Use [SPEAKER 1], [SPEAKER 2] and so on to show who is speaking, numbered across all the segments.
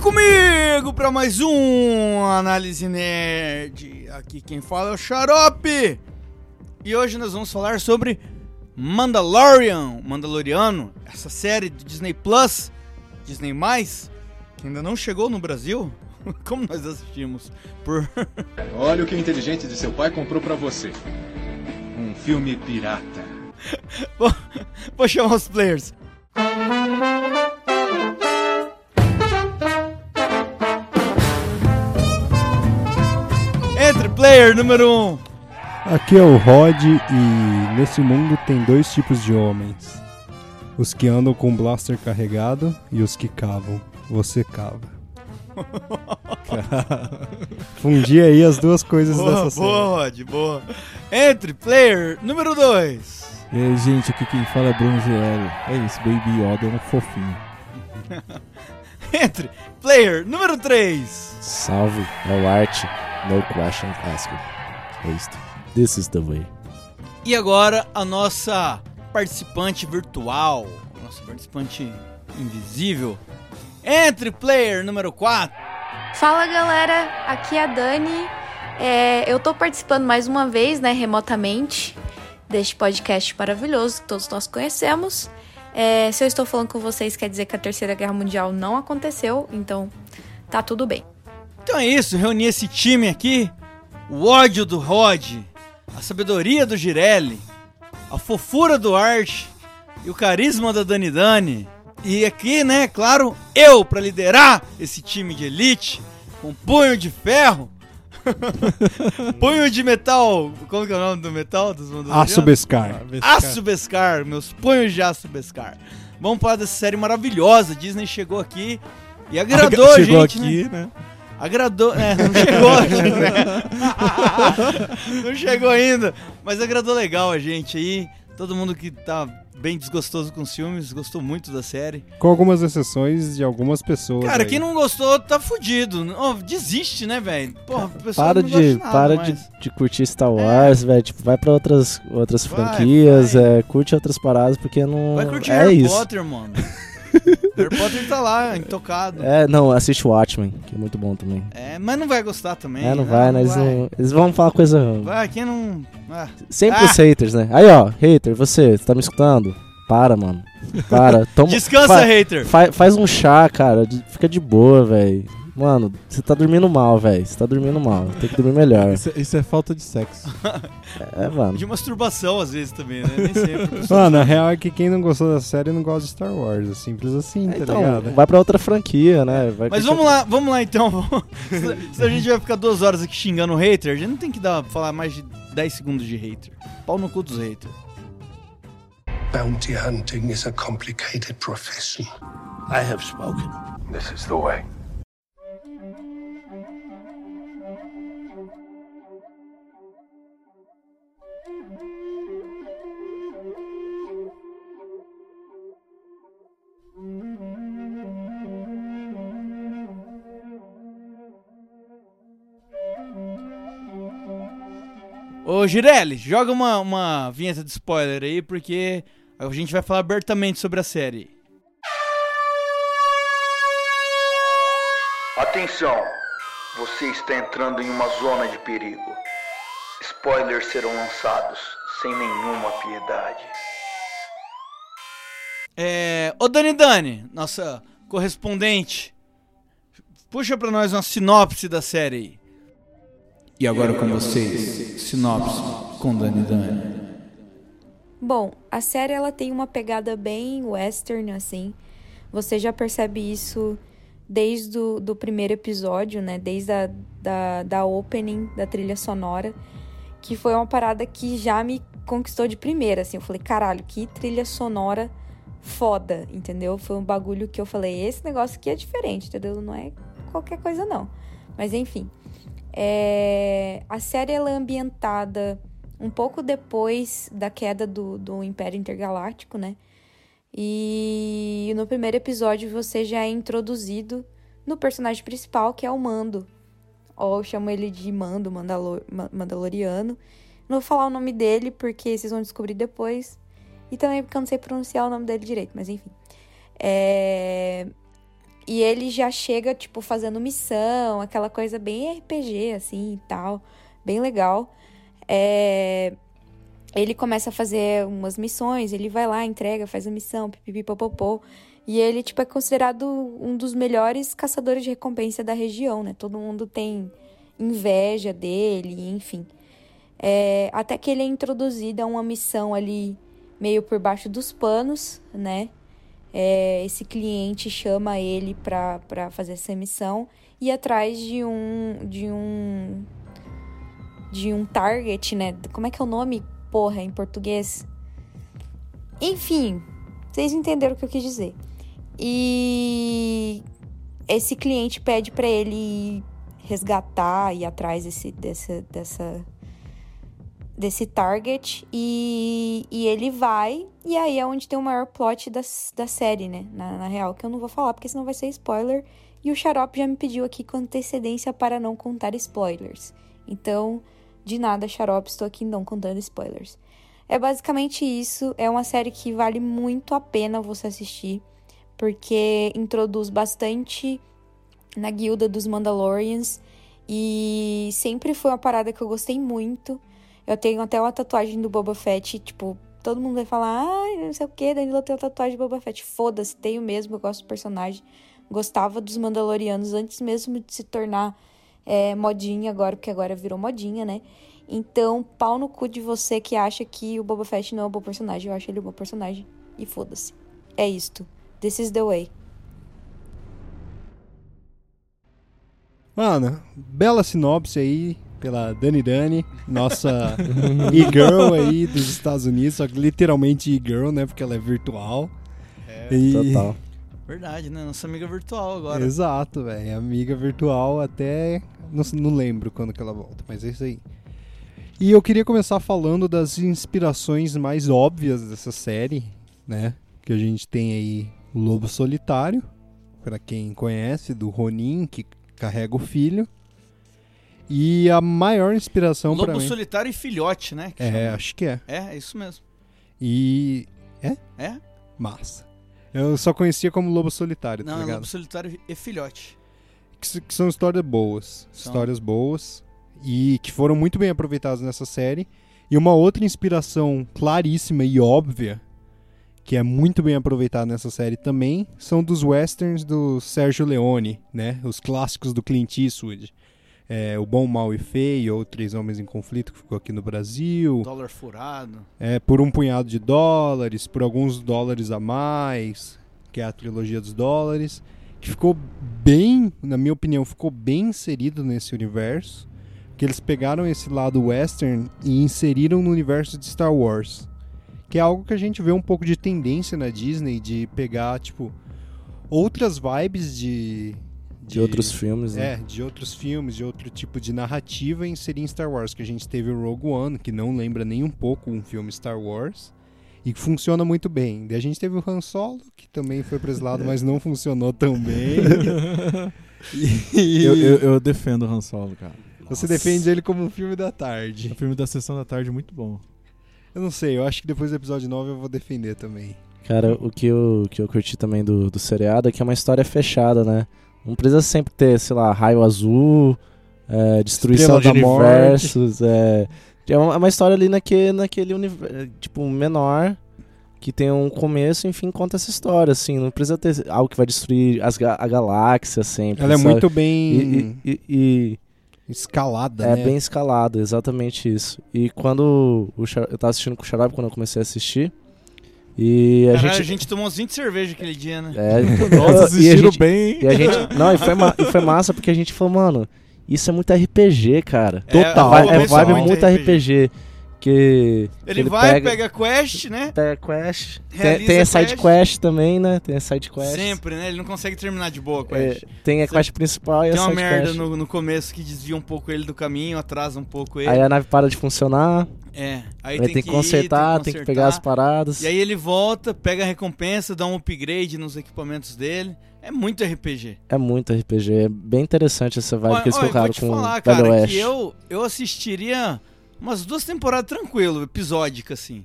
[SPEAKER 1] comigo para mais um Análise Nerd. Aqui quem fala é o Xarope. E hoje nós vamos falar sobre Mandalorian, Mandaloriano, essa série do Disney Plus, Disney Mais, que ainda não chegou no Brasil. Como nós assistimos por
[SPEAKER 2] Olha o que o inteligente de seu pai comprou pra você. Um filme pirata.
[SPEAKER 1] Vou, vou chamar os players. Entre player número 1. Um.
[SPEAKER 3] Aqui é o Rod e nesse mundo tem dois tipos de homens: os que andam com blaster carregado e os que cavam. Você cava. Fundir aí as duas coisas
[SPEAKER 1] Boa,
[SPEAKER 3] dessa
[SPEAKER 1] boa,
[SPEAKER 3] série.
[SPEAKER 1] Rod, boa. Entre player número 2.
[SPEAKER 4] E aí, gente, aqui quem fala é Bruno Gielo. É isso, Baby Yoda é um fofinho.
[SPEAKER 1] Entre player número 3.
[SPEAKER 5] Salve, no art, no questions asked. É isto. This is the way.
[SPEAKER 1] E agora a nossa participante virtual, a nossa participante invisível. Entre player número 4.
[SPEAKER 6] Fala galera, aqui é a Dani. É, eu tô participando mais uma vez, né, remotamente, deste podcast maravilhoso que todos nós conhecemos. É, se eu estou falando com vocês, quer dizer que a Terceira Guerra Mundial não aconteceu, então tá tudo bem.
[SPEAKER 1] Então é isso, reuni esse time aqui. O ódio do Rod, a sabedoria do Girelli, a fofura do Art e o carisma da Dani Dani. E aqui, né, claro, eu pra liderar esse time de elite com punho de ferro. punho de metal. Como que é o nome do metal? Dos mandalorianos?
[SPEAKER 3] Aço Bescar.
[SPEAKER 1] Aço Bescar, meus punhos de Aço Bescar. Vamos falar dessa série maravilhosa. Disney chegou aqui e
[SPEAKER 3] Ah,
[SPEAKER 1] agradou a
[SPEAKER 4] Chegou
[SPEAKER 1] gente, né?
[SPEAKER 4] aqui, né?
[SPEAKER 1] Agradou. É, não chegou ainda, né? não chegou ainda. Mas agradou legal a gente aí. Todo mundo que tá bem desgostoso com os filmes, gostou muito da série.
[SPEAKER 3] Com algumas exceções de algumas pessoas.
[SPEAKER 1] Cara,
[SPEAKER 3] aí.
[SPEAKER 1] quem não gostou tá fudido. Ó, desiste, né, velho? Porra, o pessoal
[SPEAKER 5] Para,
[SPEAKER 1] não gosta
[SPEAKER 5] de,
[SPEAKER 1] nada
[SPEAKER 5] para
[SPEAKER 1] mais. É.
[SPEAKER 5] de, de curtir Star Wars, velho. Tipo, vai pra outras, outras
[SPEAKER 1] Vai,
[SPEAKER 5] franquias,
[SPEAKER 1] vai.
[SPEAKER 5] é, curte outras paradas, porque não.
[SPEAKER 1] Vai curtir
[SPEAKER 5] é
[SPEAKER 1] Harry
[SPEAKER 5] isso.
[SPEAKER 1] Potter, mano. Harry Potter tá lá, intocado.
[SPEAKER 5] É, não, assiste Watchmen, que é muito bom também.
[SPEAKER 1] É, mas não vai gostar também.
[SPEAKER 5] é, não
[SPEAKER 1] né?
[SPEAKER 5] vai, né? Eles, não- eles vão falar coisa.
[SPEAKER 1] Vai, quem não. Ah,
[SPEAKER 5] Sempre
[SPEAKER 1] Ah!
[SPEAKER 5] os haters, né? Aí, ó, hater, você, tá me escutando? Para, mano. Para. Toma,
[SPEAKER 1] Descansa,
[SPEAKER 5] fa-
[SPEAKER 1] hater!
[SPEAKER 5] Fa- faz um chá, cara. de- Fica de boa, velho. Mano, você tá dormindo mal, velho. Você tá dormindo mal. Tem que dormir melhor.
[SPEAKER 4] Isso, isso é falta de sexo.
[SPEAKER 5] É, mano.
[SPEAKER 1] De masturbação às vezes também, né? Nem sempre.
[SPEAKER 3] Mano, na real é que quem não gostou da série não gosta de Star Wars. É simples assim, tá
[SPEAKER 5] Então,
[SPEAKER 3] ligado?
[SPEAKER 5] vai pra outra franquia, né? Vai
[SPEAKER 1] Mas
[SPEAKER 5] curtir-
[SPEAKER 1] vamos lá, vamos lá então. Se- Se a gente vai ficar duas horas aqui xingando o hater, a gente não tem que dar, falar mais de 10 segundos de hater. Pau no cu dos haters.
[SPEAKER 7] Bounty hunting is a complicated profession. I have spoken. This is the way.
[SPEAKER 1] Ô Girelli, joga uma, uma vinheta de spoiler aí, porque a gente vai falar abertamente sobre a série.
[SPEAKER 8] Atenção! Você está entrando em uma zona de perigo. Spoilers serão lançados sem nenhuma piedade.
[SPEAKER 1] É, ô Dani Dani, nossa correspondente, puxa pra nós uma sinopse da série aí. E agora com vocês, sinopse com Dani Dani.
[SPEAKER 6] Bom, a série ela tem uma pegada bem western, assim. Você já percebe isso desde o do primeiro episódio, né? Desde a da, da opening, da trilha sonora. Que foi uma parada que já me conquistou de primeira, assim. Eu falei, caralho, que trilha sonora foda, entendeu? Foi um bagulho que eu falei, esse negócio aqui é diferente, entendeu? Não é qualquer coisa, não. Mas enfim. É, A série ela é ambientada um pouco depois da queda do, do Império Intergaláctico, né? E no primeiro episódio você já é introduzido no personagem principal, que é o Mando. Ou eu chamo ele de Mando Mandalo- Ma- Mandaloriano. Não vou falar o nome dele porque vocês vão descobrir depois. E também porque eu não sei pronunciar o nome dele direito, mas enfim. É, E ele já chega, tipo, fazendo missão, aquela coisa bem RPG, assim, e tal. Bem legal. É, Ele começa a fazer umas missões, ele vai lá, entrega, faz a missão, pipipipopopô. E ele, tipo, é considerado um dos melhores caçadores de recompensa da região, né? Todo mundo tem inveja dele, enfim. É, até que ele é introduzido a uma missão ali meio por baixo dos panos, né? É, esse cliente chama ele pra, pra fazer essa missão e atrás de um de um de um target, né? Como é que é o nome, porra, em português? Enfim, vocês entenderam o que eu quis dizer. E esse cliente pede pra ele resgatar e atrás desse dessa, dessa desse target e, e ele vai, e aí é onde tem o maior plot da, da série, né? Na, na real, que eu não vou falar porque senão vai ser spoiler. E o Xarope já me pediu aqui com antecedência para não contar spoilers. Então, de nada, Xarope, estou aqui não contando spoilers. É basicamente isso. É uma série que vale muito a pena você assistir, porque introduz bastante na guilda dos Mandalorians. E sempre foi uma parada que eu gostei muito. Eu tenho até uma tatuagem do Boba Fett, tipo, todo mundo vai falar, ai, não sei o que, Danilo tem uma tatuagem do Boba Fett. Foda-se, tenho mesmo, eu gosto do personagem. Gostava dos Mandalorianos antes mesmo de se tornar é, modinha agora, porque agora virou modinha, né? Então, pau no cu de você que acha que o Boba Fett não é um bom personagem. Eu acho ele um bom personagem. E foda-se. É isto. This is the way.
[SPEAKER 3] Mano, bela sinopse aí pela Dani Dani, nossa e-girl aí dos Estados Unidos, só que literalmente e-girl, né? Porque ela é virtual. É,
[SPEAKER 5] Total.
[SPEAKER 1] Verdade, né? Nossa amiga virtual agora.
[SPEAKER 3] Exato, velho. É Amiga virtual até. Não, se- não lembro quando que ela volta, mas é isso aí. E eu queria começar falando das inspirações mais óbvias dessa série, né? Que a gente tem aí o Lobo Solitário, para quem conhece, do Ronin, que carrega o filho. E a maior
[SPEAKER 5] Então,
[SPEAKER 3] inspiração para
[SPEAKER 1] Lobo
[SPEAKER 3] mim.
[SPEAKER 1] solitário e filhote, né? que
[SPEAKER 3] É,
[SPEAKER 1] chama.
[SPEAKER 3] acho que é.
[SPEAKER 1] é, é isso mesmo.
[SPEAKER 3] E.
[SPEAKER 1] É?
[SPEAKER 5] Tá
[SPEAKER 3] Massa. Eu só conhecia como Lobo Solitário, tá
[SPEAKER 1] Não, é
[SPEAKER 3] ligado?
[SPEAKER 1] lobo solitário e filhote.
[SPEAKER 3] que, s- que são histórias boas.
[SPEAKER 1] São.
[SPEAKER 3] Histórias boas e que foram muito bem aproveitadas nessa série. E uma outra inspiração claríssima e óbvia, que é muito bem aproveitada nessa série também, são dos westerns do Sérgio Leone, né? Os clássicos do Clint Eastwood. É, o Bom, Mal e Feio, ou Três Homens em Conflito, que ficou aqui no
[SPEAKER 5] Uh.
[SPEAKER 3] Brasil.
[SPEAKER 1] Dólar furado.
[SPEAKER 3] É, por um punhado de dólares, por alguns dólares a mais, que é a trilogia dos dólares, que ficou bem, na minha opinião, ficou bem inserido nesse universo, que eles pegaram esse lado western e inseriram no universo de Star Wars, que é algo que a gente vê um pouco de tendência na Disney de pegar tipo outras vibes de
[SPEAKER 5] De outros filmes, né?
[SPEAKER 3] é, de outros filmes, de outro tipo de narrativa e inserir em Star Wars, que a gente teve o Rogue One, que não lembra nem um pouco um filme Star Wars, e que funciona muito bem. Daí a gente teve o Han Solo, que também foi pra esse lado, mas não funcionou tão bem. E
[SPEAKER 4] Eu, eu, eu defendo o Han Solo, cara.
[SPEAKER 3] você defende ele como um filme da tarde.
[SPEAKER 4] O filme da Sessão da Tarde é muito bom.
[SPEAKER 3] Eu não sei, eu acho que depois do episódio 9 eu vou defender também.
[SPEAKER 5] Cara, o que eu, o que eu curti também do, do seriado é que é uma história fechada, né? Não precisa sempre ter, sei lá, raio azul, é, destruição
[SPEAKER 3] Estrela de
[SPEAKER 5] de universos. É, é uma é uma história ali naquele, naquele universo, tipo, menor, que tem um começo, enfim, conta essa história, assim. Não precisa ter algo que vai destruir as, ga- a galáxia sempre.
[SPEAKER 3] Ela é
[SPEAKER 5] sabe?
[SPEAKER 3] muito
[SPEAKER 5] E-
[SPEAKER 3] bem
[SPEAKER 5] e- e- e
[SPEAKER 3] escalada,
[SPEAKER 5] é
[SPEAKER 3] né?
[SPEAKER 5] bem escalado, exatamente isso. E quando o Xar- eu tava assistindo com o Xarope quando eu comecei a assistir. E É, a
[SPEAKER 1] Caralho,
[SPEAKER 5] gente.
[SPEAKER 1] tomou uns 20 cerveja aquele dia, né?
[SPEAKER 5] É,
[SPEAKER 4] Nossa,
[SPEAKER 5] e a
[SPEAKER 4] assistiram
[SPEAKER 5] gente,
[SPEAKER 4] bem.
[SPEAKER 5] e a gente- Não, e foi, ma- e foi massa porque a gente falou, mano, isso é muito RPG, cara.
[SPEAKER 1] É,
[SPEAKER 3] Total,
[SPEAKER 5] Vai-
[SPEAKER 1] no
[SPEAKER 5] é
[SPEAKER 1] começo
[SPEAKER 5] vibe
[SPEAKER 1] muito
[SPEAKER 5] muito RPG. que que
[SPEAKER 1] Ele, vai, pega...
[SPEAKER 5] pega,
[SPEAKER 1] quest, né?
[SPEAKER 5] pega quest. Tem,
[SPEAKER 1] realiza
[SPEAKER 5] tem a side
[SPEAKER 1] quest.
[SPEAKER 5] quest também, né? Tem a side quest.
[SPEAKER 1] Sempre, né? Ele não consegue terminar de boa a
[SPEAKER 5] É,
[SPEAKER 1] quest.
[SPEAKER 5] tem a
[SPEAKER 1] Sempre.
[SPEAKER 5] quest principal e
[SPEAKER 1] Tem
[SPEAKER 5] a
[SPEAKER 1] uma
[SPEAKER 5] side
[SPEAKER 1] merda
[SPEAKER 5] quest.
[SPEAKER 1] no, no começo que desvia um pouco ele do caminho, atrasa um pouco ele.
[SPEAKER 5] Aí a nave para de funcionar,
[SPEAKER 1] é. Aí
[SPEAKER 5] aí
[SPEAKER 1] tem, que ir,
[SPEAKER 5] consertar, tem que, pegar as
[SPEAKER 1] consertar.
[SPEAKER 5] paradas.
[SPEAKER 1] E aí ele volta, pega a recompensa, dá um upgrade nos equipamentos dele. É muito RPG.
[SPEAKER 5] É muito RPG, é bem interessante essa vibe
[SPEAKER 1] Olha,
[SPEAKER 5] que eles
[SPEAKER 1] olha, eu
[SPEAKER 5] colocaram
[SPEAKER 1] vou te
[SPEAKER 5] com
[SPEAKER 1] falar,
[SPEAKER 5] Velho
[SPEAKER 1] cara,
[SPEAKER 5] Oeste.
[SPEAKER 1] que eu, eu assistiria umas duas temporadas tranquilo, episódica, assim.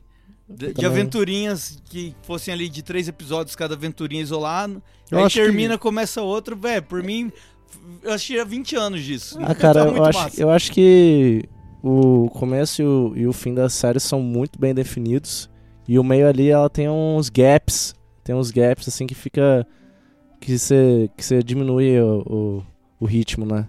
[SPEAKER 1] De, de
[SPEAKER 5] Também.
[SPEAKER 1] aventurinhas que fossem ali de três episódios cada aventurinha isolada.
[SPEAKER 3] Eu
[SPEAKER 1] aí
[SPEAKER 3] acho que-
[SPEAKER 1] termina, começa outro, velho. Por mim, eu assisti há 20 anos disso.
[SPEAKER 5] Ah, cara,
[SPEAKER 1] Tá
[SPEAKER 5] eu
[SPEAKER 1] muito
[SPEAKER 5] acho,
[SPEAKER 1] massa.
[SPEAKER 5] eu acho que o começo e o, e o fim da série são muito bem definidos. E o meio ali, ela tem uns gaps. Tem uns gaps, assim, que fica... Que você que você diminui o, o, o ritmo, né?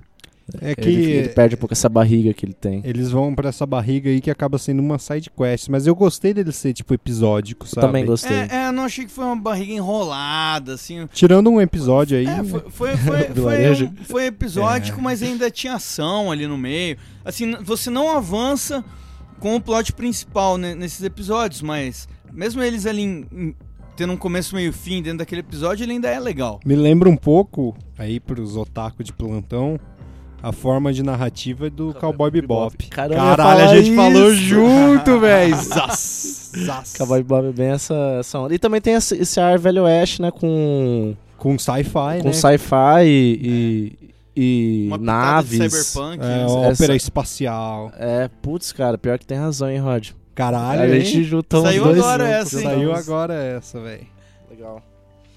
[SPEAKER 3] É que
[SPEAKER 5] Ele, ele perde um pouco essa barriga que ele tem.
[SPEAKER 3] eles vão pra essa barriga aí que acaba sendo uma side quest, mas eu gostei dele ser tipo episódico, sabe?
[SPEAKER 5] Também gostei.
[SPEAKER 1] É, é, eu não achei que foi uma barriga enrolada, assim.
[SPEAKER 3] Tirando um episódio aí,
[SPEAKER 1] É, foi, foi, foi, foi,
[SPEAKER 3] Do varejo.
[SPEAKER 1] um- foi episódico, mas ainda tinha ação ali no meio. Assim, n- você não avança com o plot principal né, nesses episódios, mas mesmo eles ali em- em- tendo um começo, meio e fim dentro daquele episódio, ele ainda é legal.
[SPEAKER 3] me lembra um pouco aí pros otaku de plantão. A forma de narrativa do Cowboy Bebop.
[SPEAKER 5] Cara, eu ia
[SPEAKER 3] Caralho, a
[SPEAKER 5] falar
[SPEAKER 3] gente falou
[SPEAKER 5] isso.
[SPEAKER 3] junto, velho. Zaz, zaz.
[SPEAKER 5] Cowboy Bob é bem essa, essa onda. E também tem esse, esse ar velho oeste, né? Com,
[SPEAKER 3] Com sci-fi,
[SPEAKER 5] com
[SPEAKER 3] né?
[SPEAKER 5] sci-fi e, e,
[SPEAKER 1] Uma
[SPEAKER 5] e
[SPEAKER 1] pitada de
[SPEAKER 5] naves.
[SPEAKER 1] cyberpunk.
[SPEAKER 3] É,
[SPEAKER 1] né?
[SPEAKER 3] ópera
[SPEAKER 5] Essa-
[SPEAKER 3] espacial.
[SPEAKER 5] É, putz, cara, pior que tem razão, hein, Rod?
[SPEAKER 3] Caralho,
[SPEAKER 5] a
[SPEAKER 3] hein?
[SPEAKER 5] gente juntou
[SPEAKER 1] Saiu
[SPEAKER 5] uns dois
[SPEAKER 1] agora
[SPEAKER 5] juntos,
[SPEAKER 1] essa, hein?
[SPEAKER 3] Saiu
[SPEAKER 5] juntos.
[SPEAKER 3] agora essa, velho.
[SPEAKER 5] Legal.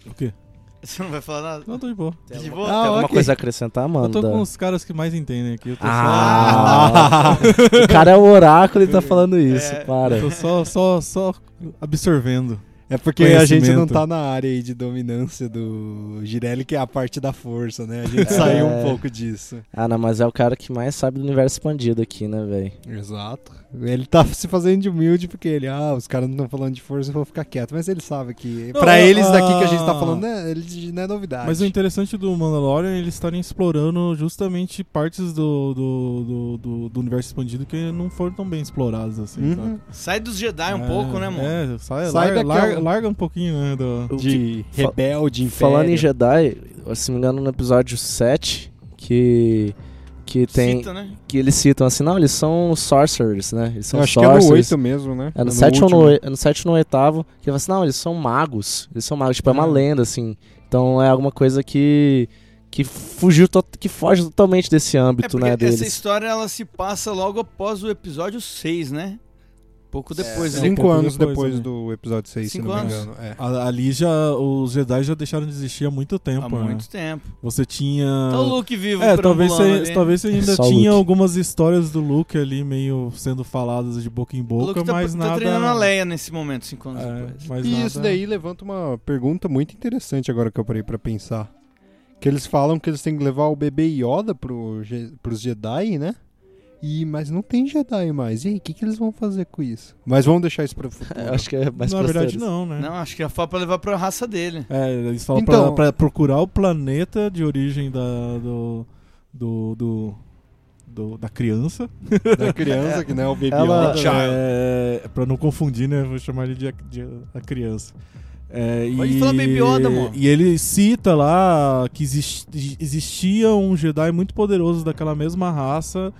[SPEAKER 4] O quê?
[SPEAKER 1] Você não vai falar nada?
[SPEAKER 4] Não, tô de boa.
[SPEAKER 1] Tá de
[SPEAKER 3] Ah,
[SPEAKER 1] boa?
[SPEAKER 5] Tem alguma
[SPEAKER 3] ok.
[SPEAKER 5] coisa a acrescentar, mano?
[SPEAKER 4] Eu tô com os caras que mais entendem aqui. Eu tô
[SPEAKER 5] Ah! o cara é o oráculo e tá falando isso,
[SPEAKER 1] É.
[SPEAKER 5] para.
[SPEAKER 4] só, tô só, só, só absorvendo.
[SPEAKER 3] É porque a gente não
[SPEAKER 4] Conhecimento.
[SPEAKER 3] tá na área aí de dominância do Girelli, que é a parte da força, né? A gente saiu um
[SPEAKER 5] É.
[SPEAKER 3] pouco disso.
[SPEAKER 5] Ah, não, mas é o cara que mais sabe do universo expandido aqui, né, velho?
[SPEAKER 3] Exato. Ele tá se fazendo de humilde porque ele, ah, os caras não estão falando de força, eu vou ficar quieto. Mas ele sabe que.
[SPEAKER 4] Não,
[SPEAKER 3] pra
[SPEAKER 4] é-
[SPEAKER 3] eles daqui que a gente tá
[SPEAKER 4] ah.
[SPEAKER 3] falando, né, eles não é novidade.
[SPEAKER 4] Mas o interessante do Mandalorian é eles estarem explorando justamente partes do, do, do, do- do universo expandido que não foram tão bem exploradas, assim,
[SPEAKER 3] Uhum.
[SPEAKER 4] saca?
[SPEAKER 1] Sai dos Jedi um
[SPEAKER 4] É,
[SPEAKER 1] pouco, né, mano?
[SPEAKER 4] É, sai,
[SPEAKER 3] Sai
[SPEAKER 4] larga,
[SPEAKER 3] daquela-
[SPEAKER 4] larga, larga um pouquinho, né? do-
[SPEAKER 3] de
[SPEAKER 5] Fa-
[SPEAKER 3] rebelde, império.
[SPEAKER 5] Falando em Jedi, se não me engano, no episódio 7, que. Que tem.
[SPEAKER 1] Cita, né?
[SPEAKER 5] Que eles citam assim, não, eles são sorcerers, né? Eles
[SPEAKER 3] Eu
[SPEAKER 5] são
[SPEAKER 3] acho que é
[SPEAKER 5] sorcerers.
[SPEAKER 3] no 8 mesmo, né?
[SPEAKER 5] É no 7 ou no,
[SPEAKER 3] último.
[SPEAKER 5] oi- é no sete ou no oitavo, que ele fala assim, não, eles são magos. Eles são magos, tipo, é uma lenda, assim. Então é alguma coisa que. que fugiu, to- que foge totalmente desse
[SPEAKER 1] É
[SPEAKER 5] âmbito,
[SPEAKER 1] porque
[SPEAKER 5] né,
[SPEAKER 1] essa
[SPEAKER 5] deles.
[SPEAKER 1] história ela se passa logo após o episódio 6, né? Pouco depois, né?
[SPEAKER 4] um
[SPEAKER 3] Cinco
[SPEAKER 4] pouco
[SPEAKER 3] anos depois,
[SPEAKER 4] depois, né?
[SPEAKER 3] do episódio 6, se
[SPEAKER 1] Cinco
[SPEAKER 3] não me
[SPEAKER 1] anos.
[SPEAKER 3] engano. É.
[SPEAKER 4] A- Ali já, os Jedi já deixaram de existir há muito tempo,
[SPEAKER 1] Há
[SPEAKER 4] né?
[SPEAKER 1] muito tempo.
[SPEAKER 4] Você tinha...
[SPEAKER 1] Tá o Luke vivo
[SPEAKER 4] É, talvez
[SPEAKER 1] perambulando
[SPEAKER 4] você,
[SPEAKER 1] ali.
[SPEAKER 4] talvez você ainda
[SPEAKER 5] Só o
[SPEAKER 4] tinha
[SPEAKER 5] Luke.
[SPEAKER 4] algumas histórias do Luke ali meio sendo faladas de boca em
[SPEAKER 1] O
[SPEAKER 4] boca,
[SPEAKER 1] Luke tá,
[SPEAKER 4] mas
[SPEAKER 1] tá
[SPEAKER 4] nada.
[SPEAKER 1] treinando a Leia nesse momento, cinco anos
[SPEAKER 4] É,
[SPEAKER 1] depois.
[SPEAKER 4] mas
[SPEAKER 3] E
[SPEAKER 4] nada-
[SPEAKER 3] isso daí levanta uma pergunta muito interessante agora que eu parei pra pensar. Que eles falam que eles têm que levar o bebê Yoda pro, Je- pros Jedi, né? E, mas não tem Jedi mais. E aí, o que, que eles vão fazer com isso? Mas vamos deixar isso pro futuro.
[SPEAKER 5] Eu acho que é mais
[SPEAKER 4] Na
[SPEAKER 5] pra
[SPEAKER 4] verdade,
[SPEAKER 5] séries.
[SPEAKER 4] não, né?
[SPEAKER 1] Não, acho que é só pra levar pra raça dele.
[SPEAKER 4] É, eles falam
[SPEAKER 3] Então-
[SPEAKER 4] pra, pra procurar o planeta de origem da, do, do, do- do- da criança.
[SPEAKER 3] Da criança, que não é o bebê
[SPEAKER 5] Ela-
[SPEAKER 3] Yoda. né?
[SPEAKER 4] É, pra não confundir, né? Vou chamar ele de, a- de a criança. É,
[SPEAKER 1] Pode
[SPEAKER 4] e,
[SPEAKER 1] falar Baby Yoda, amor.
[SPEAKER 4] E ele cita lá que exis- existia um Jedi muito poderoso daquela mesma raça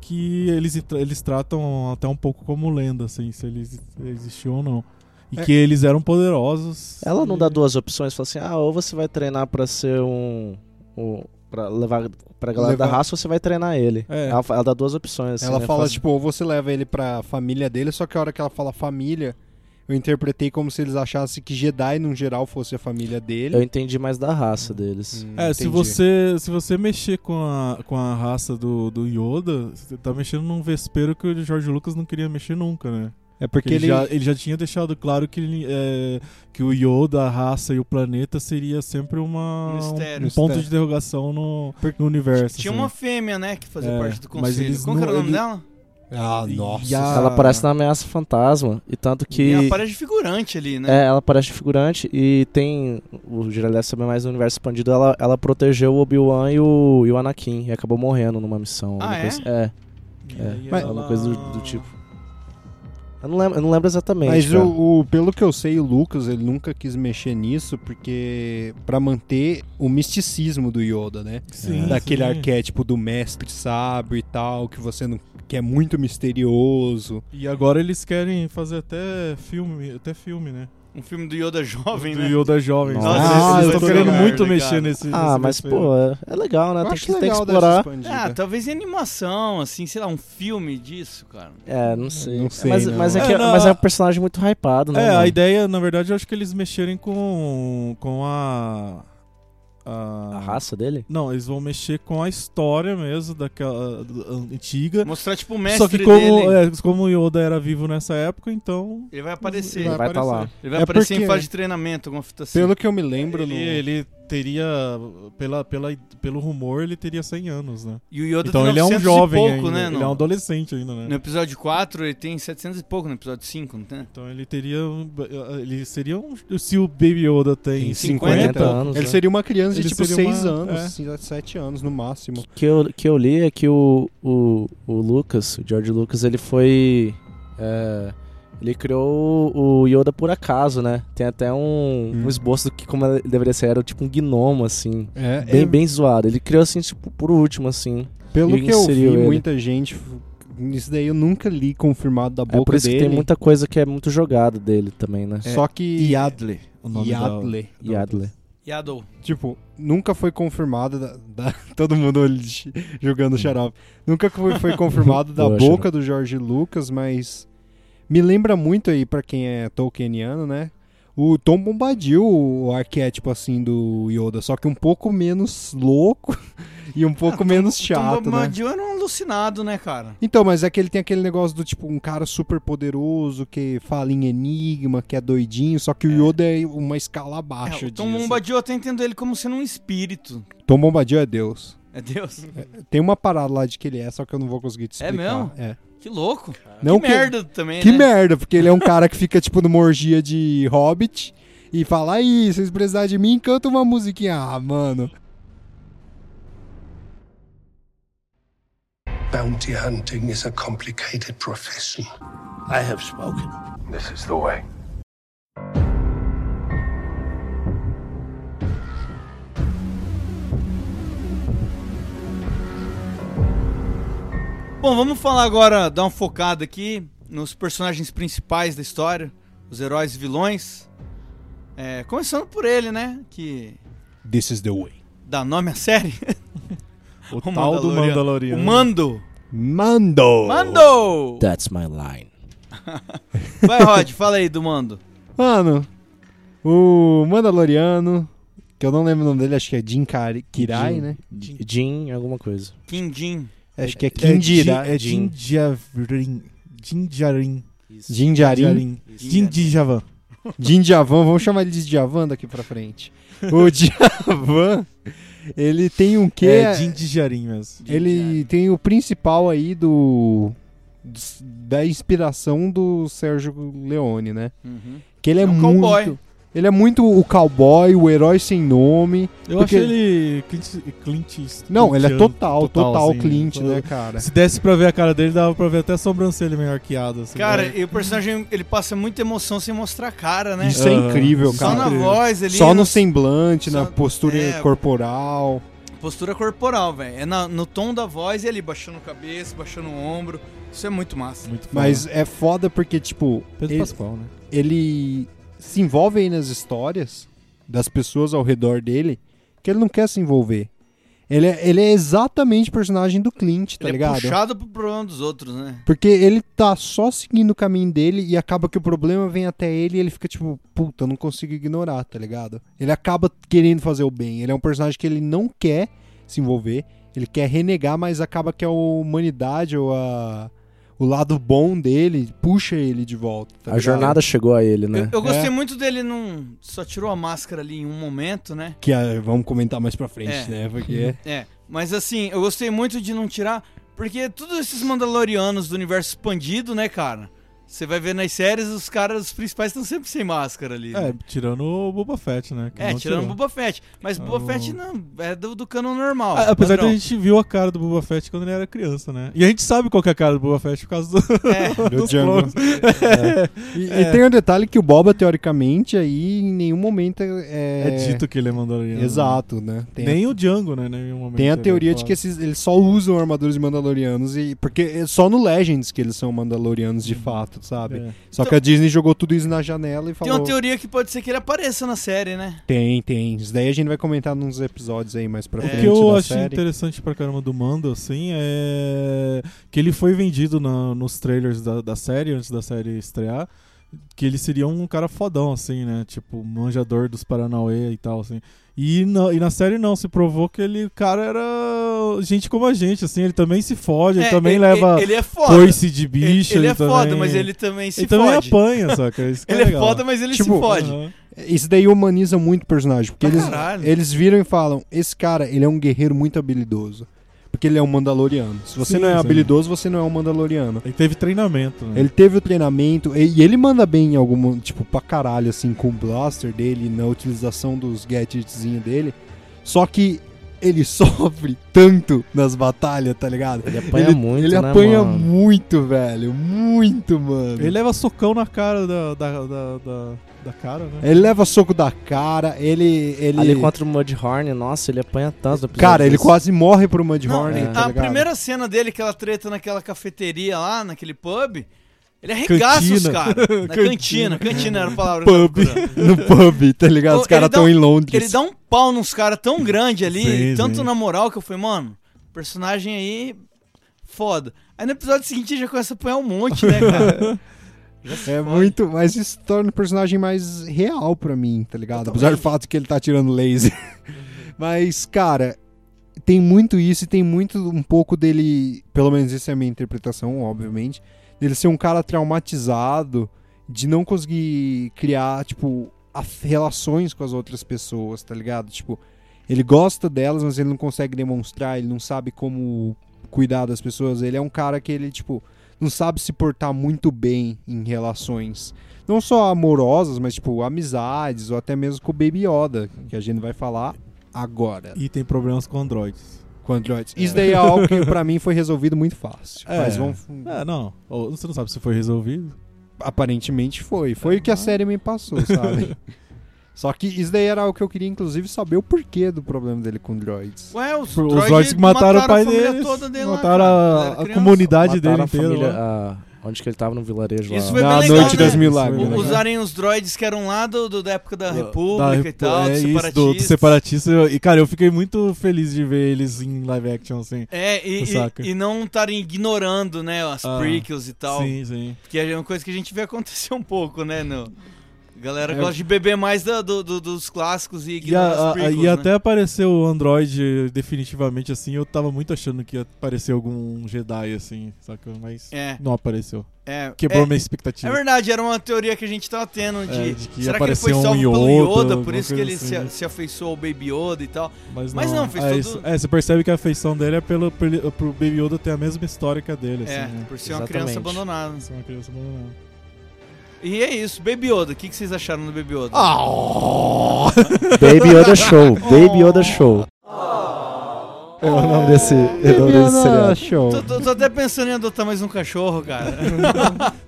[SPEAKER 4] que eles, eles tratam até um pouco como lenda, assim, se eles existiam ou não. E
[SPEAKER 3] É.
[SPEAKER 4] que eles eram poderosos.
[SPEAKER 5] Ela não
[SPEAKER 4] E-
[SPEAKER 5] dá duas opções, fala assim, ah, ou você vai treinar pra ser um. um pra levar pra galera da
[SPEAKER 3] Levar-
[SPEAKER 5] raça, ou você vai treinar ele.
[SPEAKER 4] É.
[SPEAKER 5] Ela, fa- ela dá duas opções. assim,
[SPEAKER 3] Ela
[SPEAKER 5] né?
[SPEAKER 3] fala, tipo, ou você leva ele pra família dele, só que a hora que ela fala família, eu interpretei como se eles achassem que Jedi, no geral, fosse a família dele.
[SPEAKER 5] Eu entendi mais da raça deles.
[SPEAKER 3] Hum,
[SPEAKER 4] É, se
[SPEAKER 3] entendi.
[SPEAKER 4] você, se você mexer com a, com a raça do, do Yoda, você tá mexendo num vespeiro que o George Lucas não queria mexer nunca, né?
[SPEAKER 3] É
[SPEAKER 4] Porque
[SPEAKER 3] porque
[SPEAKER 4] ele,
[SPEAKER 3] ele...
[SPEAKER 4] já, ele já tinha deixado claro que, ele, é, que o Yoda, a raça e o planeta seria sempre uma,
[SPEAKER 1] Um
[SPEAKER 4] um,
[SPEAKER 1] mistério.
[SPEAKER 4] um ponto de interrogação no, no universo.
[SPEAKER 1] Tinha
[SPEAKER 4] assim.
[SPEAKER 1] uma fêmea, né, que fazia
[SPEAKER 4] É,
[SPEAKER 1] parte do
[SPEAKER 4] mas
[SPEAKER 1] conselho.
[SPEAKER 4] eles
[SPEAKER 1] Qual que era o
[SPEAKER 4] não-
[SPEAKER 1] nome
[SPEAKER 4] ele-
[SPEAKER 1] dela?
[SPEAKER 3] Ah,
[SPEAKER 4] E a-
[SPEAKER 5] Ela aparece na ameaça fantasma. E tanto que.
[SPEAKER 1] Tem uma parede figurante ali, né?
[SPEAKER 5] É, ela parece figurante e tem. O Jiraiya sabe mais do universo expandido. Ela, ela protegeu o Obi-Wan e o, e o Anakin e acabou morrendo numa missão.
[SPEAKER 1] Ah,
[SPEAKER 5] alguma
[SPEAKER 1] é?
[SPEAKER 5] coisa- é?
[SPEAKER 4] E aí
[SPEAKER 3] Mas-
[SPEAKER 4] ela-
[SPEAKER 5] alguma coisa do,
[SPEAKER 1] Ah,
[SPEAKER 5] do tipo. Eu não lembro, eu não lembro exatamente.
[SPEAKER 3] Mas
[SPEAKER 5] cara.
[SPEAKER 3] o, o- pelo que eu sei, o Lucas ele nunca quis mexer nisso porque pra manter o misticismo do Yoda, né?
[SPEAKER 4] Sim,
[SPEAKER 5] Ah,
[SPEAKER 3] Daquele
[SPEAKER 4] sim.
[SPEAKER 3] arquétipo do mestre sábio e tal, que você não que é muito misterioso.
[SPEAKER 4] E agora eles querem fazer até filme, até filme, né?
[SPEAKER 1] Um filme do Yoda jovem,
[SPEAKER 4] do
[SPEAKER 1] né?
[SPEAKER 4] Yoda jovem.
[SPEAKER 5] Nossa,
[SPEAKER 4] ah,
[SPEAKER 5] esse
[SPEAKER 4] eu
[SPEAKER 1] é
[SPEAKER 5] vai
[SPEAKER 4] tô
[SPEAKER 5] ser
[SPEAKER 4] querendo
[SPEAKER 5] legal,
[SPEAKER 4] muito
[SPEAKER 1] cara.
[SPEAKER 4] mexer nesse.
[SPEAKER 5] Ah,
[SPEAKER 4] nesse
[SPEAKER 5] mas
[SPEAKER 4] roteiro.
[SPEAKER 5] pô, é- é legal, né?
[SPEAKER 3] Eu
[SPEAKER 5] Tem
[SPEAKER 3] acho
[SPEAKER 5] que, tem que
[SPEAKER 3] legal
[SPEAKER 5] explorar. tá.
[SPEAKER 1] Ah,
[SPEAKER 4] tipo, é.
[SPEAKER 3] expandida.
[SPEAKER 1] talvez em animação, assim, sei lá, um filme disso, cara.
[SPEAKER 5] É, não sei.
[SPEAKER 3] Não sei,
[SPEAKER 5] mas,
[SPEAKER 3] não.
[SPEAKER 5] mas, é
[SPEAKER 4] É,
[SPEAKER 5] que,
[SPEAKER 4] não,
[SPEAKER 5] mas é um
[SPEAKER 4] a-
[SPEAKER 5] personagem muito hypado, né?
[SPEAKER 4] É,
[SPEAKER 5] mano?
[SPEAKER 4] a ideia, na verdade, eu acho que eles mexerem com. com a. A,
[SPEAKER 5] A raça dele?
[SPEAKER 4] Não, eles vão mexer com a história mesmo daquela do- antiga.
[SPEAKER 1] Mostrar, tipo, o mestre
[SPEAKER 4] Só que como,
[SPEAKER 1] dele.
[SPEAKER 4] é, como o Yoda era vivo nessa época, então.
[SPEAKER 1] Ele vai aparecer.
[SPEAKER 5] Ele
[SPEAKER 1] Ele vai,
[SPEAKER 5] vai estar
[SPEAKER 4] aparecer.
[SPEAKER 5] lá.
[SPEAKER 3] É
[SPEAKER 1] aparecer em
[SPEAKER 3] porque-
[SPEAKER 1] fase de treinamento, alguma fita assim.
[SPEAKER 3] Pelo que eu me lembro,
[SPEAKER 4] Ele,
[SPEAKER 3] no-
[SPEAKER 4] ele teria. Pela, pela, pelo rumor, ele teria 100 anos, né?
[SPEAKER 1] E o Yoda
[SPEAKER 4] Então
[SPEAKER 1] tem
[SPEAKER 4] ele é um
[SPEAKER 1] 900 e
[SPEAKER 4] jovem
[SPEAKER 1] pouco,
[SPEAKER 4] ainda.
[SPEAKER 1] né?
[SPEAKER 4] ele
[SPEAKER 1] no-
[SPEAKER 4] é um adolescente ainda, né?
[SPEAKER 1] No episódio 4 ele tem 700 e pouco, no episódio 5, não tem?
[SPEAKER 4] Então ele teria. um- Ele seria um. Se o Baby Yoda tem
[SPEAKER 3] Tem
[SPEAKER 4] 50,
[SPEAKER 5] 50 anos.
[SPEAKER 3] ele
[SPEAKER 5] né?
[SPEAKER 3] seria uma criança de
[SPEAKER 4] Ele
[SPEAKER 3] tipo
[SPEAKER 4] seria
[SPEAKER 3] 6
[SPEAKER 4] uma- é.
[SPEAKER 3] anos, 7 anos no máximo.
[SPEAKER 5] que eu, que eu li é que o, o, o Lucas, o George Lucas, ele foi. é, ele criou o Yoda por acaso, né? Tem até um, um esboço do que como ele deveria ser, era tipo um gnomo, assim.
[SPEAKER 3] É,
[SPEAKER 5] Bem, bem zoado. Ele criou assim, tipo, por último, assim.
[SPEAKER 3] Pelo
[SPEAKER 5] e
[SPEAKER 3] que eu vi,
[SPEAKER 5] inseriu ele.
[SPEAKER 3] muita gente. f- Isso daí eu nunca li confirmado da boca
[SPEAKER 5] é por isso
[SPEAKER 3] dele. É.
[SPEAKER 5] que tem muita coisa que é muito jogada dele também, né?
[SPEAKER 3] Só que.
[SPEAKER 4] Yadley. O nome
[SPEAKER 3] Yadley.
[SPEAKER 5] E Adler.
[SPEAKER 1] Yadol.
[SPEAKER 3] Tipo, nunca foi confirmado da, da- todo mundo ali ch- jogando
[SPEAKER 1] Hum.
[SPEAKER 3] xarope. Nunca foi, foi confirmado da
[SPEAKER 5] Boa,
[SPEAKER 3] boca do Jorge Lucas, mas me lembra muito aí pra quem é Tolkieniano, né? O Tom Bombadil, o arquétipo assim do Yoda, só que um pouco menos louco e um pouco menos chato,
[SPEAKER 1] Ah, Tom
[SPEAKER 3] né?
[SPEAKER 1] Bombadil era um alucinado, né, cara?
[SPEAKER 3] Então, mas é que ele tem aquele negócio do tipo, um cara super poderoso que fala em enigma, que é doidinho, só que o Yoda é uma escala abaixo
[SPEAKER 1] É, o Tom
[SPEAKER 3] disso.
[SPEAKER 1] Bombadil eu até entendo ele como sendo um espírito.
[SPEAKER 3] Tom Bombadil é Deus.
[SPEAKER 1] É Deus.
[SPEAKER 3] Tem uma parada lá de que ele é, só que eu não vou conseguir te
[SPEAKER 1] É
[SPEAKER 3] explicar.
[SPEAKER 1] mesmo?
[SPEAKER 3] É.
[SPEAKER 1] Que louco.
[SPEAKER 3] Não
[SPEAKER 1] que,
[SPEAKER 3] que-
[SPEAKER 1] merda também,
[SPEAKER 3] Que
[SPEAKER 1] né?
[SPEAKER 3] merda, porque ele é um cara que fica, tipo, numa orgia de hobbit e fala, aí, se vocês precisarem de mim, canta uma musiquinha. Ah, mano.
[SPEAKER 7] Bounty hunting is a complicated profession. I have spoken.
[SPEAKER 8] This is the way.
[SPEAKER 1] Bom, vamos falar agora, dar uma focada aqui nos personagens principais da história, os heróis e vilões. É, começando por ele, né? Que
[SPEAKER 3] This is the way.
[SPEAKER 1] dá nome à série.
[SPEAKER 4] O, tal do
[SPEAKER 1] O
[SPEAKER 4] Mandaloriano.
[SPEAKER 1] Mando.
[SPEAKER 3] Mando!
[SPEAKER 1] Mando!
[SPEAKER 3] Tá.
[SPEAKER 5] That's my line.
[SPEAKER 1] Vai, Rod, fala aí do Mando.
[SPEAKER 3] Mano, o Mandaloriano, que eu não lembro o nome dele, acho que é Jim Kari- Kirai,
[SPEAKER 5] Jim.
[SPEAKER 3] né?
[SPEAKER 5] Jin, alguma coisa.
[SPEAKER 1] Kim Jin.
[SPEAKER 3] Acho que é
[SPEAKER 4] Kindira.
[SPEAKER 3] Kindira.
[SPEAKER 4] É
[SPEAKER 5] Jin.
[SPEAKER 4] Jinjarin. Jinjarin.
[SPEAKER 3] Jinjarin.
[SPEAKER 4] Jindijavan.
[SPEAKER 3] Djavan, vamos chamar ele de Djavan daqui pra frente. O Djavan, ele tem um quê?
[SPEAKER 4] É Jindijarin mesmo.
[SPEAKER 3] ele tem o principal aí do, dos- da inspiração do Sérgio Leone, né?
[SPEAKER 1] Uhum.
[SPEAKER 3] Que ele é,
[SPEAKER 1] É um
[SPEAKER 3] muito
[SPEAKER 1] cowboy.
[SPEAKER 3] ele é muito o cowboy, o herói sem nome.
[SPEAKER 4] Eu
[SPEAKER 3] Porque-
[SPEAKER 4] achei ele Clint, Clint Eastwood.
[SPEAKER 3] Não, ele é total, total,
[SPEAKER 4] assim,
[SPEAKER 3] Clint,
[SPEAKER 4] né?
[SPEAKER 3] né, cara?
[SPEAKER 4] Se desse pra ver a cara dele, dava pra ver até a sobrancelha meio arqueada. Assim,
[SPEAKER 1] Cara,
[SPEAKER 4] né?
[SPEAKER 1] e o personagem, ele passa muita emoção sem mostrar a cara, né?
[SPEAKER 3] Isso é
[SPEAKER 4] Aham.
[SPEAKER 3] incrível,
[SPEAKER 1] Só na
[SPEAKER 3] cara.
[SPEAKER 1] voz ali.
[SPEAKER 3] Só no
[SPEAKER 1] na
[SPEAKER 3] semblante, na
[SPEAKER 1] é só-
[SPEAKER 3] postura
[SPEAKER 1] é.
[SPEAKER 3] corporal.
[SPEAKER 1] Postura corporal, velho. É na- no tom da voz e ali, baixando a cabeça, baixando o ombro. Isso é muito massa.
[SPEAKER 4] Muito foda.
[SPEAKER 3] Mas é foda porque, tipo,
[SPEAKER 4] Pedro
[SPEAKER 3] ele-
[SPEAKER 4] Pascoal, né?
[SPEAKER 3] ele se envolve aí nas histórias das pessoas ao redor dele que ele não quer se envolver. Ele é, ele é exatamente o personagem do Clint, tá
[SPEAKER 1] ele
[SPEAKER 3] ligado?
[SPEAKER 1] é puxado pro problema dos outros, né?
[SPEAKER 3] Porque ele tá só seguindo o caminho dele e acaba que o problema vem até ele e ele fica tipo, puta, eu não consigo ignorar, tá ligado? Ele acaba querendo fazer o bem. Ele é um personagem que ele não quer se envolver, ele quer renegar, mas acaba que a humanidade ou a, o lado bom dele puxa ele de volta. tá
[SPEAKER 5] a
[SPEAKER 3] ligado?
[SPEAKER 5] jornada chegou a ele, né?
[SPEAKER 1] Eu, eu gostei
[SPEAKER 3] É.
[SPEAKER 1] muito dele, não só tirou a máscara ali em um momento, né?
[SPEAKER 3] Que ah, vamos comentar mais pra frente,
[SPEAKER 1] É.
[SPEAKER 3] né? Porque.
[SPEAKER 1] É, mas assim, eu gostei muito de não tirar, porque todos esses Mandalorianos do universo expandido, né, cara? Você vai ver nas séries, os caras, os principais estão sempre sem máscara ali. né?
[SPEAKER 4] É, tirando o Boba Fett, né? que
[SPEAKER 1] É,
[SPEAKER 4] não
[SPEAKER 1] tirando o
[SPEAKER 4] tirou.
[SPEAKER 1] Boba Fett. Mas Boba
[SPEAKER 4] O-
[SPEAKER 1] Fett não, é do, do cano normal.
[SPEAKER 4] Ah, apesar de
[SPEAKER 1] padrão.
[SPEAKER 4] a gente viu a cara do Boba Fett quando ele era criança, né? E a gente sabe qual que é a cara do Boba Fett por causa do,
[SPEAKER 1] É.
[SPEAKER 4] dos
[SPEAKER 3] Django.
[SPEAKER 4] clones.
[SPEAKER 3] E, e tem um detalhe que o Boba, teoricamente, aí em nenhum momento é.
[SPEAKER 4] É... dito que ele é mandaloriano. né?
[SPEAKER 3] Exato, né? Tem a-
[SPEAKER 4] Nem o Django, né? Nenhum momento
[SPEAKER 3] Tem a
[SPEAKER 4] ele é
[SPEAKER 3] teoria de
[SPEAKER 4] falado.
[SPEAKER 3] que esses, eles só usam armaduras de Mandalorianos e. Porque é só no Legends que eles são Mandalorianos de fato, fato, sabe?
[SPEAKER 4] Uhum. É.
[SPEAKER 3] Só que a Disney jogou tudo isso na janela e
[SPEAKER 1] Então Tem uma
[SPEAKER 3] falou...
[SPEAKER 1] teoria que pode ser que ele apareça na série, né?
[SPEAKER 3] Tem, tem. Isso daí a gente vai comentar nos episódios aí mais pra
[SPEAKER 1] É.
[SPEAKER 4] O
[SPEAKER 3] frente
[SPEAKER 4] que eu
[SPEAKER 3] da
[SPEAKER 4] achei
[SPEAKER 3] série.
[SPEAKER 4] interessante pra caramba do Mando, assim, é que ele foi vendido na- nos trailers da, da série, antes da série estrear, que ele seria um cara fodão, assim, né? Tipo, manjador dos Paranauê e tal, assim. E na, e na série não, se provou que ele, cara, era gente como a gente, assim, ele também se fode, ele
[SPEAKER 1] É,
[SPEAKER 4] também leva
[SPEAKER 1] Ele é foda.
[SPEAKER 4] coice de bicho.
[SPEAKER 1] ele, ele é
[SPEAKER 4] também-
[SPEAKER 1] foda, mas ele também se
[SPEAKER 4] ele também é tá
[SPEAKER 1] fode.
[SPEAKER 4] apanha, saca? Isso que
[SPEAKER 1] Ele é,
[SPEAKER 4] legal.
[SPEAKER 1] foda, mas ele se
[SPEAKER 3] Tipo,
[SPEAKER 1] fode.
[SPEAKER 4] Aham.
[SPEAKER 3] Isso daí humaniza muito o personagem. Porque
[SPEAKER 1] Pra
[SPEAKER 3] eles,
[SPEAKER 1] caralho.
[SPEAKER 3] eles viram e falam: esse cara, ele é um guerreiro muito habilidoso. Porque ele é um Mandaloriano. Se você
[SPEAKER 4] Sim,
[SPEAKER 3] não é
[SPEAKER 4] sim.
[SPEAKER 3] habilidoso, você não é um Mandaloriano.
[SPEAKER 4] Ele teve treinamento, né?
[SPEAKER 3] Ele teve o treinamento e, e ele manda bem em algum. Tipo, pra caralho, assim, com o blaster dele, na utilização dos gadgetzinhos dele. Só que ele sofre tanto nas batalhas, tá ligado?
[SPEAKER 5] Ele apanha muito,
[SPEAKER 3] Ele
[SPEAKER 5] né,
[SPEAKER 3] apanha
[SPEAKER 5] mano?
[SPEAKER 3] muito, velho. Muito, mano.
[SPEAKER 4] Ele leva socão na cara da, da, da, da, da cara, né?
[SPEAKER 3] Ele leva soco da cara, ele. ele...
[SPEAKER 5] Ali contra o Mudhorn, nossa, ele apanha tanto. no episódio
[SPEAKER 3] Cara, ele
[SPEAKER 5] desse.
[SPEAKER 3] quase morre pro
[SPEAKER 1] Não,
[SPEAKER 4] é,
[SPEAKER 3] Mudhorn,
[SPEAKER 1] Ah, a
[SPEAKER 3] tá ligado?
[SPEAKER 1] primeira cena dele, que ela treta naquela cafeteria lá, naquele pub, ele arregaça os
[SPEAKER 4] Cantina.
[SPEAKER 1] caras. Na cantina,
[SPEAKER 4] Cantina.
[SPEAKER 1] cantina era a palavra. que eu tava
[SPEAKER 4] Pub.
[SPEAKER 1] procurando.
[SPEAKER 3] No pub, tá ligado?
[SPEAKER 1] Ô,
[SPEAKER 3] Os caras
[SPEAKER 1] ele dá
[SPEAKER 3] estão
[SPEAKER 1] um-
[SPEAKER 3] em Londres.
[SPEAKER 1] Ele dá um pau nos caras tão grande ali,
[SPEAKER 4] Sim,
[SPEAKER 1] tanto
[SPEAKER 4] sim.
[SPEAKER 1] na moral que eu falei, mano, personagem aí, foda. Aí no episódio seguinte ele já começa a apanhar um monte, né, cara? Já se
[SPEAKER 3] É
[SPEAKER 1] fode.
[SPEAKER 3] muito, mas isso torna o personagem mais real pra mim, tá ligado? Apesar do fato que ele tá tirando laser. mas, cara, tem muito isso e tem muito um pouco dele, pelo menos essa é a minha interpretação, obviamente, dele ser um cara traumatizado, de não conseguir criar, tipo, af- relações com as outras pessoas, tá ligado? Tipo, ele gosta delas, mas ele não consegue demonstrar, ele não sabe como cuidar das pessoas. Ele é um cara que ele, tipo, não sabe se portar muito bem em relações. Não só amorosas, mas, tipo, amizades, ou até mesmo com o Baby Yoda, que a gente vai falar agora.
[SPEAKER 4] E tem problemas com androides.
[SPEAKER 3] Com androides. Isso daí é algo que pra mim foi resolvido muito fácil.
[SPEAKER 4] É.
[SPEAKER 3] Mas vamos.
[SPEAKER 4] É, não. Ou Você não sabe se foi resolvido.
[SPEAKER 3] Aparentemente foi. Foi o que a série me passou, sabe? Só que isso daí era o que eu queria, inclusive, saber o porquê do problema dele com droids.
[SPEAKER 1] Ué, os,
[SPEAKER 4] Os
[SPEAKER 1] droids
[SPEAKER 4] droids que mataram,
[SPEAKER 1] a
[SPEAKER 4] o pai
[SPEAKER 1] família
[SPEAKER 4] deles.
[SPEAKER 1] toda dele lá,
[SPEAKER 4] mataram
[SPEAKER 1] cara,
[SPEAKER 4] a-
[SPEAKER 1] quando
[SPEAKER 4] a,
[SPEAKER 1] era
[SPEAKER 4] comunidade dele
[SPEAKER 5] Mataram a
[SPEAKER 4] inteira.
[SPEAKER 5] família,
[SPEAKER 4] lá.
[SPEAKER 5] a- onde que ele tava no vilarejo
[SPEAKER 1] Isso
[SPEAKER 5] lá.
[SPEAKER 1] foi-
[SPEAKER 3] Na
[SPEAKER 1] bem legal,
[SPEAKER 3] Noite das
[SPEAKER 1] né?
[SPEAKER 3] Mil
[SPEAKER 1] criança.
[SPEAKER 3] Lágrimas.
[SPEAKER 1] U-
[SPEAKER 4] Isso,
[SPEAKER 1] Usarem os droids que eram lá do, do- da época da
[SPEAKER 4] Da-
[SPEAKER 1] República e tal,
[SPEAKER 4] é
[SPEAKER 1] do
[SPEAKER 4] isso,
[SPEAKER 1] separatismo.
[SPEAKER 4] do, do separatista. Eu- E, cara, eu fiquei muito feliz de ver eles em live action, assim.
[SPEAKER 1] É, e, e-
[SPEAKER 4] Saca.
[SPEAKER 1] e não estarem ignorando, né, as
[SPEAKER 4] Ah,
[SPEAKER 1] prequels e tal.
[SPEAKER 4] Sim, sim.
[SPEAKER 1] Que é uma coisa que a gente vê acontecer um pouco, né? No... A galera gosta de beber mais da- do- do- dos clássicos e
[SPEAKER 4] É. E,
[SPEAKER 1] ignorar
[SPEAKER 4] a- a-
[SPEAKER 1] os prequels,
[SPEAKER 4] e
[SPEAKER 1] né?
[SPEAKER 4] até apareceu o Android definitivamente, assim. Eu tava muito achando que ia aparecer algum Jedi, assim, saca? Mas
[SPEAKER 1] É,
[SPEAKER 4] não apareceu.
[SPEAKER 1] é.
[SPEAKER 4] Quebrou
[SPEAKER 1] é,
[SPEAKER 4] minha
[SPEAKER 1] é
[SPEAKER 4] expectativa.
[SPEAKER 1] verdade, era uma teoria que a gente tava tendo de.
[SPEAKER 4] É, de que
[SPEAKER 1] será que ele foi
[SPEAKER 4] apareceu um
[SPEAKER 1] salvo pelo
[SPEAKER 4] Yoda,
[SPEAKER 1] Yoda, por
[SPEAKER 4] alguma
[SPEAKER 1] isso que
[SPEAKER 4] coisa
[SPEAKER 1] ele
[SPEAKER 4] assim,
[SPEAKER 1] se,
[SPEAKER 4] né?
[SPEAKER 1] se afeiçoou ao Baby Yoda e tal.
[SPEAKER 4] Mas não,
[SPEAKER 1] Mas não, fez
[SPEAKER 4] é,
[SPEAKER 1] todo-
[SPEAKER 4] isso- é, você percebe que a afeição dele é pelo, pelo, pro Baby Yoda ter a mesma história que a dele,
[SPEAKER 1] é,
[SPEAKER 4] assim, né?
[SPEAKER 1] por ser uma
[SPEAKER 5] Exatamente.
[SPEAKER 1] criança abandonada.
[SPEAKER 4] Isso é uma criança abandonada.
[SPEAKER 1] E é isso, Baby Yoda. O que, que vocês acharam do Baby Yoda?
[SPEAKER 5] Baby Yoda Show. Baby
[SPEAKER 1] Oh,
[SPEAKER 5] Yoda Show. É o nome desse, é o nome desse seriado.
[SPEAKER 3] show.
[SPEAKER 1] Tô, tô- tô até pensando em adotar mais um cachorro, cara.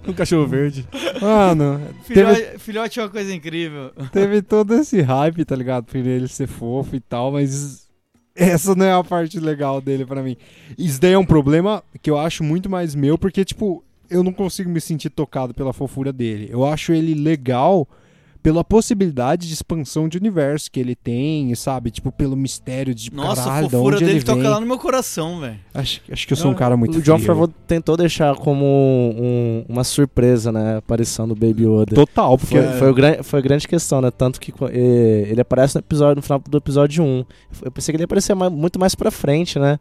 [SPEAKER 4] Um cachorro verde.
[SPEAKER 3] Mano, teve,
[SPEAKER 1] Filhote, filhote é uma coisa incrível.
[SPEAKER 3] teve todo esse hype, tá ligado? Por ele ser fofo e tal, mas essa não é a parte legal dele pra mim. Isso daí é um problema que eu acho muito mais meu, porque, tipo, eu não consigo me sentir tocado pela fofura dele. Eu acho ele legal pela possibilidade de expansão de universo que ele tem, e sabe? Tipo, pelo mistério de
[SPEAKER 1] Nossa,
[SPEAKER 3] caralho,
[SPEAKER 1] a
[SPEAKER 3] de
[SPEAKER 1] fofura
[SPEAKER 3] onde
[SPEAKER 1] dele
[SPEAKER 3] ele vem.
[SPEAKER 1] toca lá no meu coração, velho.
[SPEAKER 3] Acho, acho que eu sou um
[SPEAKER 4] Ah,
[SPEAKER 3] cara muito
[SPEAKER 5] o John
[SPEAKER 3] frio.
[SPEAKER 5] Favreau tentou deixar como um- uma surpresa, né? A aparição do Baby Yoda.
[SPEAKER 3] Total, porque...
[SPEAKER 5] Foi, foi, o gran- foi a grande questão, né? Tanto que co- eh, ele aparece no, episódio, no final do episódio 1. Eu pensei que ele ia aparecer mais- muito mais pra frente, né?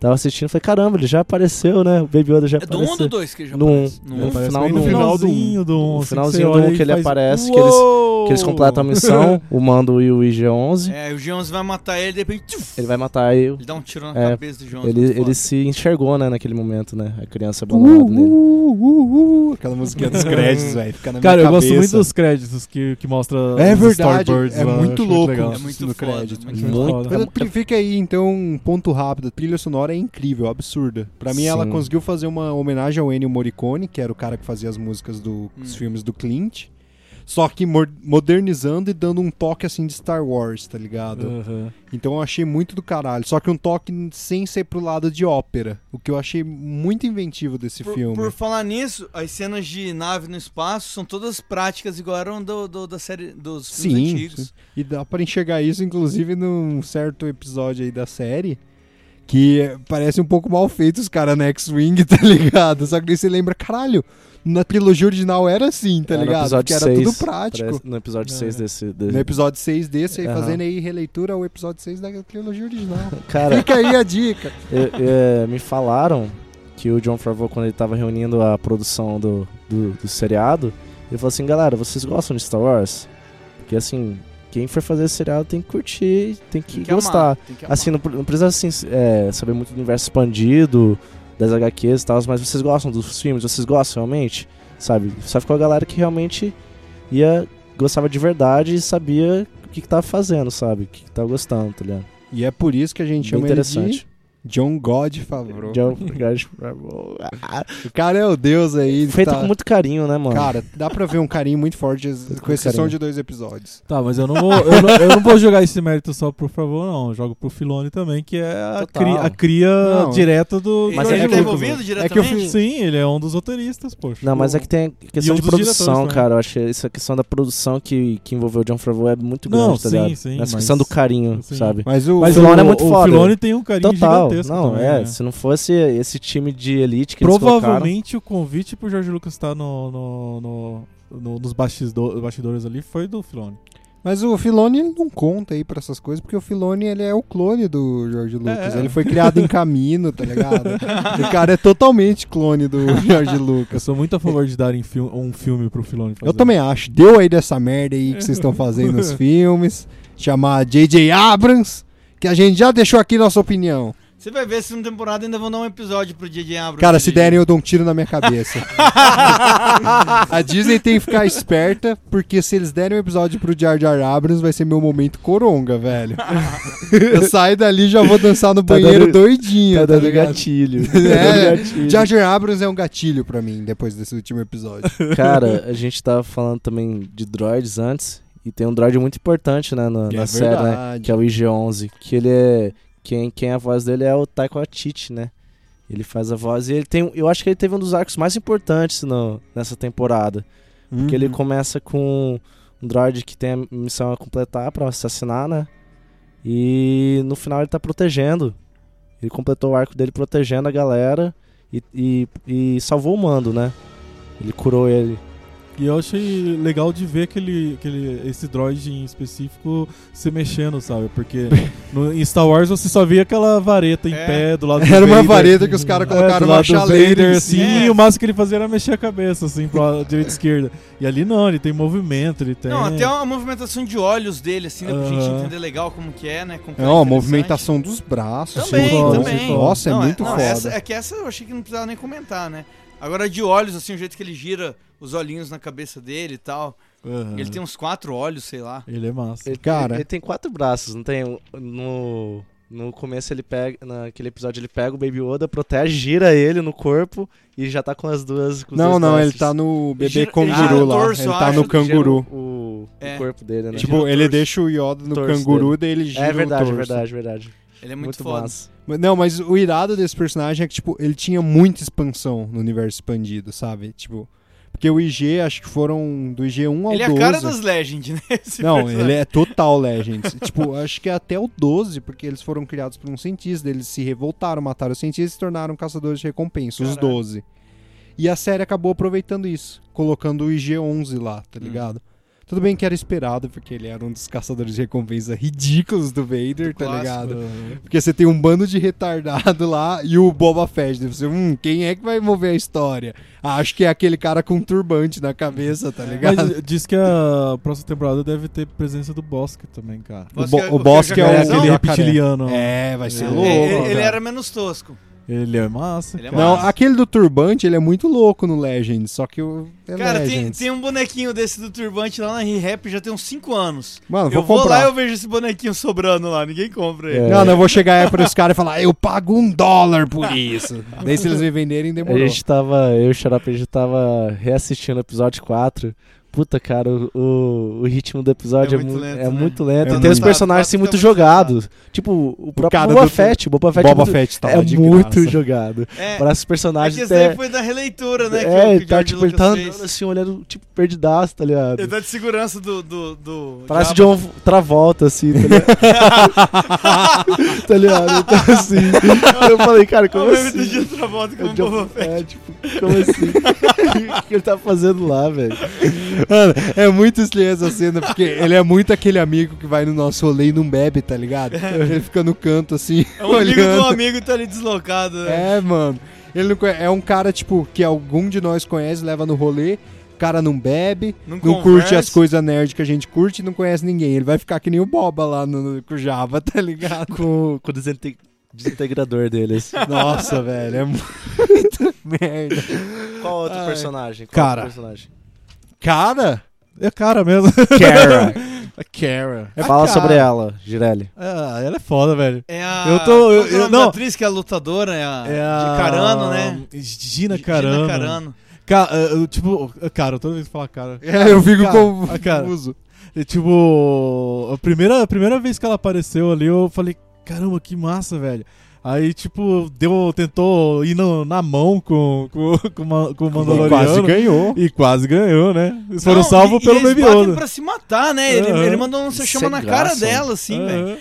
[SPEAKER 5] Tava assistindo e falei, caramba, ele já apareceu, né? O Baby Yoda já
[SPEAKER 1] É do 1
[SPEAKER 5] apareceu.
[SPEAKER 1] ou do 2 que já
[SPEAKER 5] No um.
[SPEAKER 1] aparece? No
[SPEAKER 5] No
[SPEAKER 1] um.
[SPEAKER 4] Aparece
[SPEAKER 5] final
[SPEAKER 4] bem
[SPEAKER 5] do-
[SPEAKER 4] no finalzinho do um,
[SPEAKER 5] No
[SPEAKER 4] assim, você
[SPEAKER 5] finalzinho do
[SPEAKER 4] olha
[SPEAKER 5] um
[SPEAKER 4] e
[SPEAKER 5] que ele
[SPEAKER 4] faz,
[SPEAKER 5] aparece, que eles-
[SPEAKER 4] "Uou!"
[SPEAKER 5] Que eles completam a missão, o Mando e o IG-11.
[SPEAKER 1] É, o Jones vai matar ele, de repente. tchuf,
[SPEAKER 5] Ele vai matar aí. o-
[SPEAKER 1] Ele dá um tiro na
[SPEAKER 5] É,
[SPEAKER 1] cabeça do Jones.
[SPEAKER 5] Ele,
[SPEAKER 1] muito
[SPEAKER 5] ele
[SPEAKER 1] foda.
[SPEAKER 5] se enxergou, né? Naquele momento, né? A criança abandonada nele.
[SPEAKER 3] Uh, uh, uh, aquela musiquinha dos créditos, velho. Fica na minha
[SPEAKER 4] Cara, eu
[SPEAKER 3] cabeça.
[SPEAKER 4] gosto muito dos créditos que, que mostra
[SPEAKER 3] É
[SPEAKER 4] os
[SPEAKER 3] verdade,
[SPEAKER 4] storyboards
[SPEAKER 3] é
[SPEAKER 4] lá,
[SPEAKER 3] muito
[SPEAKER 4] acho
[SPEAKER 3] louco.
[SPEAKER 4] legal.
[SPEAKER 1] É muito
[SPEAKER 3] no
[SPEAKER 1] foda,
[SPEAKER 3] crédito.
[SPEAKER 1] muito
[SPEAKER 4] Muito
[SPEAKER 1] foda.
[SPEAKER 4] foda.
[SPEAKER 3] é Mas a- Fica aí, então, um ponto rápido. A trilha sonora é incrível, absurda. Pra mim, ela
[SPEAKER 5] Sim.
[SPEAKER 3] conseguiu fazer uma homenagem ao Ennio Morricone, que era o cara que fazia as músicas dos
[SPEAKER 1] Hum.
[SPEAKER 3] filmes do Clint. Só que mo- modernizando e dando um toque assim de Star Wars, tá ligado?
[SPEAKER 4] É.
[SPEAKER 5] Uhum.
[SPEAKER 3] Então eu achei muito do caralho. Só que um toque sem ser pro lado de ópera. O que eu achei muito inventivo desse
[SPEAKER 1] Por,
[SPEAKER 3] filme.
[SPEAKER 1] por falar nisso, as cenas de nave no espaço são todas práticas, igual eram do, do- da série dos filmes
[SPEAKER 3] Sim,
[SPEAKER 1] antigos.
[SPEAKER 3] sim. E dá pra enxergar isso, inclusive, num certo episódio aí da série. Que parece um pouco mal feito os caras na X-Wing, tá ligado? Só que daí você lembra, caralho, na trilogia original era assim, tá
[SPEAKER 5] É, no
[SPEAKER 3] ligado?
[SPEAKER 5] episódio
[SPEAKER 3] Porque era
[SPEAKER 5] seis,
[SPEAKER 3] tudo prático. É.
[SPEAKER 5] parece- no episódio 6 desse, desse-
[SPEAKER 3] No episódio 6 desse, aí
[SPEAKER 5] Aham.
[SPEAKER 3] fazendo aí releitura ao episódio 6 da trilogia original.
[SPEAKER 5] Cara,
[SPEAKER 3] Fica aí a dica.
[SPEAKER 5] é, é, me falaram que o John Favreau, quando ele tava reunindo a produção do, do, do seriado, ele falou assim, galera, vocês gostam de Star Wars? Porque assim, quem for fazer esse seriado tem que curtir, tem que,
[SPEAKER 1] Tem que
[SPEAKER 5] gostar.
[SPEAKER 1] amar, tem que amar.
[SPEAKER 5] Assim, não, pre- não precisa assim, é, saber muito do universo expandido, das HQs e tal, mas vocês gostam dos filmes, vocês gostam realmente, sabe? Só ficou a galera que realmente ia, gostava de verdade e sabia o que, que tava fazendo, sabe? O que, que tava gostando, tá ligado?
[SPEAKER 3] E é por isso que a gente
[SPEAKER 5] Bem
[SPEAKER 3] chama ele de
[SPEAKER 5] interessante.
[SPEAKER 3] John God Favreau.
[SPEAKER 5] John Favreau. Ah,
[SPEAKER 3] O cara é o deus aí.
[SPEAKER 5] Feito
[SPEAKER 3] tá-
[SPEAKER 5] com muito carinho, né, mano?
[SPEAKER 3] Cara, dá pra ver um carinho muito forte, com exceção
[SPEAKER 5] carinho.
[SPEAKER 3] de dois episódios.
[SPEAKER 4] Tá, mas eu não, vou, eu, não, eu não vou jogar esse mérito só pro favor, não. Eu jogo pro Filone também, que é a,
[SPEAKER 5] Total.
[SPEAKER 4] cri- a cria
[SPEAKER 3] Não,
[SPEAKER 4] direta do.
[SPEAKER 1] E
[SPEAKER 4] do
[SPEAKER 5] Mas
[SPEAKER 1] ele
[SPEAKER 5] é
[SPEAKER 4] Jorge
[SPEAKER 1] tá
[SPEAKER 5] que-
[SPEAKER 4] Lucas,
[SPEAKER 1] envolvido
[SPEAKER 4] né?
[SPEAKER 1] diretamente?
[SPEAKER 3] É que eu fiz-
[SPEAKER 4] Sim, ele é um dos roteiristas, poxa.
[SPEAKER 5] Não, mas é que tem a questão
[SPEAKER 4] um
[SPEAKER 5] de
[SPEAKER 4] dos
[SPEAKER 5] produção,
[SPEAKER 4] diretores também.
[SPEAKER 5] cara. Eu acho que essa questão da produção que, que envolveu o John Favreau é muito grande,
[SPEAKER 4] Não,
[SPEAKER 5] tá
[SPEAKER 4] sim,
[SPEAKER 5] ligado?
[SPEAKER 4] sim,
[SPEAKER 5] Essa
[SPEAKER 4] mas-
[SPEAKER 5] questão do carinho,
[SPEAKER 4] sim.
[SPEAKER 5] sabe?
[SPEAKER 3] Mas o,
[SPEAKER 5] Mas
[SPEAKER 4] o,
[SPEAKER 5] Filone é muito
[SPEAKER 4] o
[SPEAKER 5] foda.
[SPEAKER 4] Filone tem um carinho
[SPEAKER 5] Total.
[SPEAKER 4] gigantesco
[SPEAKER 5] Não,
[SPEAKER 4] também,
[SPEAKER 5] é.
[SPEAKER 4] né?
[SPEAKER 5] Se não fosse esse time de elite que eles
[SPEAKER 4] Provavelmente o convite pro Jorge Lucas estar no, no, no- no- nos bastido- bastidores ali foi do Filone.
[SPEAKER 3] Mas o Filone ele não conta aí pra essas coisas, porque o Filone ele é o clone do Jorge Lucas.
[SPEAKER 4] É.
[SPEAKER 3] Ele foi criado em caminho, tá ligado? o cara é totalmente clone do Jorge
[SPEAKER 4] Eu
[SPEAKER 3] Lucas.
[SPEAKER 4] sou muito a favor de darem fil- um filme pro Filone fazer.
[SPEAKER 3] Eu também acho. Deu aí dessa merda aí que vocês estão fazendo nos filmes. Chamar J.J. Abrams, que a gente já deixou aqui nossa opinião.
[SPEAKER 1] Você vai ver se na temporada ainda vão dar um episódio pro DJ Abrams.
[SPEAKER 3] Cara, se
[SPEAKER 1] dirigir.
[SPEAKER 3] derem, eu dou um tiro na minha cabeça. a Disney tem que ficar esperta, porque se eles derem um episódio pro Jar Jar Abrams, vai ser meu momento coronga, velho. eu saio dali e já vou dançar no
[SPEAKER 5] Tá
[SPEAKER 3] banheiro
[SPEAKER 5] dando-
[SPEAKER 3] doidinho, tá,
[SPEAKER 5] Tá dando
[SPEAKER 3] ligado?
[SPEAKER 5] gatilho. Tá
[SPEAKER 3] É,
[SPEAKER 5] gatilho.
[SPEAKER 3] Jar Jar Abrams é um gatilho pra mim, depois desse último episódio.
[SPEAKER 5] Cara, a gente tava falando também de droids antes. E tem um droid muito importante, né, na,
[SPEAKER 3] É
[SPEAKER 5] na série, né?
[SPEAKER 3] verdade.
[SPEAKER 5] Que é o IG-11. Que ele é... Quem, quem é a voz dele é o Taiko Atiti, né? Ele faz a voz e ele tem... Eu acho que ele teve um dos arcos mais importantes no- nessa temporada.
[SPEAKER 3] Uhum.
[SPEAKER 5] Porque ele começa com um droid que tem a missão a completar pra assassinar, né? E no final ele tá protegendo. Ele completou o arco dele protegendo a galera e, e, e salvou o mando, né? Ele curou ele.
[SPEAKER 4] E eu achei legal de ver aquele, aquele, esse droid em específico se mexendo, sabe? Porque no, em Star Wars você só via aquela vareta em
[SPEAKER 1] É.
[SPEAKER 4] pé do lado do
[SPEAKER 3] Era uma
[SPEAKER 4] Vader.
[SPEAKER 3] vareta que os caras
[SPEAKER 4] É,
[SPEAKER 3] colocaram
[SPEAKER 4] do
[SPEAKER 3] uma
[SPEAKER 4] lado do
[SPEAKER 3] chaleira
[SPEAKER 4] Vader,
[SPEAKER 3] em
[SPEAKER 4] assim,
[SPEAKER 3] cima.
[SPEAKER 1] cima.
[SPEAKER 4] e o máximo que ele fazia era mexer a cabeça, assim, pra direita e esquerda. E ali não, ele tem movimento, ele tem...
[SPEAKER 1] Não,
[SPEAKER 3] É.
[SPEAKER 1] até uma movimentação de olhos dele, assim, né, pra gente
[SPEAKER 4] Aham.
[SPEAKER 1] entender legal como que é, né? como que
[SPEAKER 3] É uma
[SPEAKER 1] interessante.
[SPEAKER 3] movimentação dos braços.
[SPEAKER 1] Também,
[SPEAKER 3] dos braços.
[SPEAKER 1] também.
[SPEAKER 3] Nossa, é
[SPEAKER 1] Não,
[SPEAKER 3] muito
[SPEAKER 1] não,
[SPEAKER 3] foda.
[SPEAKER 1] essa- é que essa eu achei que não precisava nem comentar, né? Agora de olhos, assim, o jeito que ele gira os olhinhos na cabeça dele e tal.
[SPEAKER 4] Aham.
[SPEAKER 1] Ele tem uns quatro olhos, sei lá.
[SPEAKER 4] Ele é massa.
[SPEAKER 5] Ele,
[SPEAKER 3] Cara.
[SPEAKER 5] ele, ele tem quatro braços, não tem? Um- No, no começo ele pega, naquele episódio ele pega o Baby Oda, protege, gira ele no corpo e já tá com as duas... Com os
[SPEAKER 3] Não,
[SPEAKER 5] dois
[SPEAKER 3] não, ele
[SPEAKER 5] braços.
[SPEAKER 3] tá no bebê
[SPEAKER 1] Gira-
[SPEAKER 3] canguru
[SPEAKER 1] gira o
[SPEAKER 3] lá.
[SPEAKER 1] torso,
[SPEAKER 3] ele tá
[SPEAKER 1] acho,
[SPEAKER 3] no canguru.
[SPEAKER 5] Gira O, o
[SPEAKER 1] É.
[SPEAKER 5] corpo dele, né?
[SPEAKER 1] Gira
[SPEAKER 3] Tipo,
[SPEAKER 1] o
[SPEAKER 3] ele
[SPEAKER 1] torso.
[SPEAKER 3] deixa o Yoda no
[SPEAKER 5] Torso
[SPEAKER 3] canguru, daí ele gira
[SPEAKER 5] É verdade,
[SPEAKER 3] o torso.
[SPEAKER 5] verdade, verdade.
[SPEAKER 1] Ele é muito,
[SPEAKER 5] Muito,
[SPEAKER 1] foda.
[SPEAKER 5] massa.
[SPEAKER 3] Mas- Não, mas o irado desse personagem é que, tipo, ele tinha muita expansão no universo expandido, sabe? Tipo, porque o IG, acho que foram do IG 1 ao
[SPEAKER 1] Ele é
[SPEAKER 3] 12.
[SPEAKER 1] a cara das Legends, né? Esse
[SPEAKER 3] Não,
[SPEAKER 1] personagem.
[SPEAKER 3] ele é total Legends. tipo, acho que é até o 12, porque eles foram criados por um cientista, eles se revoltaram, mataram o cientista e se tornaram caçadores de recompensa, os
[SPEAKER 1] Caralho.
[SPEAKER 3] 12. E a série acabou aproveitando isso, colocando o IG-11 lá, tá
[SPEAKER 1] Hum.
[SPEAKER 3] ligado? Tudo bem que era esperado, porque ele era um dos caçadores de recompensa ridículos do
[SPEAKER 1] Do
[SPEAKER 3] Vader, tá
[SPEAKER 1] clássico. né?
[SPEAKER 3] ligado?
[SPEAKER 4] Aham.
[SPEAKER 3] Porque você tem um bando de retardado lá e o Boba Fett. Deve ser, hum, quem é que vai mover a história? Ah, acho que é aquele cara com um turbante na cabeça,
[SPEAKER 1] É,
[SPEAKER 3] tá ligado?
[SPEAKER 4] Mas diz que a próxima temporada deve ter presença do Bosque também, cara.
[SPEAKER 3] O,
[SPEAKER 1] Bosque é-
[SPEAKER 3] bo o
[SPEAKER 1] o
[SPEAKER 3] Bosque é,
[SPEAKER 1] Jacarezão?
[SPEAKER 3] o
[SPEAKER 4] aquele
[SPEAKER 3] o jacaré.
[SPEAKER 4] reptiliano.
[SPEAKER 3] É, vai ser
[SPEAKER 4] É.
[SPEAKER 3] louco.
[SPEAKER 1] Ele- ele,
[SPEAKER 3] cara.
[SPEAKER 1] era menos tosco.
[SPEAKER 4] Ele é massa,
[SPEAKER 1] Ele é
[SPEAKER 4] cara.
[SPEAKER 3] Não,
[SPEAKER 1] Mas-
[SPEAKER 3] aquele do turbante, ele é muito louco no Legends, só que o é
[SPEAKER 1] Cara, tem,
[SPEAKER 3] Legends.
[SPEAKER 1] tem um bonequinho desse do turbante lá na Re-Rap já tem uns 5 anos.
[SPEAKER 3] Mano,
[SPEAKER 1] eu
[SPEAKER 3] vou
[SPEAKER 1] vou lá
[SPEAKER 3] comprar.
[SPEAKER 1] e eu vejo esse bonequinho sobrando lá, ninguém compra ele.
[SPEAKER 5] É.
[SPEAKER 3] Não, não, eu vou chegar aí para os caras e falar, eu pago um dólar por isso. Daí
[SPEAKER 1] É
[SPEAKER 3] se eles me venderem,
[SPEAKER 5] A
[SPEAKER 3] demorou.
[SPEAKER 5] gente tava, eu e o Xarope, a gente tava reassistindo o episódio 4, Puta, cara, o, o- o ritmo do episódio
[SPEAKER 1] É
[SPEAKER 5] é,
[SPEAKER 1] muito
[SPEAKER 5] muito,
[SPEAKER 1] lento,
[SPEAKER 5] é
[SPEAKER 1] né?
[SPEAKER 5] muito lento.
[SPEAKER 3] É
[SPEAKER 5] e tem os
[SPEAKER 3] muito-
[SPEAKER 5] personagens assim,
[SPEAKER 1] tá-
[SPEAKER 5] muito
[SPEAKER 1] tá-
[SPEAKER 5] jogados. Tipo, o próprio
[SPEAKER 3] cara
[SPEAKER 5] Boba
[SPEAKER 3] do-
[SPEAKER 5] Fett. Boba Fett é
[SPEAKER 3] Boba
[SPEAKER 5] muito,
[SPEAKER 3] Fett tá
[SPEAKER 5] é
[SPEAKER 3] lá de
[SPEAKER 5] muito
[SPEAKER 3] graça.
[SPEAKER 5] jogado.
[SPEAKER 1] É,
[SPEAKER 5] Parece
[SPEAKER 1] é
[SPEAKER 5] os
[SPEAKER 1] que
[SPEAKER 5] personagens.
[SPEAKER 1] esse aí
[SPEAKER 5] até-
[SPEAKER 1] foi da releitura, né? que o-
[SPEAKER 5] É,
[SPEAKER 1] que
[SPEAKER 5] ele
[SPEAKER 1] o
[SPEAKER 5] tá,
[SPEAKER 1] George
[SPEAKER 5] tipo, ele tá
[SPEAKER 1] Lucas fez.
[SPEAKER 5] andando assim, olhando, tipo, perdidaço, tá ligado?
[SPEAKER 1] Ele tá de segurança do. do, do
[SPEAKER 5] Parece
[SPEAKER 1] diabo.
[SPEAKER 5] John Travolta, assim, tá ligado? tá ligado? Então, assim, eu falei, cara,
[SPEAKER 1] É
[SPEAKER 5] como
[SPEAKER 1] o meme do
[SPEAKER 5] assim?
[SPEAKER 1] John Travolta com
[SPEAKER 5] É
[SPEAKER 1] o
[SPEAKER 5] o John-
[SPEAKER 1] Boba Fett.
[SPEAKER 5] É, tipo, como assim? o que ele tá fazendo lá, velho?
[SPEAKER 3] Mano, é muito estranha essa cena, porque ele é muito aquele amigo que vai no nosso rolê e não bebe, tá ligado? Ele fica no canto assim,
[SPEAKER 1] É um amigo do
[SPEAKER 3] olhando.
[SPEAKER 1] amigo que tá ali deslocado. né?
[SPEAKER 3] É, mano. Ele não conhe- É um cara, tipo, que algum de nós conhece, leva no rolê, o cara não bebe,
[SPEAKER 1] Não
[SPEAKER 3] não,
[SPEAKER 1] conversa.
[SPEAKER 3] curte as coisas nerd que a gente curte e não conhece ninguém. Ele vai ficar que nem o Boba lá no, no com o Java, tá ligado?
[SPEAKER 5] Com, com o desinte- desintegrador dele, assim.
[SPEAKER 3] Nossa, velho, é muito merda.
[SPEAKER 5] Qual outro
[SPEAKER 3] Ai.
[SPEAKER 5] personagem? Qual
[SPEAKER 3] Cara.
[SPEAKER 5] outro personagem?
[SPEAKER 3] Cara?
[SPEAKER 4] É cara mesmo.
[SPEAKER 3] Kara.
[SPEAKER 4] A Kara.
[SPEAKER 5] Fala
[SPEAKER 1] Ah,
[SPEAKER 3] A cara.
[SPEAKER 5] sobre ela, Girelli.
[SPEAKER 4] Ah, ela Ah, é foda, velho.
[SPEAKER 1] É a.
[SPEAKER 4] Eu tô- eu-
[SPEAKER 1] qual que é o
[SPEAKER 4] eu-
[SPEAKER 1] nome da
[SPEAKER 4] não.
[SPEAKER 1] atriz que é a lutadora, é a.
[SPEAKER 4] É a...
[SPEAKER 1] De Carano, né?
[SPEAKER 4] Gina
[SPEAKER 1] Gina
[SPEAKER 4] Carano.
[SPEAKER 1] Carano.
[SPEAKER 4] Ca- eh, eu, tipo, eh, cara, toda vez que falar cara.
[SPEAKER 3] É, eu fico
[SPEAKER 4] Cara, a cara.
[SPEAKER 3] confuso.
[SPEAKER 4] É, tipo, a primeira, a primeira vez que ela apareceu ali, eu falei, caramba, que massa, velho. Aí, tipo, deu, tentou ir no- na mão com, com, com, o Ma- com o
[SPEAKER 3] E
[SPEAKER 4] Mandaloriano.
[SPEAKER 3] quase ganhou.
[SPEAKER 4] E quase ganhou, né? Eles foram
[SPEAKER 1] Não,
[SPEAKER 4] salvos
[SPEAKER 1] e- e
[SPEAKER 4] pelo
[SPEAKER 1] eles
[SPEAKER 4] Baby
[SPEAKER 1] batem
[SPEAKER 4] Yoda.
[SPEAKER 1] pra se matar, né? Ele,
[SPEAKER 4] Aham.
[SPEAKER 1] ele mandou um se
[SPEAKER 5] Isso
[SPEAKER 1] chama
[SPEAKER 5] é
[SPEAKER 1] na
[SPEAKER 5] graça,
[SPEAKER 1] cara
[SPEAKER 5] né?
[SPEAKER 1] dela, assim, velho.
[SPEAKER 4] Aham.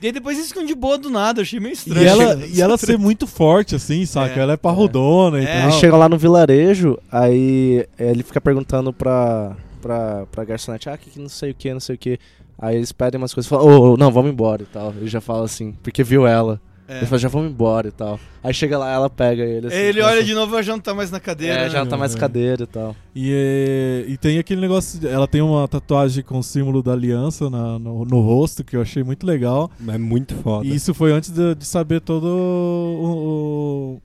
[SPEAKER 1] E aí depois eles ficam de boa do nada, eu achei meio
[SPEAKER 4] E
[SPEAKER 1] estranho.
[SPEAKER 4] ela, e ela ser muito forte, assim, saca?
[SPEAKER 1] É.
[SPEAKER 4] Ela é parrudona e
[SPEAKER 1] É.
[SPEAKER 4] tal.
[SPEAKER 5] Eles chegam lá no vilarejo, aí ele fica perguntando pra, pra, pra garçonete, ah, que, que não sei o que, não sei o que. Aí eles pedem umas coisas, falam, ô, ô, não, vamos embora e tal. Ele já fala assim, porque viu ela.
[SPEAKER 1] É.
[SPEAKER 5] Ele fala, já vamos embora e tal. Aí chega lá, ela pega ele assim.
[SPEAKER 1] Ele
[SPEAKER 5] fala
[SPEAKER 1] olha
[SPEAKER 5] assim,
[SPEAKER 1] de novo e já não tá mais na cadeira.
[SPEAKER 5] É,
[SPEAKER 1] né?
[SPEAKER 5] já não tá mais cadeira e tal.
[SPEAKER 4] E, é, e tem aquele negócio. de- Ela tem uma tatuagem com o símbolo da aliança na- no, no rosto, que eu achei muito legal.
[SPEAKER 3] É muito foda.
[SPEAKER 4] E isso foi antes de, de saber todo o, o-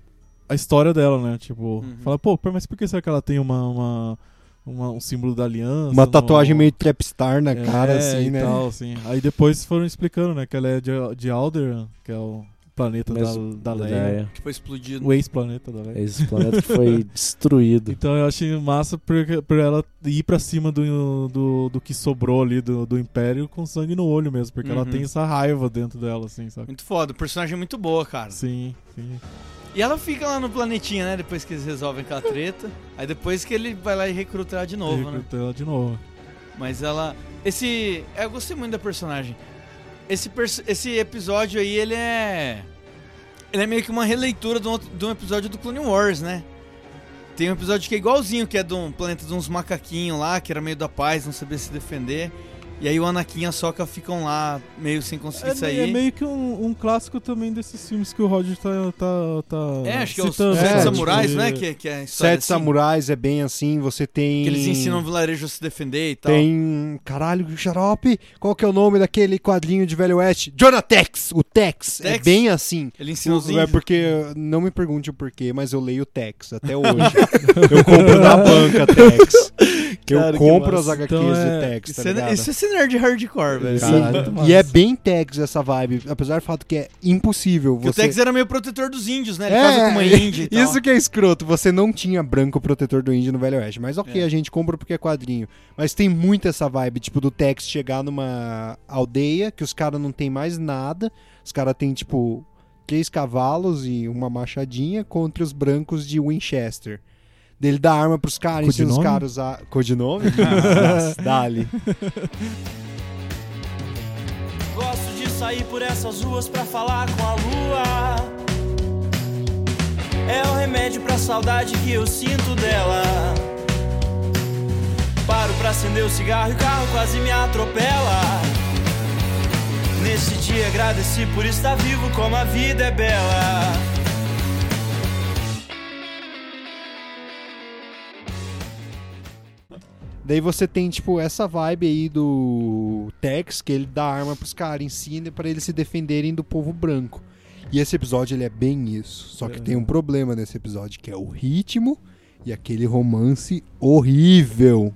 [SPEAKER 4] a história dela, né? Tipo,
[SPEAKER 1] Uhum.
[SPEAKER 4] fala, pô, mas por que será que ela tem uma, uma- uma- um símbolo da aliança?
[SPEAKER 3] Uma tatuagem
[SPEAKER 4] no-
[SPEAKER 3] meio trapstar na
[SPEAKER 4] É,
[SPEAKER 3] cara, assim,
[SPEAKER 4] e
[SPEAKER 3] né?
[SPEAKER 4] tal, assim. Aí depois foram explicando, né? Que ela é de, de Alderan, que é o planeta
[SPEAKER 5] Mesmo
[SPEAKER 4] da, da Leia.
[SPEAKER 5] Leia.
[SPEAKER 1] Que foi explodido.
[SPEAKER 4] O ex-planeta da Leia.
[SPEAKER 5] Esse planeta que foi destruído.
[SPEAKER 4] Então eu achei massa por, por ela ir pra cima do, do, do que sobrou ali do, do Império com sangue no olho mesmo, porque ela
[SPEAKER 1] Uhum.
[SPEAKER 4] tem essa raiva dentro dela, assim, sabe?
[SPEAKER 1] Muito foda, o personagem é muito boa, cara.
[SPEAKER 4] Sim, sim.
[SPEAKER 1] E ela fica lá no planetinha, né? Depois que eles resolvem aquela treta. Aí depois que ele vai lá e recruta ela de novo, né?
[SPEAKER 4] Recrutou ela de novo.
[SPEAKER 1] Mas ela. Esse. Eu gostei muito da personagem. Esse, perso- esse episódio aí, ele é. Ele é meio que uma releitura de um, outro- de um episódio do Clone Wars, né? Tem um episódio que é igualzinho, que é de um planeta de uns macaquinhos lá, que era meio da paz, não sabia se defender. E aí o Anakin e a Sokka ficam lá, meio sem conseguir
[SPEAKER 4] É,
[SPEAKER 1] sair.
[SPEAKER 4] meio- é meio que um, um clássico também desses filmes que o Roger tá, tá, tá
[SPEAKER 1] É, acho que é os
[SPEAKER 4] citando,
[SPEAKER 1] Sete
[SPEAKER 4] sabe?
[SPEAKER 1] Samurais,
[SPEAKER 4] De-
[SPEAKER 1] né? Que, que é a história
[SPEAKER 3] Sete
[SPEAKER 1] assim,
[SPEAKER 3] Samurais é bem assim, você tem...
[SPEAKER 1] Que eles ensinam o vilarejo a se defender e tal.
[SPEAKER 3] Tem... Caralho, xarope, qual que é o nome daquele quadrinho de Velho Oeste? Jonatex! O Tex! É
[SPEAKER 1] Tex?
[SPEAKER 3] bem assim.
[SPEAKER 1] Ele ensina os
[SPEAKER 3] É
[SPEAKER 1] índios.
[SPEAKER 3] porque, não me pergunte o porquê, mas eu leio o Tex até hoje. eu compro na banca Tex. Eu
[SPEAKER 5] Cara, que
[SPEAKER 3] compro as
[SPEAKER 5] massa.
[SPEAKER 3] HQs
[SPEAKER 4] Então
[SPEAKER 3] do
[SPEAKER 4] é-
[SPEAKER 3] Tex, tá
[SPEAKER 1] Isso é,
[SPEAKER 3] ligado?
[SPEAKER 1] isso é ser nerd hardcore, velho.
[SPEAKER 3] Cara,
[SPEAKER 4] Sim, muito massa.
[SPEAKER 3] e é bem Tex essa vibe, apesar do fato que é impossível
[SPEAKER 1] Porque
[SPEAKER 3] você...
[SPEAKER 1] o Tex era meio protetor dos índios, né? Ele
[SPEAKER 4] É.
[SPEAKER 1] casa com uma índia e tal.
[SPEAKER 3] Isso que é escroto. Você não tinha branco protetor do índio no Velho Oeste. Mas ok,
[SPEAKER 1] É.
[SPEAKER 3] a gente compra porque é quadrinho. Mas tem muito essa vibe, tipo, do Tex chegar numa aldeia que os caras não tem mais nada. Os caras têm, tipo, três cavalos e uma machadinha contra os brancos de Winchester. Dele dá arma pros caras, ensina os
[SPEAKER 4] Codinome?
[SPEAKER 3] caras a... Codinome? Nossa, Dali.
[SPEAKER 9] Gosto de sair por essas ruas pra falar com a lua. É o remédio pra saudade que eu sinto dela. Paro pra acender o cigarro e o carro quase me atropela. Nesse dia agradeci por estar vivo, como a vida é bela.
[SPEAKER 3] Daí você tem, tipo, essa vibe aí do Tex, que ele dá arma pros caras, ensina pra eles se defenderem do povo branco. E esse episódio, ele é bem isso. Só que tem um problema nesse episódio, que é o ritmo e aquele romance horrível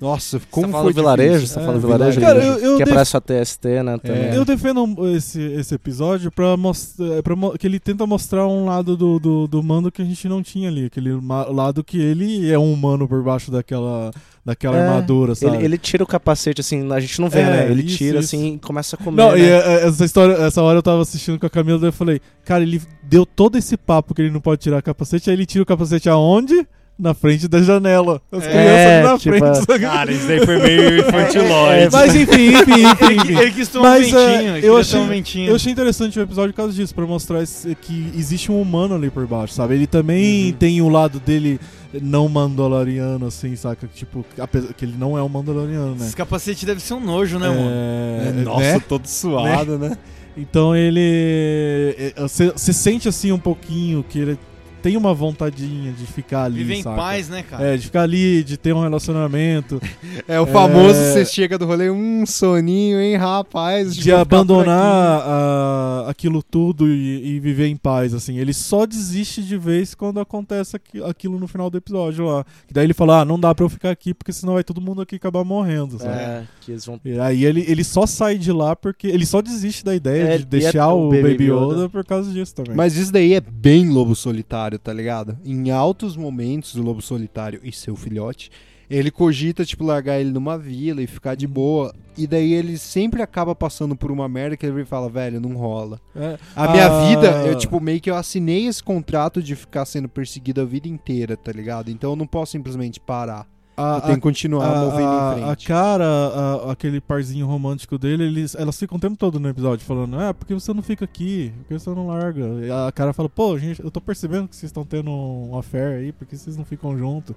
[SPEAKER 3] Nossa,
[SPEAKER 5] você
[SPEAKER 3] como
[SPEAKER 5] tá
[SPEAKER 3] foi
[SPEAKER 5] falando vilarejo?
[SPEAKER 3] difícil.
[SPEAKER 5] Você tá
[SPEAKER 4] É,
[SPEAKER 5] falando vilarejo?
[SPEAKER 4] vilarejo.
[SPEAKER 5] Guilherme?
[SPEAKER 4] Cara, eu- eu
[SPEAKER 5] que é
[SPEAKER 4] def-
[SPEAKER 5] aparece a TST, né? Também.
[SPEAKER 4] Eu defendo esse, esse episódio pra mostrar. Pra, mo- que ele tenta mostrar um lado do, do, do mando que a gente não tinha ali. Aquele ma- lado que ele é um humano por baixo daquela, daquela
[SPEAKER 5] É,
[SPEAKER 4] armadura, sabe?
[SPEAKER 5] Ele, ele tira o capacete, assim, a gente não vê,
[SPEAKER 4] É,
[SPEAKER 5] né? Ele
[SPEAKER 4] isso,
[SPEAKER 5] tira,
[SPEAKER 4] isso.
[SPEAKER 5] assim, e começa a comer.
[SPEAKER 4] Não,
[SPEAKER 5] né?
[SPEAKER 4] e é, é, essa história, essa hora eu tava assistindo com a Camila, daí eu falei, cara, ele deu todo esse papo que ele não pode tirar capacete, aí ele tira o capacete aonde? Na frente da janela. As
[SPEAKER 5] É,
[SPEAKER 4] crianças ali na
[SPEAKER 5] tipo,
[SPEAKER 4] frente. sabe?
[SPEAKER 10] Cara, isso daí foi meio
[SPEAKER 5] É,
[SPEAKER 10] infantilóide.
[SPEAKER 5] é,
[SPEAKER 4] Mas enfim, enfim, enfim.
[SPEAKER 1] Ele,
[SPEAKER 4] enfim.
[SPEAKER 1] ele quis tomar
[SPEAKER 4] Mas,
[SPEAKER 1] um
[SPEAKER 4] é,
[SPEAKER 1] ventinho. ele
[SPEAKER 4] eu
[SPEAKER 1] queria
[SPEAKER 4] achei-
[SPEAKER 1] tomar um ventinho.
[SPEAKER 4] Eu achei interessante o episódio por causa disso, pra mostrar esse- que existe um humano ali por baixo, sabe? Ele
[SPEAKER 5] Uhum.
[SPEAKER 4] também tem o lado dele não mandaloriano, assim, saca? Tipo, apesar que ele não é um mandaloriano, né?
[SPEAKER 1] Esse capacete deve ser um nojo, né, mano?
[SPEAKER 4] É,
[SPEAKER 3] Nossa,
[SPEAKER 4] né?
[SPEAKER 3] todo suado, né?
[SPEAKER 4] Então ele. é, Você sente assim um pouquinho que ele tem uma vontadinha de ficar ali.
[SPEAKER 1] Viver em
[SPEAKER 4] saca?
[SPEAKER 1] paz, né, cara?
[SPEAKER 4] É, de ficar ali, de ter um relacionamento,
[SPEAKER 3] É o famoso,
[SPEAKER 4] É.
[SPEAKER 3] você chega do rolê, um soninho, hein, rapaz. acho que
[SPEAKER 4] de
[SPEAKER 3] vou ficar por
[SPEAKER 4] abandonar
[SPEAKER 1] né?
[SPEAKER 4] a- aquilo tudo e, e viver em paz, assim. Ele só desiste de vez quando acontece aqui- aquilo no final do episódio lá. Que daí ele fala, ah, não dá pra eu ficar aqui porque senão vai todo mundo aqui acabar morrendo, sabe?
[SPEAKER 5] É, que eles vão.
[SPEAKER 4] E aí ele, ele só sai de lá porque. Ele só desiste da ideia
[SPEAKER 5] É,
[SPEAKER 4] de
[SPEAKER 5] e é
[SPEAKER 4] deixar
[SPEAKER 5] o
[SPEAKER 4] o
[SPEAKER 5] Baby
[SPEAKER 4] Baby, Yoda,
[SPEAKER 5] Yoda
[SPEAKER 4] por causa disso também.
[SPEAKER 3] Mas isso daí é bem lobo solitário, tá ligado? Em altos momentos, o lobo solitário e seu filhote, ele cogita, tipo, largar ele numa vila e ficar
[SPEAKER 4] Uhum.
[SPEAKER 3] de boa. E daí ele sempre acaba passando por uma merda que ele fala, velho, não rola.
[SPEAKER 4] É.
[SPEAKER 3] A minha
[SPEAKER 4] Ah.
[SPEAKER 3] vida, eu, tipo, meio que eu assinei esse contrato de ficar sendo perseguido a vida inteira, tá ligado? Então eu não posso simplesmente parar.
[SPEAKER 4] A-
[SPEAKER 3] Eu tenho que continuar movendo em
[SPEAKER 4] a
[SPEAKER 3] frente.
[SPEAKER 4] cara, a- aquele parzinho romântico dele, eles, elas ficam o tempo todo no episódio falando, é, porque você não fica aqui? Por que você não larga? E a cara fala, pô, gente, eu tô percebendo que vocês estão tendo uma fé aí, por que vocês não ficam junto?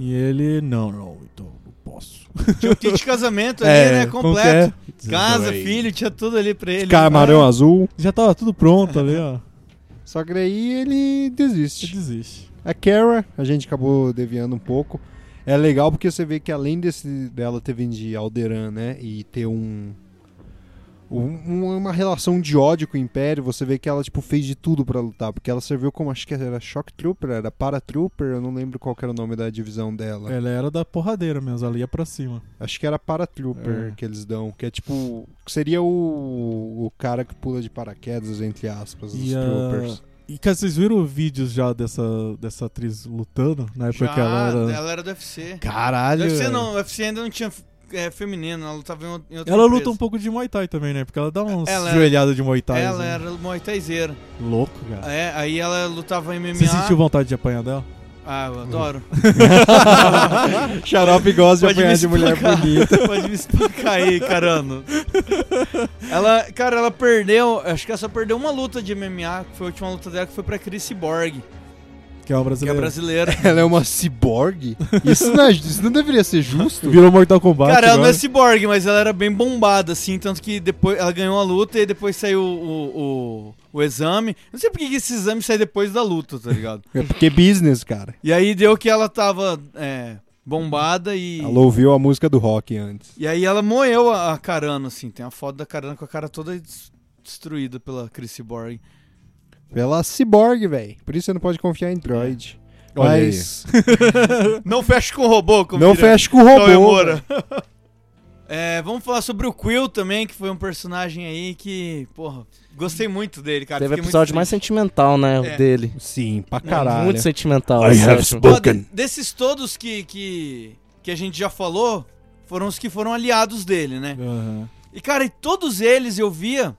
[SPEAKER 4] E ele, não, não, então não posso.
[SPEAKER 1] Tinha o kit de casamento ali,
[SPEAKER 4] É,
[SPEAKER 1] né?
[SPEAKER 4] como
[SPEAKER 1] Completo. Casa,
[SPEAKER 10] Adorei.
[SPEAKER 1] filho, tinha tudo ali pra ele. Ah,
[SPEAKER 3] Camarão azul.
[SPEAKER 4] Já tava tudo pronto ali, ó.
[SPEAKER 3] É. Só que daí ele
[SPEAKER 4] Ele
[SPEAKER 3] desiste.
[SPEAKER 4] desiste.
[SPEAKER 3] A Kara, a gente acabou deviando um pouco. É legal porque você vê que além desse dela ter vindo de Alderan, né? E ter um, um- uma relação de ódio com o Império, você vê que ela tipo fez de tudo pra lutar, porque ela serviu como acho que era Shock Trooper, era Paratrooper, eu não lembro qual que era o nome da divisão dela.
[SPEAKER 4] Ela era da porradeira mesmo, ela ia pra cima.
[SPEAKER 3] Acho que era Paratrooper
[SPEAKER 4] É.
[SPEAKER 3] que eles dão, que é tipo, que seria o, o cara que pula de paraquedas entre aspas, os
[SPEAKER 4] E a-
[SPEAKER 3] troopers.
[SPEAKER 4] E cara, vocês viram vídeos já dessa, dessa atriz lutando? Na época
[SPEAKER 1] Já,
[SPEAKER 4] que ela era.
[SPEAKER 1] do UFC.
[SPEAKER 3] Caralho.
[SPEAKER 1] Do UFC
[SPEAKER 3] velho.
[SPEAKER 1] não, o UFC ainda não tinha é, feminino, ela lutava em outra em outra
[SPEAKER 4] Ela
[SPEAKER 1] empresa.
[SPEAKER 4] luta um pouco de Muay Thai também, né? Porque ela dá umas
[SPEAKER 1] Ela-
[SPEAKER 4] joelhadas de Muay Thai.
[SPEAKER 1] Ela
[SPEAKER 4] assim.
[SPEAKER 1] era Muay Thaizeira.
[SPEAKER 4] Louco, cara.
[SPEAKER 1] É, aí ela lutava em MMA.
[SPEAKER 4] Você sentiu vontade de apanhar dela?
[SPEAKER 1] Ah, eu adoro.
[SPEAKER 3] Xarope gosta de apanhar de mulher
[SPEAKER 1] explicar.
[SPEAKER 3] bonita.
[SPEAKER 1] Pode me explicar aí, carano. Ela, cara, ela perdeu. Acho que ela só perdeu uma luta de MMA, que foi a última luta dela, que foi pra Chris Borg,
[SPEAKER 4] Que é uma
[SPEAKER 1] que é
[SPEAKER 4] brasileira.
[SPEAKER 1] brasileira.
[SPEAKER 3] Ela é uma ciborgue? Isso não, é- isso não deveria ser justo?
[SPEAKER 4] Virou Mortal Kombat.
[SPEAKER 1] Cara, ela não
[SPEAKER 4] agora.
[SPEAKER 1] é cyborg, mas ela era bem bombada, assim, tanto que depois ela ganhou a luta e depois saiu o, o, o, o exame. Não sei por que que esse exame sai depois da luta, tá ligado?
[SPEAKER 3] É porque business, cara.
[SPEAKER 1] E aí deu que ela tava é, bombada e.
[SPEAKER 3] Ela ouviu a música do rock antes.
[SPEAKER 1] E aí ela moeu a, a Carano, assim. Tem uma foto da Carano com a cara toda des- destruída pela Chris Borg.
[SPEAKER 3] Ela é ciborgue, velho. Por isso você não pode confiar em droid.
[SPEAKER 4] Olha aí.
[SPEAKER 3] Mas
[SPEAKER 1] Não fecha com robô, como
[SPEAKER 3] não
[SPEAKER 1] diria
[SPEAKER 3] fecha com o
[SPEAKER 1] Cauê
[SPEAKER 3] robô.
[SPEAKER 1] Moura. É, vamos falar sobre o Quill também, que foi um personagem aí que, porra, gostei muito dele, cara.
[SPEAKER 5] Teve o
[SPEAKER 1] Ah, Fiquei muito
[SPEAKER 5] episódio mais
[SPEAKER 1] triste.
[SPEAKER 5] sentimental, né? O
[SPEAKER 1] É.
[SPEAKER 5] dele.
[SPEAKER 3] Sim, pra
[SPEAKER 5] Muito
[SPEAKER 3] caralho.
[SPEAKER 5] sentimental. assim,
[SPEAKER 10] I
[SPEAKER 5] esse
[SPEAKER 10] have
[SPEAKER 5] último.
[SPEAKER 10] spoken.
[SPEAKER 1] Ó, de- desses todos que, que, que a gente já falou, foram os que foram aliados dele, né?
[SPEAKER 4] Aham.
[SPEAKER 1] E, cara, e todos eles eu via.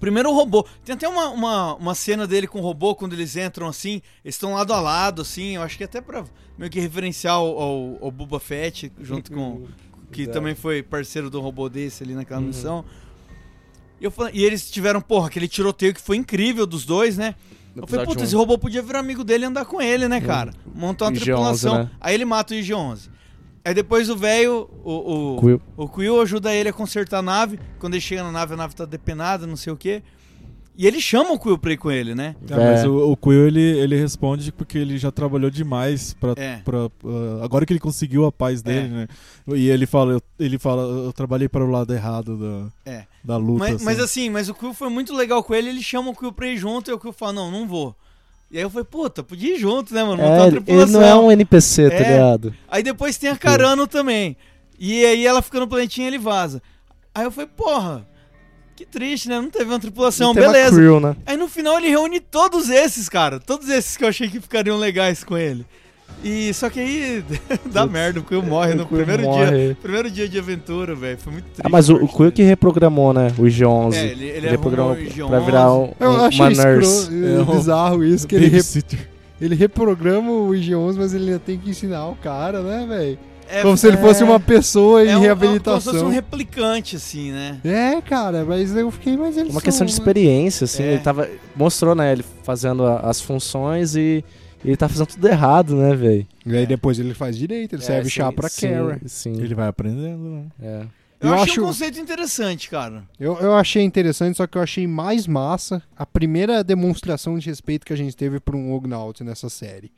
[SPEAKER 1] Primeiro o robô. Tem até uma, uma, uma cena dele com o robô quando eles entram assim. Eles estão lado a lado, assim. Eu acho que até pra meio que referenciar ao, ao, ao Boba Fett, junto com. Que também foi parceiro do robô desse ali naquela
[SPEAKER 5] Uhum.
[SPEAKER 1] missão. E, eu falei- e eles tiveram, porra, aquele tiroteio que foi incrível dos dois, né? Eu falei,
[SPEAKER 5] Episódio
[SPEAKER 1] puta,
[SPEAKER 5] um.
[SPEAKER 1] esse robô podia virar amigo dele e andar com ele, né, cara? Montar uma
[SPEAKER 5] IG-11,
[SPEAKER 1] tripulação.
[SPEAKER 5] né?
[SPEAKER 1] Aí ele mata o IG-11. Aí depois o velho, o, o,
[SPEAKER 5] Quill.
[SPEAKER 1] o Quill ajuda ele a consertar a nave. Quando ele chega na nave, a nave tá depenada, não sei o quê. E ele chama o Quill pra ir com ele, né?
[SPEAKER 4] É, mas o, o Quill, ele, ele responde porque ele já trabalhou demais pra,
[SPEAKER 1] É.
[SPEAKER 4] pra- pra- agora que ele conseguiu a paz dele,
[SPEAKER 1] É.
[SPEAKER 4] né? E ele fala, eu, ele fala, eu trabalhei para o lado errado da,
[SPEAKER 1] É.
[SPEAKER 4] da luta.
[SPEAKER 1] Mas, mas
[SPEAKER 4] assim.
[SPEAKER 1] assim, mas o Quill foi muito legal com ele, ele chama o Quill pra ir junto e o Quill fala, não, não vou. E aí eu falei, puta, podia ir junto, né, mano? Montar
[SPEAKER 5] É,
[SPEAKER 1] uma
[SPEAKER 5] ele, ele não é
[SPEAKER 1] tripulação.
[SPEAKER 5] um NPC, tá
[SPEAKER 1] É.
[SPEAKER 5] ligado?
[SPEAKER 1] Aí depois tem a Carano também. E aí ela fica no planetinha e ele vaza. Aí eu falei, porra, que triste, né? Não teve uma tripulação,
[SPEAKER 5] Ele tem uma
[SPEAKER 1] beleza.
[SPEAKER 5] crew, né?
[SPEAKER 1] Aí no final ele reúne todos esses, cara. Todos esses que eu achei que ficariam legais com ele. E só que aí dá merda, o Quill morre no
[SPEAKER 5] o Quill
[SPEAKER 1] primeiro
[SPEAKER 5] morre.
[SPEAKER 1] dia. Primeiro dia de aventura, velho. Foi muito triste.
[SPEAKER 5] Ah, mas o, o
[SPEAKER 1] parte
[SPEAKER 5] Quill
[SPEAKER 1] dele.
[SPEAKER 5] que reprogramou, né? O G11.
[SPEAKER 1] É, ele- ele arrumou
[SPEAKER 5] reprogramou
[SPEAKER 1] o G11.
[SPEAKER 5] pra virar um,
[SPEAKER 3] Eu
[SPEAKER 5] um-
[SPEAKER 3] acho
[SPEAKER 5] uma
[SPEAKER 3] escro-
[SPEAKER 5] nurse.
[SPEAKER 3] eh,
[SPEAKER 4] É,
[SPEAKER 3] bizarro isso, que ele, re-
[SPEAKER 4] Babysitter.
[SPEAKER 3] ele reprograma o IG-11, mas ele ainda tem que ensinar o cara, né, velho?
[SPEAKER 1] É,
[SPEAKER 3] Como se ele fosse uma pessoa
[SPEAKER 1] é um-
[SPEAKER 3] em
[SPEAKER 1] É um, como se
[SPEAKER 3] reabilitação.
[SPEAKER 1] fosse um replicante, assim, né?
[SPEAKER 3] É, cara, mas eu fiquei, mas eles
[SPEAKER 5] Uma
[SPEAKER 3] são,
[SPEAKER 5] questão de
[SPEAKER 3] né?
[SPEAKER 5] experiência, assim.
[SPEAKER 1] É.
[SPEAKER 5] Ele tava. Mostrou, né? Ele fazendo a- as funções e. e Ele tá fazendo tudo errado, né, velho?
[SPEAKER 3] E aí depois ele faz direito, ele serve chá pra
[SPEAKER 5] É, sim,
[SPEAKER 3] Kara.
[SPEAKER 5] Sim,
[SPEAKER 4] Ele vai aprendendo, né?
[SPEAKER 5] é.
[SPEAKER 1] Eu,
[SPEAKER 3] Eu
[SPEAKER 1] achei
[SPEAKER 3] acho-
[SPEAKER 1] um conceito interessante, cara.
[SPEAKER 3] Eu, eu achei interessante, só que eu achei mais massa a primeira demonstração de respeito que a gente teve por um Ognaut nessa série.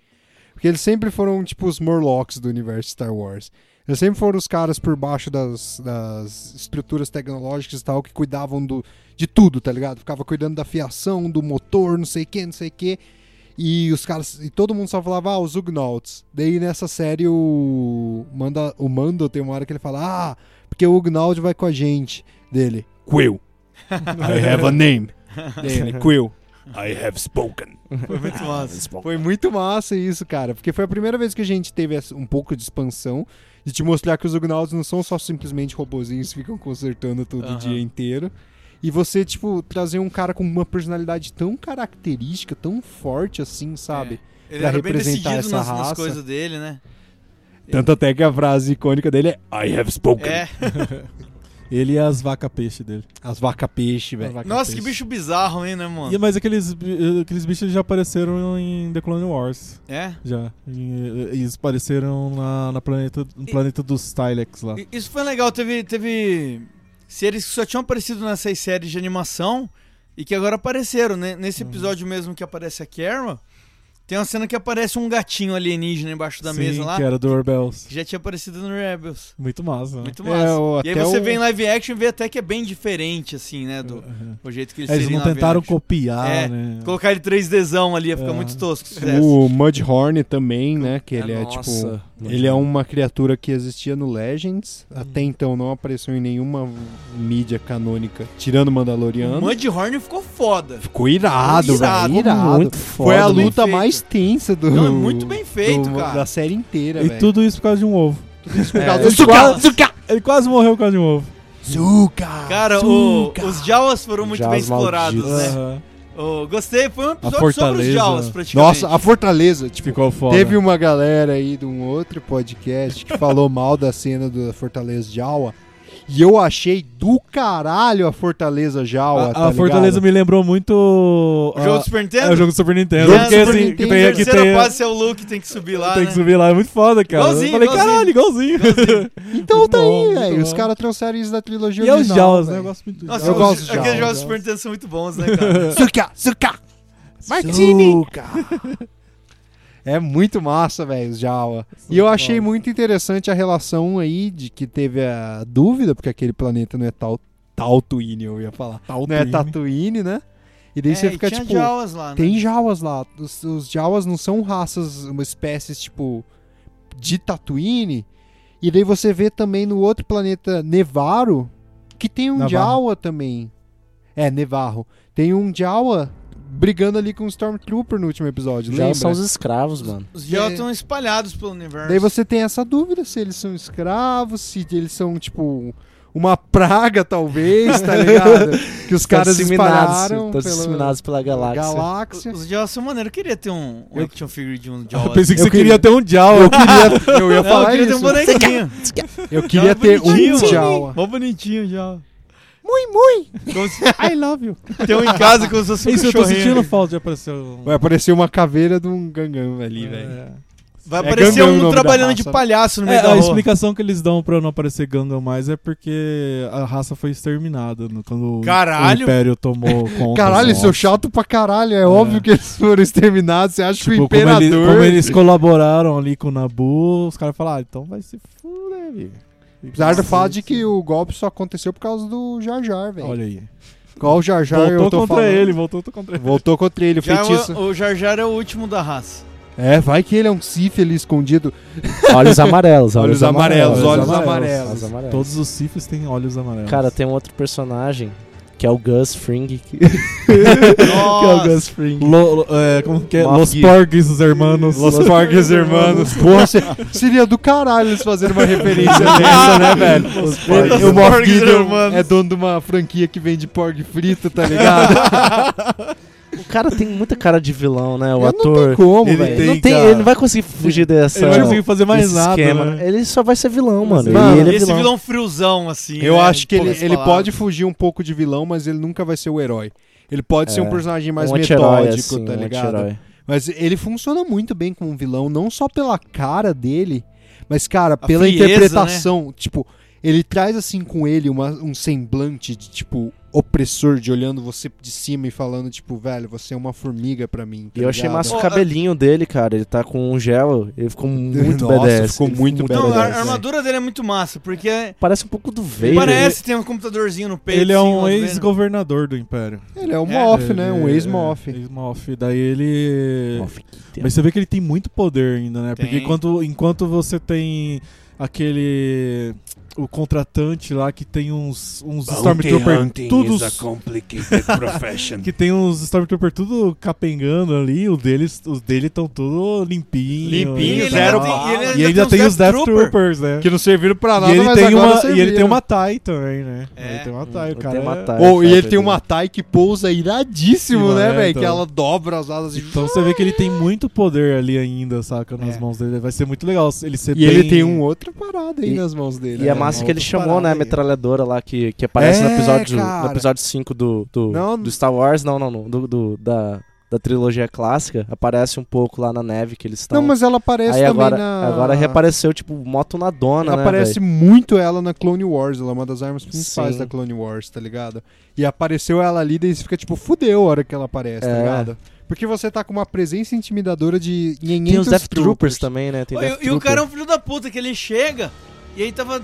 [SPEAKER 3] Porque eles sempre foram, tipo, os Morlocks do universo Star Wars. Eles sempre foram os caras por baixo das, das estruturas tecnológicas e tal, que cuidavam do, de tudo, tá ligado? Ficava cuidando da fiação, do motor, não sei o que, não sei o que. E os caras. E todo mundo só falava, ah, os Ugnauts. Daí nessa série o. Manda, o Mando tem uma hora que ele fala, ah, porque o Ugnaut vai com a gente. Dele, Quill. I have a name. Dele, Quill. I have spoken.
[SPEAKER 1] Foi muito massa.
[SPEAKER 3] Foi muito massa isso, cara. Porque foi a primeira vez que a gente teve essa- um pouco de expansão. De te mostrar que os Ugnauts não são só simplesmente robozinhos que ficam consertando todo
[SPEAKER 1] Aham.
[SPEAKER 3] dia inteiro. E você, tipo, trazer um cara com uma personalidade tão característica, tão forte assim, sabe?
[SPEAKER 1] Ele
[SPEAKER 3] pra
[SPEAKER 1] era bem
[SPEAKER 3] representar
[SPEAKER 1] decidido
[SPEAKER 3] essa
[SPEAKER 1] nas, nas
[SPEAKER 3] raça.
[SPEAKER 1] coisas dele, né?
[SPEAKER 3] Tanto até que a frase icônica dele é I have spoken.
[SPEAKER 1] É.
[SPEAKER 4] Ele e as vaca-peixe dele.
[SPEAKER 3] As vaca-peixe,
[SPEAKER 4] As
[SPEAKER 3] velho.
[SPEAKER 4] vaca
[SPEAKER 1] Nossa, que
[SPEAKER 4] peixe.
[SPEAKER 1] bicho bizarro, hein, né, mano?
[SPEAKER 4] E, mas aqueles, bi- aqueles bichos já apareceram em The Clone Wars.
[SPEAKER 1] É?
[SPEAKER 4] Já. E, e eles apareceram na, na planeta, no planeta dos Tylex lá.
[SPEAKER 1] I- Isso foi legal, teve, teve seres que só tinham aparecido nessas séries de animação e que agora apareceram, né? Nesse
[SPEAKER 4] Uhum.
[SPEAKER 1] episódio mesmo que aparece a Kerma, tem uma cena que aparece um gatinho alienígena embaixo da
[SPEAKER 4] Sim,
[SPEAKER 1] mesa lá,
[SPEAKER 4] que é-
[SPEAKER 1] que
[SPEAKER 4] era do Rebels.
[SPEAKER 1] já tinha aparecido no Rebels.
[SPEAKER 4] Muito massa. né?
[SPEAKER 1] Muito
[SPEAKER 3] É,
[SPEAKER 1] massa.
[SPEAKER 3] o-
[SPEAKER 1] e aí
[SPEAKER 3] até
[SPEAKER 1] você
[SPEAKER 3] o-
[SPEAKER 1] vê em live action e vê até que é bem diferente, assim, né? Do, o jeito que eles
[SPEAKER 4] É, Eles
[SPEAKER 1] seriam
[SPEAKER 4] não
[SPEAKER 1] em live
[SPEAKER 4] tentaram
[SPEAKER 1] action.
[SPEAKER 4] copiar,
[SPEAKER 1] É,
[SPEAKER 4] né?
[SPEAKER 1] Colocar ele 3Dzão ali ia ficar
[SPEAKER 4] É.
[SPEAKER 1] muito tosco se fizesse.
[SPEAKER 3] O Mudhorn também, né? Que ele é,
[SPEAKER 5] Nossa.
[SPEAKER 3] tipo. Ele é uma criatura que existia no Legends. Até então não apareceu em nenhuma mídia canônica, tirando Mandaloriano.
[SPEAKER 1] O Mudhorn ficou foda.
[SPEAKER 3] Ficou irado,
[SPEAKER 1] Irado,
[SPEAKER 3] velho. Irado.
[SPEAKER 5] Muito foda.
[SPEAKER 3] Foi a
[SPEAKER 1] bem
[SPEAKER 3] luta
[SPEAKER 1] feito.
[SPEAKER 3] mais tensa do.
[SPEAKER 1] Não, é muito bem feito,
[SPEAKER 3] do-
[SPEAKER 1] cara.
[SPEAKER 3] Da série inteira,
[SPEAKER 4] E
[SPEAKER 3] velho.
[SPEAKER 4] tudo isso por causa de um ovo.
[SPEAKER 3] por causa
[SPEAKER 5] É,
[SPEAKER 3] do Zuka! Zuka!
[SPEAKER 4] Ele quase morreu por causa de um ovo.
[SPEAKER 3] Zuka!
[SPEAKER 1] Cara, o- os Jawas foram muito
[SPEAKER 5] Jawas
[SPEAKER 1] bem explorados,
[SPEAKER 5] malditos.
[SPEAKER 1] né?
[SPEAKER 4] Aham.
[SPEAKER 1] Oh, gostei, foi um
[SPEAKER 4] A
[SPEAKER 1] episódio sobre os
[SPEAKER 4] Fortaleza.
[SPEAKER 1] Jawas, praticamente.
[SPEAKER 3] Nossa, a Fortaleza, tipo,
[SPEAKER 4] Ficou foda.
[SPEAKER 3] Teve uma galera aí de um outro podcast que falou mal da cena da Fortaleza Jawa. E eu achei do caralho a Fortaleza Jawa.
[SPEAKER 4] a,
[SPEAKER 3] tá
[SPEAKER 4] a Fortaleza
[SPEAKER 3] ligado?
[SPEAKER 4] me lembrou muito.
[SPEAKER 1] o jogo
[SPEAKER 4] a-
[SPEAKER 1] do Super
[SPEAKER 4] É
[SPEAKER 1] Nintendo?
[SPEAKER 4] o jogo do Super Nintendo.
[SPEAKER 3] Jogo do
[SPEAKER 4] Porque
[SPEAKER 3] Super
[SPEAKER 4] assim,
[SPEAKER 3] Nintendo.
[SPEAKER 4] que tem aqui
[SPEAKER 1] terceira
[SPEAKER 4] tem.
[SPEAKER 1] fase é o Luke que tem que subir lá,
[SPEAKER 4] tem
[SPEAKER 1] né?
[SPEAKER 4] que subir lá, é muito foda, cara.
[SPEAKER 1] Igualzinho,
[SPEAKER 4] eu falei,
[SPEAKER 1] igualzinho.
[SPEAKER 4] caralho, igualzinho.
[SPEAKER 3] Então
[SPEAKER 4] Muito
[SPEAKER 3] tá
[SPEAKER 4] bom,
[SPEAKER 3] aí,
[SPEAKER 4] muito
[SPEAKER 3] velho. Os
[SPEAKER 4] bom.
[SPEAKER 3] caras trouxeram isso da trilogia
[SPEAKER 4] E é os
[SPEAKER 3] original,
[SPEAKER 4] Jaws, né?
[SPEAKER 3] velho.
[SPEAKER 4] Eu gosto muito dos
[SPEAKER 1] Nossa,
[SPEAKER 3] Eu
[SPEAKER 1] os-
[SPEAKER 4] Jaws.
[SPEAKER 3] gosto de
[SPEAKER 1] aqueles
[SPEAKER 3] Jawas.
[SPEAKER 1] jogos do Super Nintendo são muito bons, né, cara?
[SPEAKER 3] Suca, suca. Martini. É muito massa, velho, os Jawa. E eu achei muito interessante a relação aí de que teve a dúvida, porque aquele planeta não é tal Tatooine, eu ia falar. Não é
[SPEAKER 4] Tatooine.
[SPEAKER 3] Tatooine, né? E daí
[SPEAKER 1] É,
[SPEAKER 3] você
[SPEAKER 1] e
[SPEAKER 3] fica
[SPEAKER 1] tinha
[SPEAKER 3] tipo,
[SPEAKER 1] Jawas lá, né?
[SPEAKER 3] Tem Jawas lá. Os, os Jawas não são raças, uma espécie tipo de Tatooine. E daí você vê também no outro planeta Nevaro que tem um
[SPEAKER 4] Navarro.
[SPEAKER 3] Jawa também. É, Nevarro. Tem um Jawa brigando ali com um Stormtrooper no último episódio,
[SPEAKER 5] Já
[SPEAKER 3] lembra?
[SPEAKER 5] são os escravos, mano.
[SPEAKER 1] Os Jawas estão espalhados pelo universo.
[SPEAKER 3] Daí você tem essa dúvida se eles são escravos, se eles são tipo uma praga talvez, tá ligado? Que os caras espalharam
[SPEAKER 5] Estão
[SPEAKER 3] pela
[SPEAKER 5] Tá disseminados tá pela galáxia.
[SPEAKER 3] galáxia.
[SPEAKER 1] Os Jawas são maneiros. Eu queria ter um, um action figure de um
[SPEAKER 4] Eu
[SPEAKER 1] Jawas.
[SPEAKER 4] pensei que
[SPEAKER 3] assim, Eu
[SPEAKER 4] você queria
[SPEAKER 3] queria-
[SPEAKER 4] ter um Jaws.
[SPEAKER 3] Eu queria, eu ia
[SPEAKER 1] Não, eu
[SPEAKER 3] falar
[SPEAKER 1] queria ter
[SPEAKER 3] isso.
[SPEAKER 1] um bonequinho.
[SPEAKER 3] Eu queria ter um Jawa.
[SPEAKER 1] Mó bonitinho o Jawa.
[SPEAKER 3] Mui, mui.
[SPEAKER 1] Como se
[SPEAKER 3] I love you.
[SPEAKER 1] tem um em casa como se fosse um
[SPEAKER 4] Isso, eu tô
[SPEAKER 1] cachorrinho.
[SPEAKER 4] sentindo falta de aparecer um.
[SPEAKER 3] Vai aparecer uma caveira de um gangan ali, velho.
[SPEAKER 4] É.
[SPEAKER 1] Vai
[SPEAKER 3] É
[SPEAKER 1] aparecer
[SPEAKER 3] Gangan o
[SPEAKER 1] um
[SPEAKER 3] nome da
[SPEAKER 1] trabalhando
[SPEAKER 3] raça,
[SPEAKER 1] de
[SPEAKER 3] né?
[SPEAKER 1] palhaço no meio
[SPEAKER 4] É,
[SPEAKER 1] da
[SPEAKER 4] a
[SPEAKER 1] rua.
[SPEAKER 4] explicação que eles dão pra não aparecer Gangan mais é porque a raça foi exterminada no- quando o-
[SPEAKER 1] Caralho.
[SPEAKER 4] o Império tomou conta.
[SPEAKER 3] Caralho,
[SPEAKER 4] nossa.
[SPEAKER 3] isso é chato pra caralho. É, óbvio que eles foram exterminados. Você acha que o
[SPEAKER 4] Tipo, como,
[SPEAKER 3] imperador.
[SPEAKER 4] eles, como eles colaboraram ali com o Nabu, os caras falaram, ah, então vai se fuder, velho.
[SPEAKER 3] Apesar do fato de que o golpe só aconteceu por causa do Jar Jar, velho.
[SPEAKER 4] Olha aí.
[SPEAKER 3] Qual Jar Jar eu tô
[SPEAKER 4] Voltou contra
[SPEAKER 3] falando?
[SPEAKER 4] ele, voltou contra ele.
[SPEAKER 3] Voltou contra ele, o
[SPEAKER 1] Já é
[SPEAKER 3] feitiço.
[SPEAKER 1] o, o Jar Jar é o último da raça.
[SPEAKER 3] É, vai que ele é um Sif ali escondido.
[SPEAKER 5] Olhos amarelos, olhos
[SPEAKER 3] Olhos amarelos,
[SPEAKER 5] amarelos.
[SPEAKER 3] olhos
[SPEAKER 5] olhos
[SPEAKER 3] É.
[SPEAKER 5] amarelos.
[SPEAKER 4] Todos os Sifis têm olhos amarelos.
[SPEAKER 5] Cara, tem um outro personagem que é o Gus Fring. Que... que é o
[SPEAKER 1] Nossa,
[SPEAKER 5] Gus Fring.
[SPEAKER 4] Lo- lo- é, como que é?
[SPEAKER 5] Moff
[SPEAKER 4] Los
[SPEAKER 5] Gui.
[SPEAKER 4] Porgues, os hermanos.
[SPEAKER 3] Los Porgues Hermanos. Porra, se- seria do caralho eles fazerem uma referência dessa, né, velho? Ele- O Moff
[SPEAKER 1] Porgues
[SPEAKER 3] Gideon
[SPEAKER 1] Hermanos.
[SPEAKER 3] é dono de uma franquia que vende porg frito, tá ligado?
[SPEAKER 5] O cara tem muita cara de vilão, né? O
[SPEAKER 3] Eu Não
[SPEAKER 5] ator.
[SPEAKER 3] tem como,
[SPEAKER 4] Ele
[SPEAKER 3] velho.
[SPEAKER 4] tem-
[SPEAKER 5] Não tem-
[SPEAKER 4] cara.
[SPEAKER 5] ele não vai conseguir fugir dessa.
[SPEAKER 4] Ele não vai conseguir fazer mais
[SPEAKER 5] desse
[SPEAKER 4] nada.
[SPEAKER 5] esquema.
[SPEAKER 4] né?
[SPEAKER 5] Ele só vai ser vilão, mano.
[SPEAKER 3] Mano,
[SPEAKER 5] e ele é
[SPEAKER 1] esse
[SPEAKER 5] vilão.
[SPEAKER 1] vilão friozão,
[SPEAKER 5] é
[SPEAKER 1] assim.
[SPEAKER 3] Eu
[SPEAKER 1] né,
[SPEAKER 3] acho que
[SPEAKER 1] em
[SPEAKER 3] ele,
[SPEAKER 1] poucas
[SPEAKER 3] ele
[SPEAKER 1] palavras.
[SPEAKER 3] pode fugir um pouco de vilão, mas ele nunca vai ser o herói. Ele pode ser um
[SPEAKER 5] É,
[SPEAKER 3] personagem mais
[SPEAKER 5] um anti-herói,
[SPEAKER 3] metódico,
[SPEAKER 5] assim,
[SPEAKER 3] tá
[SPEAKER 5] um
[SPEAKER 3] ligado?
[SPEAKER 5] anti-herói.
[SPEAKER 3] Mas ele funciona muito bem como um vilão, não só pela cara dele, mas, cara,
[SPEAKER 1] A
[SPEAKER 3] pela
[SPEAKER 1] frieza,
[SPEAKER 3] interpretação. Tipo, ele traz assim com ele uma- um semblante de, tipo, opressor, de olhando você de cima e falando, tipo, velho, você é uma formiga pra mim. tá
[SPEAKER 5] E eu achei
[SPEAKER 3] ligado?
[SPEAKER 5] massa o
[SPEAKER 1] Ó,
[SPEAKER 5] cabelinho dele, cara. Ele tá com um gel. Ele ficou muito
[SPEAKER 3] Nossa,
[SPEAKER 5] badass.
[SPEAKER 3] ficou
[SPEAKER 5] ele
[SPEAKER 3] muito
[SPEAKER 1] Não, a-
[SPEAKER 3] badass,
[SPEAKER 1] a
[SPEAKER 3] né?
[SPEAKER 1] armadura dele é muito massa, porque é,
[SPEAKER 5] Parece um pouco do Vader.
[SPEAKER 1] parece tem um computadorzinho no peito.
[SPEAKER 4] Ele é
[SPEAKER 1] assim,
[SPEAKER 4] um
[SPEAKER 1] umas
[SPEAKER 4] ex-governador do Império.
[SPEAKER 3] Ele é um
[SPEAKER 1] É,
[SPEAKER 3] Moff, né?
[SPEAKER 4] Ele-
[SPEAKER 3] Um ex-Moff.
[SPEAKER 4] Ex-Moff. Daí ele.
[SPEAKER 5] Moff Gideon.
[SPEAKER 4] Mas você vê que ele tem muito poder ainda, né? Porque
[SPEAKER 1] Tem.
[SPEAKER 4] enquanto, enquanto você tem aquele. O contratante lá que tem uns,
[SPEAKER 3] Ah,
[SPEAKER 4] uns Stormtrooper todos.
[SPEAKER 7] complicated profession.
[SPEAKER 4] Que tem uns Stormtrooper tudo capengando ali, o deles, os dele estão tudo limpinho.
[SPEAKER 1] E ele
[SPEAKER 3] Limpinho,
[SPEAKER 4] e
[SPEAKER 1] ainda
[SPEAKER 3] zero
[SPEAKER 4] tal.
[SPEAKER 1] tem- um ele
[SPEAKER 4] E ainda tem os Death
[SPEAKER 1] Troopers.
[SPEAKER 4] Troopers, né?
[SPEAKER 3] Que não serviram pra nada,
[SPEAKER 4] E ele,
[SPEAKER 3] mas
[SPEAKER 4] tem
[SPEAKER 3] agora né?
[SPEAKER 4] uma, e ele
[SPEAKER 3] serviram.
[SPEAKER 4] tem uma TIE também, né?
[SPEAKER 1] É.
[SPEAKER 4] Ele tem uma
[SPEAKER 5] Hum,
[SPEAKER 4] TIE, o
[SPEAKER 5] ele
[SPEAKER 4] cara.
[SPEAKER 5] tem uma
[SPEAKER 4] é-
[SPEAKER 5] TIE.
[SPEAKER 3] Oh, e
[SPEAKER 5] Sabe,
[SPEAKER 3] ele tem
[SPEAKER 5] né?
[SPEAKER 3] uma TIE que pousa iradíssimo,
[SPEAKER 4] Sim,
[SPEAKER 3] né,
[SPEAKER 4] né,
[SPEAKER 3] velho?
[SPEAKER 4] então.
[SPEAKER 3] Que ela dobra as asas e...
[SPEAKER 4] Então você vê que ele tem muito poder ali ainda, saca? Nas
[SPEAKER 1] É.
[SPEAKER 4] mãos dele. Vai ser muito legal ele ser
[SPEAKER 3] E ele
[SPEAKER 4] bem-
[SPEAKER 3] tem um outra parada aí
[SPEAKER 5] E-
[SPEAKER 3] nas mãos dele.
[SPEAKER 5] E a
[SPEAKER 3] né?
[SPEAKER 5] massa que ele
[SPEAKER 4] outra
[SPEAKER 5] chamou,
[SPEAKER 4] parada
[SPEAKER 5] né? A
[SPEAKER 4] aí.
[SPEAKER 5] metralhadora lá que, que aparece no,
[SPEAKER 3] É,
[SPEAKER 5] episódio,
[SPEAKER 3] cara.
[SPEAKER 5] no episódio 5 do, do,
[SPEAKER 3] Não.
[SPEAKER 5] do Star Wars. Não, não, não. Do, do- da, da trilogia clássica. Aparece um pouco lá na neve que eles estão.
[SPEAKER 3] Não, mas ela aparece
[SPEAKER 5] Então, Aí
[SPEAKER 3] também
[SPEAKER 5] agora,
[SPEAKER 3] na...
[SPEAKER 5] agora reapareceu, tipo, moto na dona,
[SPEAKER 3] Ela
[SPEAKER 5] né?
[SPEAKER 3] aparece
[SPEAKER 5] velho?
[SPEAKER 3] muito ela na Clone Wars, ela é uma das armas principais
[SPEAKER 5] Sim.
[SPEAKER 3] da Clone Wars, tá ligado? E apareceu ela ali, daí você fica tipo, fudeu a hora que ela aparece, tá
[SPEAKER 5] É.
[SPEAKER 3] ligado? Porque você tá com uma presença intimidadora de 500
[SPEAKER 5] Tem os Death Troopers,
[SPEAKER 3] troopers
[SPEAKER 5] também, né? Tem
[SPEAKER 1] Ô,
[SPEAKER 5] Death
[SPEAKER 1] e, e o
[SPEAKER 5] Trooper.
[SPEAKER 1] cara é um filho da puta, que ele chega e aí tava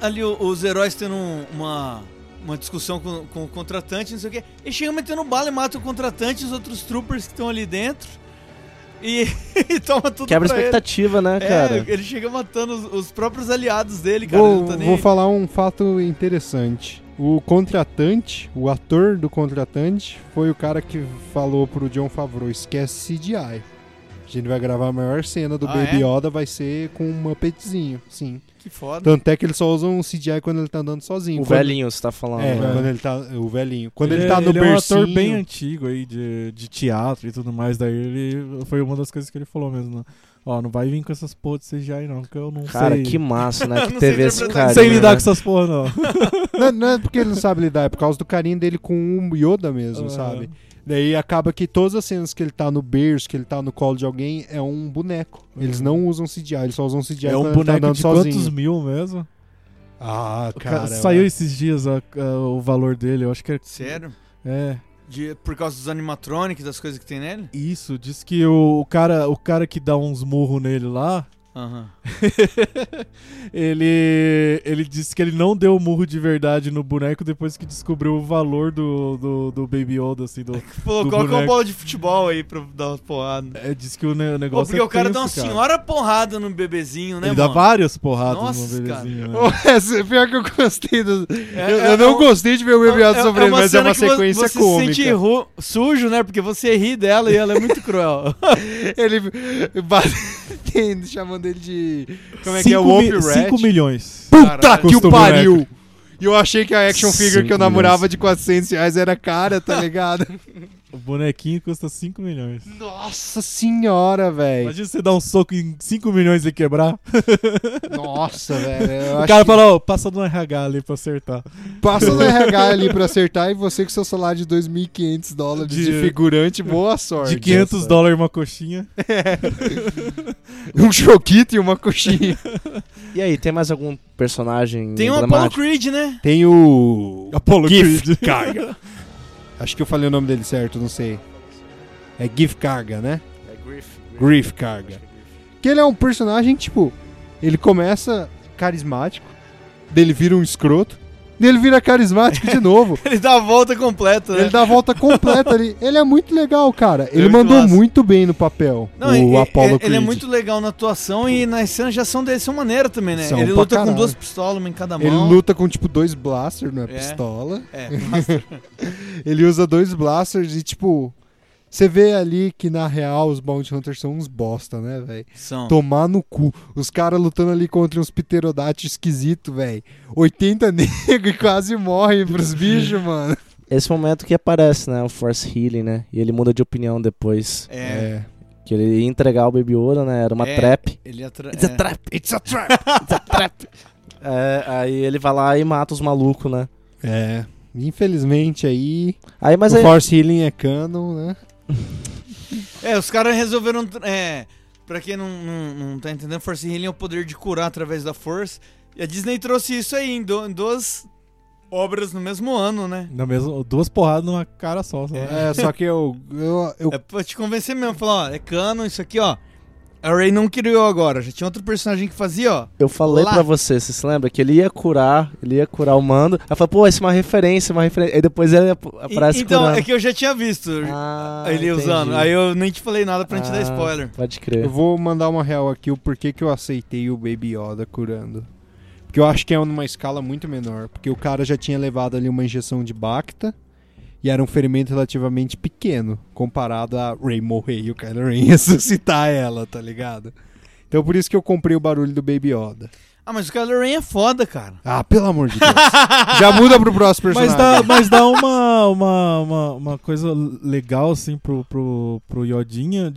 [SPEAKER 1] ali o- os heróis tendo um- uma, uma discussão com, com o contratante, não sei o quê. Ele chega metendo bala e mata o contratante e os outros troopers que estão ali dentro. E, e toma tudo
[SPEAKER 5] Quebra
[SPEAKER 1] pra ele.
[SPEAKER 5] expectativa, né,
[SPEAKER 1] É,
[SPEAKER 5] cara?
[SPEAKER 1] ele chega matando os, os próprios aliados dele, cara. ele
[SPEAKER 3] Vou,
[SPEAKER 1] não tá nem...
[SPEAKER 3] vou falar um fato interessante. O contratante, o ator do contratante, foi o cara que falou pro John Favreau: esquece CGI. A gente vai gravar a maior cena do
[SPEAKER 1] Ah,
[SPEAKER 3] Baby
[SPEAKER 1] é?
[SPEAKER 3] Yoda, vai ser com um Muppetzinho, sim.
[SPEAKER 1] Que foda.
[SPEAKER 3] Tanto é que ele só usa um CGI quando ele tá andando sozinho.
[SPEAKER 5] O
[SPEAKER 3] Quando-
[SPEAKER 5] velhinho, você tá falando.
[SPEAKER 3] É,
[SPEAKER 5] né?
[SPEAKER 3] quando ele tá. O velhinho. Quando ele, tá no
[SPEAKER 4] ele
[SPEAKER 3] bercinho.
[SPEAKER 4] é um ator bem antigo aí de, de teatro e tudo mais. Daí ele foi uma das coisas que ele falou mesmo. né? Ó, não vai vir com essas porra de CGI não, que eu não
[SPEAKER 5] Cara,
[SPEAKER 4] sei.
[SPEAKER 5] que massa, né? Que
[SPEAKER 1] Não sei
[SPEAKER 5] teve esse
[SPEAKER 1] interpretar
[SPEAKER 5] cara.
[SPEAKER 1] isso.
[SPEAKER 4] sem
[SPEAKER 5] né?
[SPEAKER 4] lidar com essas porra não.
[SPEAKER 3] Não, não é porque ele não sabe lidar, é por causa do carinho dele com o Yoda mesmo,
[SPEAKER 4] Aham.
[SPEAKER 3] sabe? Daí acaba que todas as cenas que ele tá no berço, que ele tá no colo de alguém, é um boneco. Eles não usam CGI, eles só usam CGI
[SPEAKER 4] É
[SPEAKER 3] quando
[SPEAKER 4] um
[SPEAKER 3] ele tá
[SPEAKER 4] boneco
[SPEAKER 3] andando
[SPEAKER 4] de
[SPEAKER 3] sozinho.
[SPEAKER 4] quantos mil mesmo?
[SPEAKER 3] Ah,
[SPEAKER 4] O
[SPEAKER 3] cara.
[SPEAKER 4] cara, saiu esses dias a- a- o valor dele, eu acho que é...
[SPEAKER 1] Sério?
[SPEAKER 4] É,
[SPEAKER 1] De- por causa dos animatrônicos, das coisas que tem nele?
[SPEAKER 4] isso. Diz que o, o cara, o cara que dá uns murros nele lá,
[SPEAKER 1] Aham.
[SPEAKER 4] ele, ele disse que ele não deu o murro de verdade no boneco depois que descobriu o valor do, do, do Baby Yoda, assim. Do,
[SPEAKER 1] Pô,
[SPEAKER 4] Do
[SPEAKER 1] coloca uma
[SPEAKER 4] boneco.
[SPEAKER 1] bola de futebol aí pra dar uma porrada.
[SPEAKER 4] é, diz que o ne- o
[SPEAKER 1] Pô,
[SPEAKER 4] negócio
[SPEAKER 1] porque
[SPEAKER 4] é
[SPEAKER 1] o cara dá uma
[SPEAKER 4] tenso, cara.
[SPEAKER 1] senhora porrada no bebezinho, né,
[SPEAKER 4] Ele dá
[SPEAKER 1] mano?
[SPEAKER 4] várias porradas
[SPEAKER 1] Nossa,
[SPEAKER 4] no
[SPEAKER 1] cara.
[SPEAKER 4] bebezinho, né?
[SPEAKER 3] Essa, é pior que eu gostei do. eu,
[SPEAKER 1] é-
[SPEAKER 3] eu não
[SPEAKER 1] é um-
[SPEAKER 3] gostei de ver o Baby Yoda sobre ele, mas é
[SPEAKER 1] cena
[SPEAKER 3] uma
[SPEAKER 1] que vo-
[SPEAKER 3] sequência
[SPEAKER 1] você
[SPEAKER 3] cômica.
[SPEAKER 1] se sente ru- sujo, né? Porque você ri dela e ela é muito cruel.
[SPEAKER 3] Ele batendo, chamando ele de. Como é que é?
[SPEAKER 4] Cinco mi-
[SPEAKER 3] Wolf Rat.
[SPEAKER 4] cinco milhões.
[SPEAKER 3] Puta que o
[SPEAKER 4] Custa o
[SPEAKER 3] pariu! E eu achei que a action
[SPEAKER 5] Cinco
[SPEAKER 3] figure que eu
[SPEAKER 5] milhões.
[SPEAKER 3] namorava de 400 reais era cara, tá ligado?
[SPEAKER 4] O bonequinho custa 5 milhões.
[SPEAKER 3] Nossa senhora, velho.
[SPEAKER 4] Imagina você dar um soco em 5 milhões e quebrar.
[SPEAKER 3] Nossa, velho. eu
[SPEAKER 4] O
[SPEAKER 3] acho
[SPEAKER 4] cara
[SPEAKER 3] que
[SPEAKER 4] fala, ó, passa no RH ali pra acertar.
[SPEAKER 3] Passa no RH ali pra acertar e você com seu salário de 2.500 dólares de,
[SPEAKER 4] De-
[SPEAKER 3] figurante, boa sorte.
[SPEAKER 4] De 500 dólares uma coxinha.
[SPEAKER 3] Um choquito e uma coxinha.
[SPEAKER 5] E aí, tem mais algum personagem
[SPEAKER 1] Tem um Apollo
[SPEAKER 5] emblemático?
[SPEAKER 1] Creed, né?
[SPEAKER 3] Tem o.
[SPEAKER 4] Apollo
[SPEAKER 3] Gift
[SPEAKER 4] Creed.
[SPEAKER 3] Carga. Acho que eu falei o nome dele certo, não sei. É Gif Carga, né?
[SPEAKER 5] É Griff.
[SPEAKER 3] Griff Carga. Que ele é um personagem, tipo, ele começa carismático, dele vira um escroto, E ele vira carismático de novo.
[SPEAKER 1] Ele dá a volta completa, né?
[SPEAKER 3] Ele dá a volta completa ali. Ele é muito legal, cara. Ele
[SPEAKER 1] muito
[SPEAKER 3] mandou
[SPEAKER 1] massa.
[SPEAKER 3] muito bem no papel,
[SPEAKER 1] Não,
[SPEAKER 3] o
[SPEAKER 1] e- e-
[SPEAKER 3] Apollo
[SPEAKER 1] ele,
[SPEAKER 3] Creed.
[SPEAKER 1] é muito legal na atuação e nas cenas de ação dele são maneira também, né?
[SPEAKER 3] São
[SPEAKER 1] ele
[SPEAKER 3] pra
[SPEAKER 1] luta com
[SPEAKER 3] caralho.
[SPEAKER 1] duas pistolas, uma em cada mão.
[SPEAKER 3] Ele luta com, tipo, dois blasters, não é,
[SPEAKER 1] É.
[SPEAKER 3] pistola.
[SPEAKER 1] É, mas-
[SPEAKER 3] Ele usa dois blasters e, tipo... Você vê ali que, na real, os Bounty Hunters são uns bosta, né, velho?
[SPEAKER 1] são.
[SPEAKER 3] Tomar no cu. Os caras lutando ali contra uns pterodátios esquisitos, velho. 80 negros e quase morrem pros bichos, mano.
[SPEAKER 5] Esse momento que aparece, né? O Force Healing, né? E ele muda de opinião depois.
[SPEAKER 1] É,
[SPEAKER 5] Que ele ia entregar o Baby Ouro, né? Era uma
[SPEAKER 1] É.
[SPEAKER 5] trap.
[SPEAKER 1] ele atra...
[SPEAKER 5] It's a
[SPEAKER 1] é.
[SPEAKER 5] trap! It's a trap! It's a trap! É, aí ele vai lá e mata os malucos, né?
[SPEAKER 3] É. Infelizmente aí.
[SPEAKER 5] Aí, mas
[SPEAKER 3] o
[SPEAKER 5] aí.
[SPEAKER 3] Force Healing é canon, né?
[SPEAKER 1] É, os caras resolveram. tr- É, pra quem não, não, não tá entendendo, Force Healing é o poder de curar através da força. E a Disney trouxe isso aí em, do- em duas obras no mesmo ano, né?
[SPEAKER 4] Na mesma, duas porradas numa cara só. sabe?
[SPEAKER 3] É, só que eu. eu, eu
[SPEAKER 1] É pra te convencer mesmo, falar, ó, é canon isso aqui, ó. A Ray não criou agora, já tinha outro personagem que fazia, ó.
[SPEAKER 5] Eu falei
[SPEAKER 1] Lá.
[SPEAKER 5] pra você, você se lembra? Que ele ia curar, ele ia curar o mando. Ela falou, pô, isso é uma referência, uma referência. Aí depois ele ap-
[SPEAKER 1] E-
[SPEAKER 5] aparece
[SPEAKER 1] então,
[SPEAKER 5] curando.
[SPEAKER 1] é que eu já tinha visto
[SPEAKER 5] Ah,
[SPEAKER 1] ele
[SPEAKER 5] entendi.
[SPEAKER 1] usando. Aí eu nem te falei nada pra não te dar
[SPEAKER 5] Ah,
[SPEAKER 1] spoiler.
[SPEAKER 5] Pode
[SPEAKER 3] Eu
[SPEAKER 5] crer.
[SPEAKER 3] vou mandar uma real aqui o porquê que eu aceitei o Baby Yoda curando. Porque eu acho que é numa escala muito menor. Porque o cara já tinha levado ali uma injeção de Bacta. E era um ferimento relativamente pequeno. Comparado a Ray morrer e o Kylo Ren ressuscitar ela, tá ligado? Então por isso que eu comprei o barulho do Baby Yoda.
[SPEAKER 1] Ah, mas o Kylo Ren é foda, cara.
[SPEAKER 3] Ah, pelo amor de Deus. já muda pro próximo
[SPEAKER 4] Mas
[SPEAKER 3] personagem.
[SPEAKER 4] dá, mas dá uma, uma, uma, uma coisa legal, assim, pro, pro, pro Yodinha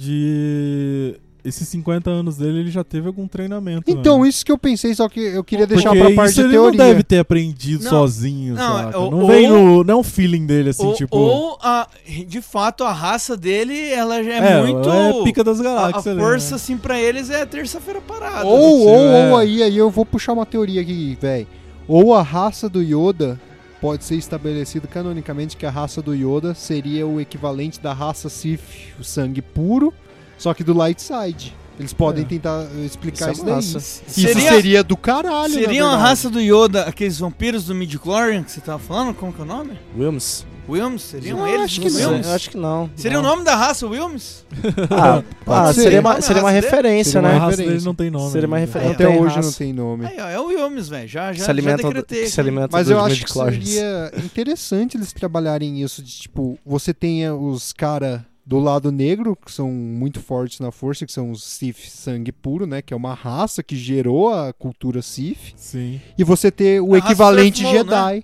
[SPEAKER 4] de. Esses 50 anos dele, ele já teve algum treinamento.
[SPEAKER 3] Então,
[SPEAKER 4] né?
[SPEAKER 3] isso que eu pensei, só que eu queria
[SPEAKER 4] Porque
[SPEAKER 3] deixar pra parte
[SPEAKER 4] isso
[SPEAKER 3] de
[SPEAKER 4] ele
[SPEAKER 3] teoria.
[SPEAKER 4] não deve ter aprendido
[SPEAKER 1] Não,
[SPEAKER 4] sozinho,
[SPEAKER 1] não,
[SPEAKER 4] saca?
[SPEAKER 1] ou-
[SPEAKER 4] não vem
[SPEAKER 1] ou-
[SPEAKER 4] o. Não é um feeling dele, assim,
[SPEAKER 1] ou,
[SPEAKER 4] tipo.
[SPEAKER 1] ou a- de fato, a raça dele, ela já é, muito.
[SPEAKER 4] É pica das
[SPEAKER 1] A-
[SPEAKER 4] galáxias,
[SPEAKER 1] a
[SPEAKER 4] ali,
[SPEAKER 1] força,
[SPEAKER 4] né?
[SPEAKER 1] assim, pra eles é terça-feira parada.
[SPEAKER 3] Ou,
[SPEAKER 4] Tipo,
[SPEAKER 3] ou,
[SPEAKER 4] é.
[SPEAKER 3] ou aí, aí eu vou puxar uma teoria aqui, velho. Ou a raça do Yoda pode ser estabelecido canonicamente que a raça do Yoda seria o equivalente da raça Sith, o sangue puro, só que do light side. Eles podem
[SPEAKER 4] É.
[SPEAKER 3] tentar eh, explicar
[SPEAKER 5] Isso
[SPEAKER 3] isso,
[SPEAKER 5] é
[SPEAKER 3] daí.
[SPEAKER 5] massa.
[SPEAKER 1] Seria-
[SPEAKER 3] Isso seria do caralho,
[SPEAKER 1] Seria
[SPEAKER 3] na
[SPEAKER 1] uma
[SPEAKER 3] verdade.
[SPEAKER 1] raça do Yoda, aqueles vampiros do Midichlorian que você tava falando? Como que é o nome?
[SPEAKER 5] Wilms?
[SPEAKER 1] Wilms? Seriam
[SPEAKER 3] Não,
[SPEAKER 1] eles? os
[SPEAKER 3] acho que
[SPEAKER 5] Não,
[SPEAKER 3] não.
[SPEAKER 1] Wilms?
[SPEAKER 5] Eu acho que não.
[SPEAKER 1] Seria um o
[SPEAKER 5] não.
[SPEAKER 1] nome da raça, Wilms?
[SPEAKER 5] Ah,
[SPEAKER 3] Pode
[SPEAKER 5] ah,
[SPEAKER 3] ser.
[SPEAKER 5] seria,
[SPEAKER 1] Não,
[SPEAKER 5] uma, seria uma
[SPEAKER 1] mas dele-
[SPEAKER 5] referência,
[SPEAKER 3] seria
[SPEAKER 4] A
[SPEAKER 5] né?
[SPEAKER 3] uma
[SPEAKER 4] raça
[SPEAKER 3] referência.
[SPEAKER 4] dele não tem nome.
[SPEAKER 5] Seria uma
[SPEAKER 4] né?
[SPEAKER 5] referência.
[SPEAKER 3] Até hoje
[SPEAKER 5] raça.
[SPEAKER 3] não tem nome.
[SPEAKER 1] Aí, ó, é o Wilms, velho. Já, já,
[SPEAKER 5] se
[SPEAKER 1] já
[SPEAKER 5] alimenta,
[SPEAKER 1] decretei.
[SPEAKER 5] que se alimenta
[SPEAKER 3] Mas
[SPEAKER 5] dos
[SPEAKER 3] eu acho que
[SPEAKER 5] midichlorians.
[SPEAKER 3] seria interessante eles trabalharem isso de tipo, você tenha os cara do lado negro, que são muito fortes na força, que são os Sith sangue puro, né, que é uma raça que gerou a cultura Sith,
[SPEAKER 4] Sim.
[SPEAKER 3] e você ter o
[SPEAKER 1] A raça
[SPEAKER 3] equivalente
[SPEAKER 1] Darth Maul,
[SPEAKER 3] Jedi.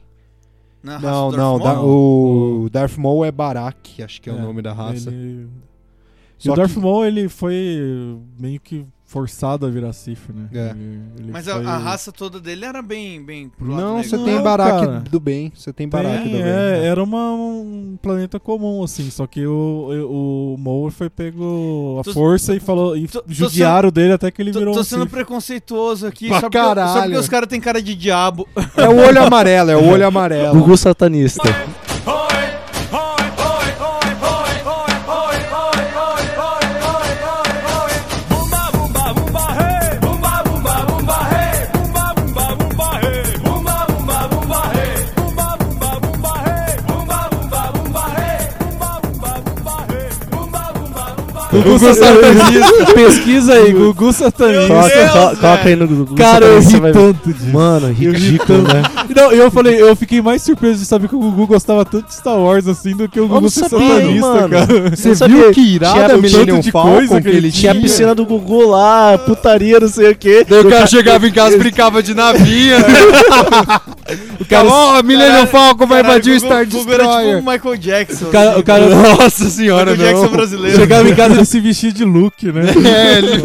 [SPEAKER 1] Na raça
[SPEAKER 3] Não,
[SPEAKER 1] do
[SPEAKER 3] não,
[SPEAKER 1] Darth Maul?
[SPEAKER 3] da- o Darth Maul é Barak, acho que é,
[SPEAKER 4] É,
[SPEAKER 3] o nome da raça.
[SPEAKER 4] Ele... E
[SPEAKER 3] Só
[SPEAKER 4] o Darth
[SPEAKER 3] que-
[SPEAKER 4] Maul, ele foi meio que forçado a virar Sif, né?
[SPEAKER 3] É.
[SPEAKER 4] Ele- ele
[SPEAKER 1] Mas a,
[SPEAKER 4] foi-
[SPEAKER 1] a raça toda dele era bem, bem pro lado
[SPEAKER 3] Não,
[SPEAKER 1] negro.
[SPEAKER 3] você tem
[SPEAKER 4] Não, é,
[SPEAKER 3] Barak
[SPEAKER 4] cara.
[SPEAKER 3] do bem, você
[SPEAKER 4] Tem,
[SPEAKER 3] tem Barak do bem.
[SPEAKER 4] é, era uma- um planeta comum, assim, só que o, o Maul foi pego à
[SPEAKER 1] Tô-
[SPEAKER 4] força e falou. E
[SPEAKER 1] tô- tô
[SPEAKER 4] judiaram dele até que ele
[SPEAKER 1] Tô,
[SPEAKER 4] virou
[SPEAKER 1] tô
[SPEAKER 4] um
[SPEAKER 1] sendo
[SPEAKER 4] Sith.
[SPEAKER 1] preconceituoso aqui,
[SPEAKER 3] Pra
[SPEAKER 1] só porque, só
[SPEAKER 3] caralho.
[SPEAKER 1] porque os caras têm cara de diabo.
[SPEAKER 3] É o olho amarelo, é o olho amarelo.
[SPEAKER 5] Gugu satanista.
[SPEAKER 4] Gugu satanista. Pesquisa aí, Gugu satanista.
[SPEAKER 5] Coloca,
[SPEAKER 1] Deus,
[SPEAKER 5] co- coloca aí no Gugu
[SPEAKER 4] Cara, eu
[SPEAKER 5] satanista,
[SPEAKER 4] ri
[SPEAKER 5] vai ver.
[SPEAKER 4] tanto disso.
[SPEAKER 5] Mano,
[SPEAKER 4] Eu ri
[SPEAKER 5] ridículo,
[SPEAKER 4] tanto.
[SPEAKER 5] né?
[SPEAKER 4] Não, eu falei, eu fiquei mais surpreso de saber que o Gugu gostava tanto de Star Wars assim do que o Gugu
[SPEAKER 5] não
[SPEAKER 4] ser
[SPEAKER 5] sabia,
[SPEAKER 4] satanista,
[SPEAKER 5] mano.
[SPEAKER 4] cara.
[SPEAKER 5] Eu
[SPEAKER 3] Você
[SPEAKER 5] sabia
[SPEAKER 3] viu
[SPEAKER 5] que
[SPEAKER 3] que irada
[SPEAKER 5] tinha
[SPEAKER 3] a
[SPEAKER 5] um
[SPEAKER 3] Millennium
[SPEAKER 4] tanto de
[SPEAKER 3] Falcon
[SPEAKER 4] coisa
[SPEAKER 3] que
[SPEAKER 4] que ele
[SPEAKER 3] ele
[SPEAKER 5] Tinha a
[SPEAKER 3] tinha?
[SPEAKER 5] piscina do Gugu lá, putaria, não sei o quê.
[SPEAKER 3] Daí o cara chegava em casa e brincava de navinha. o cara, ó, Millennium Falcon vai invadir o Star
[SPEAKER 1] Google era
[SPEAKER 3] Destroyer.
[SPEAKER 1] tipo o Michael Jackson.
[SPEAKER 4] O cara, o cara
[SPEAKER 3] Nossa senhora,
[SPEAKER 1] Michael Jackson
[SPEAKER 3] é um não.
[SPEAKER 1] brasileiro.
[SPEAKER 4] chegava em casa e se vestia de Luke, né?
[SPEAKER 3] É, ele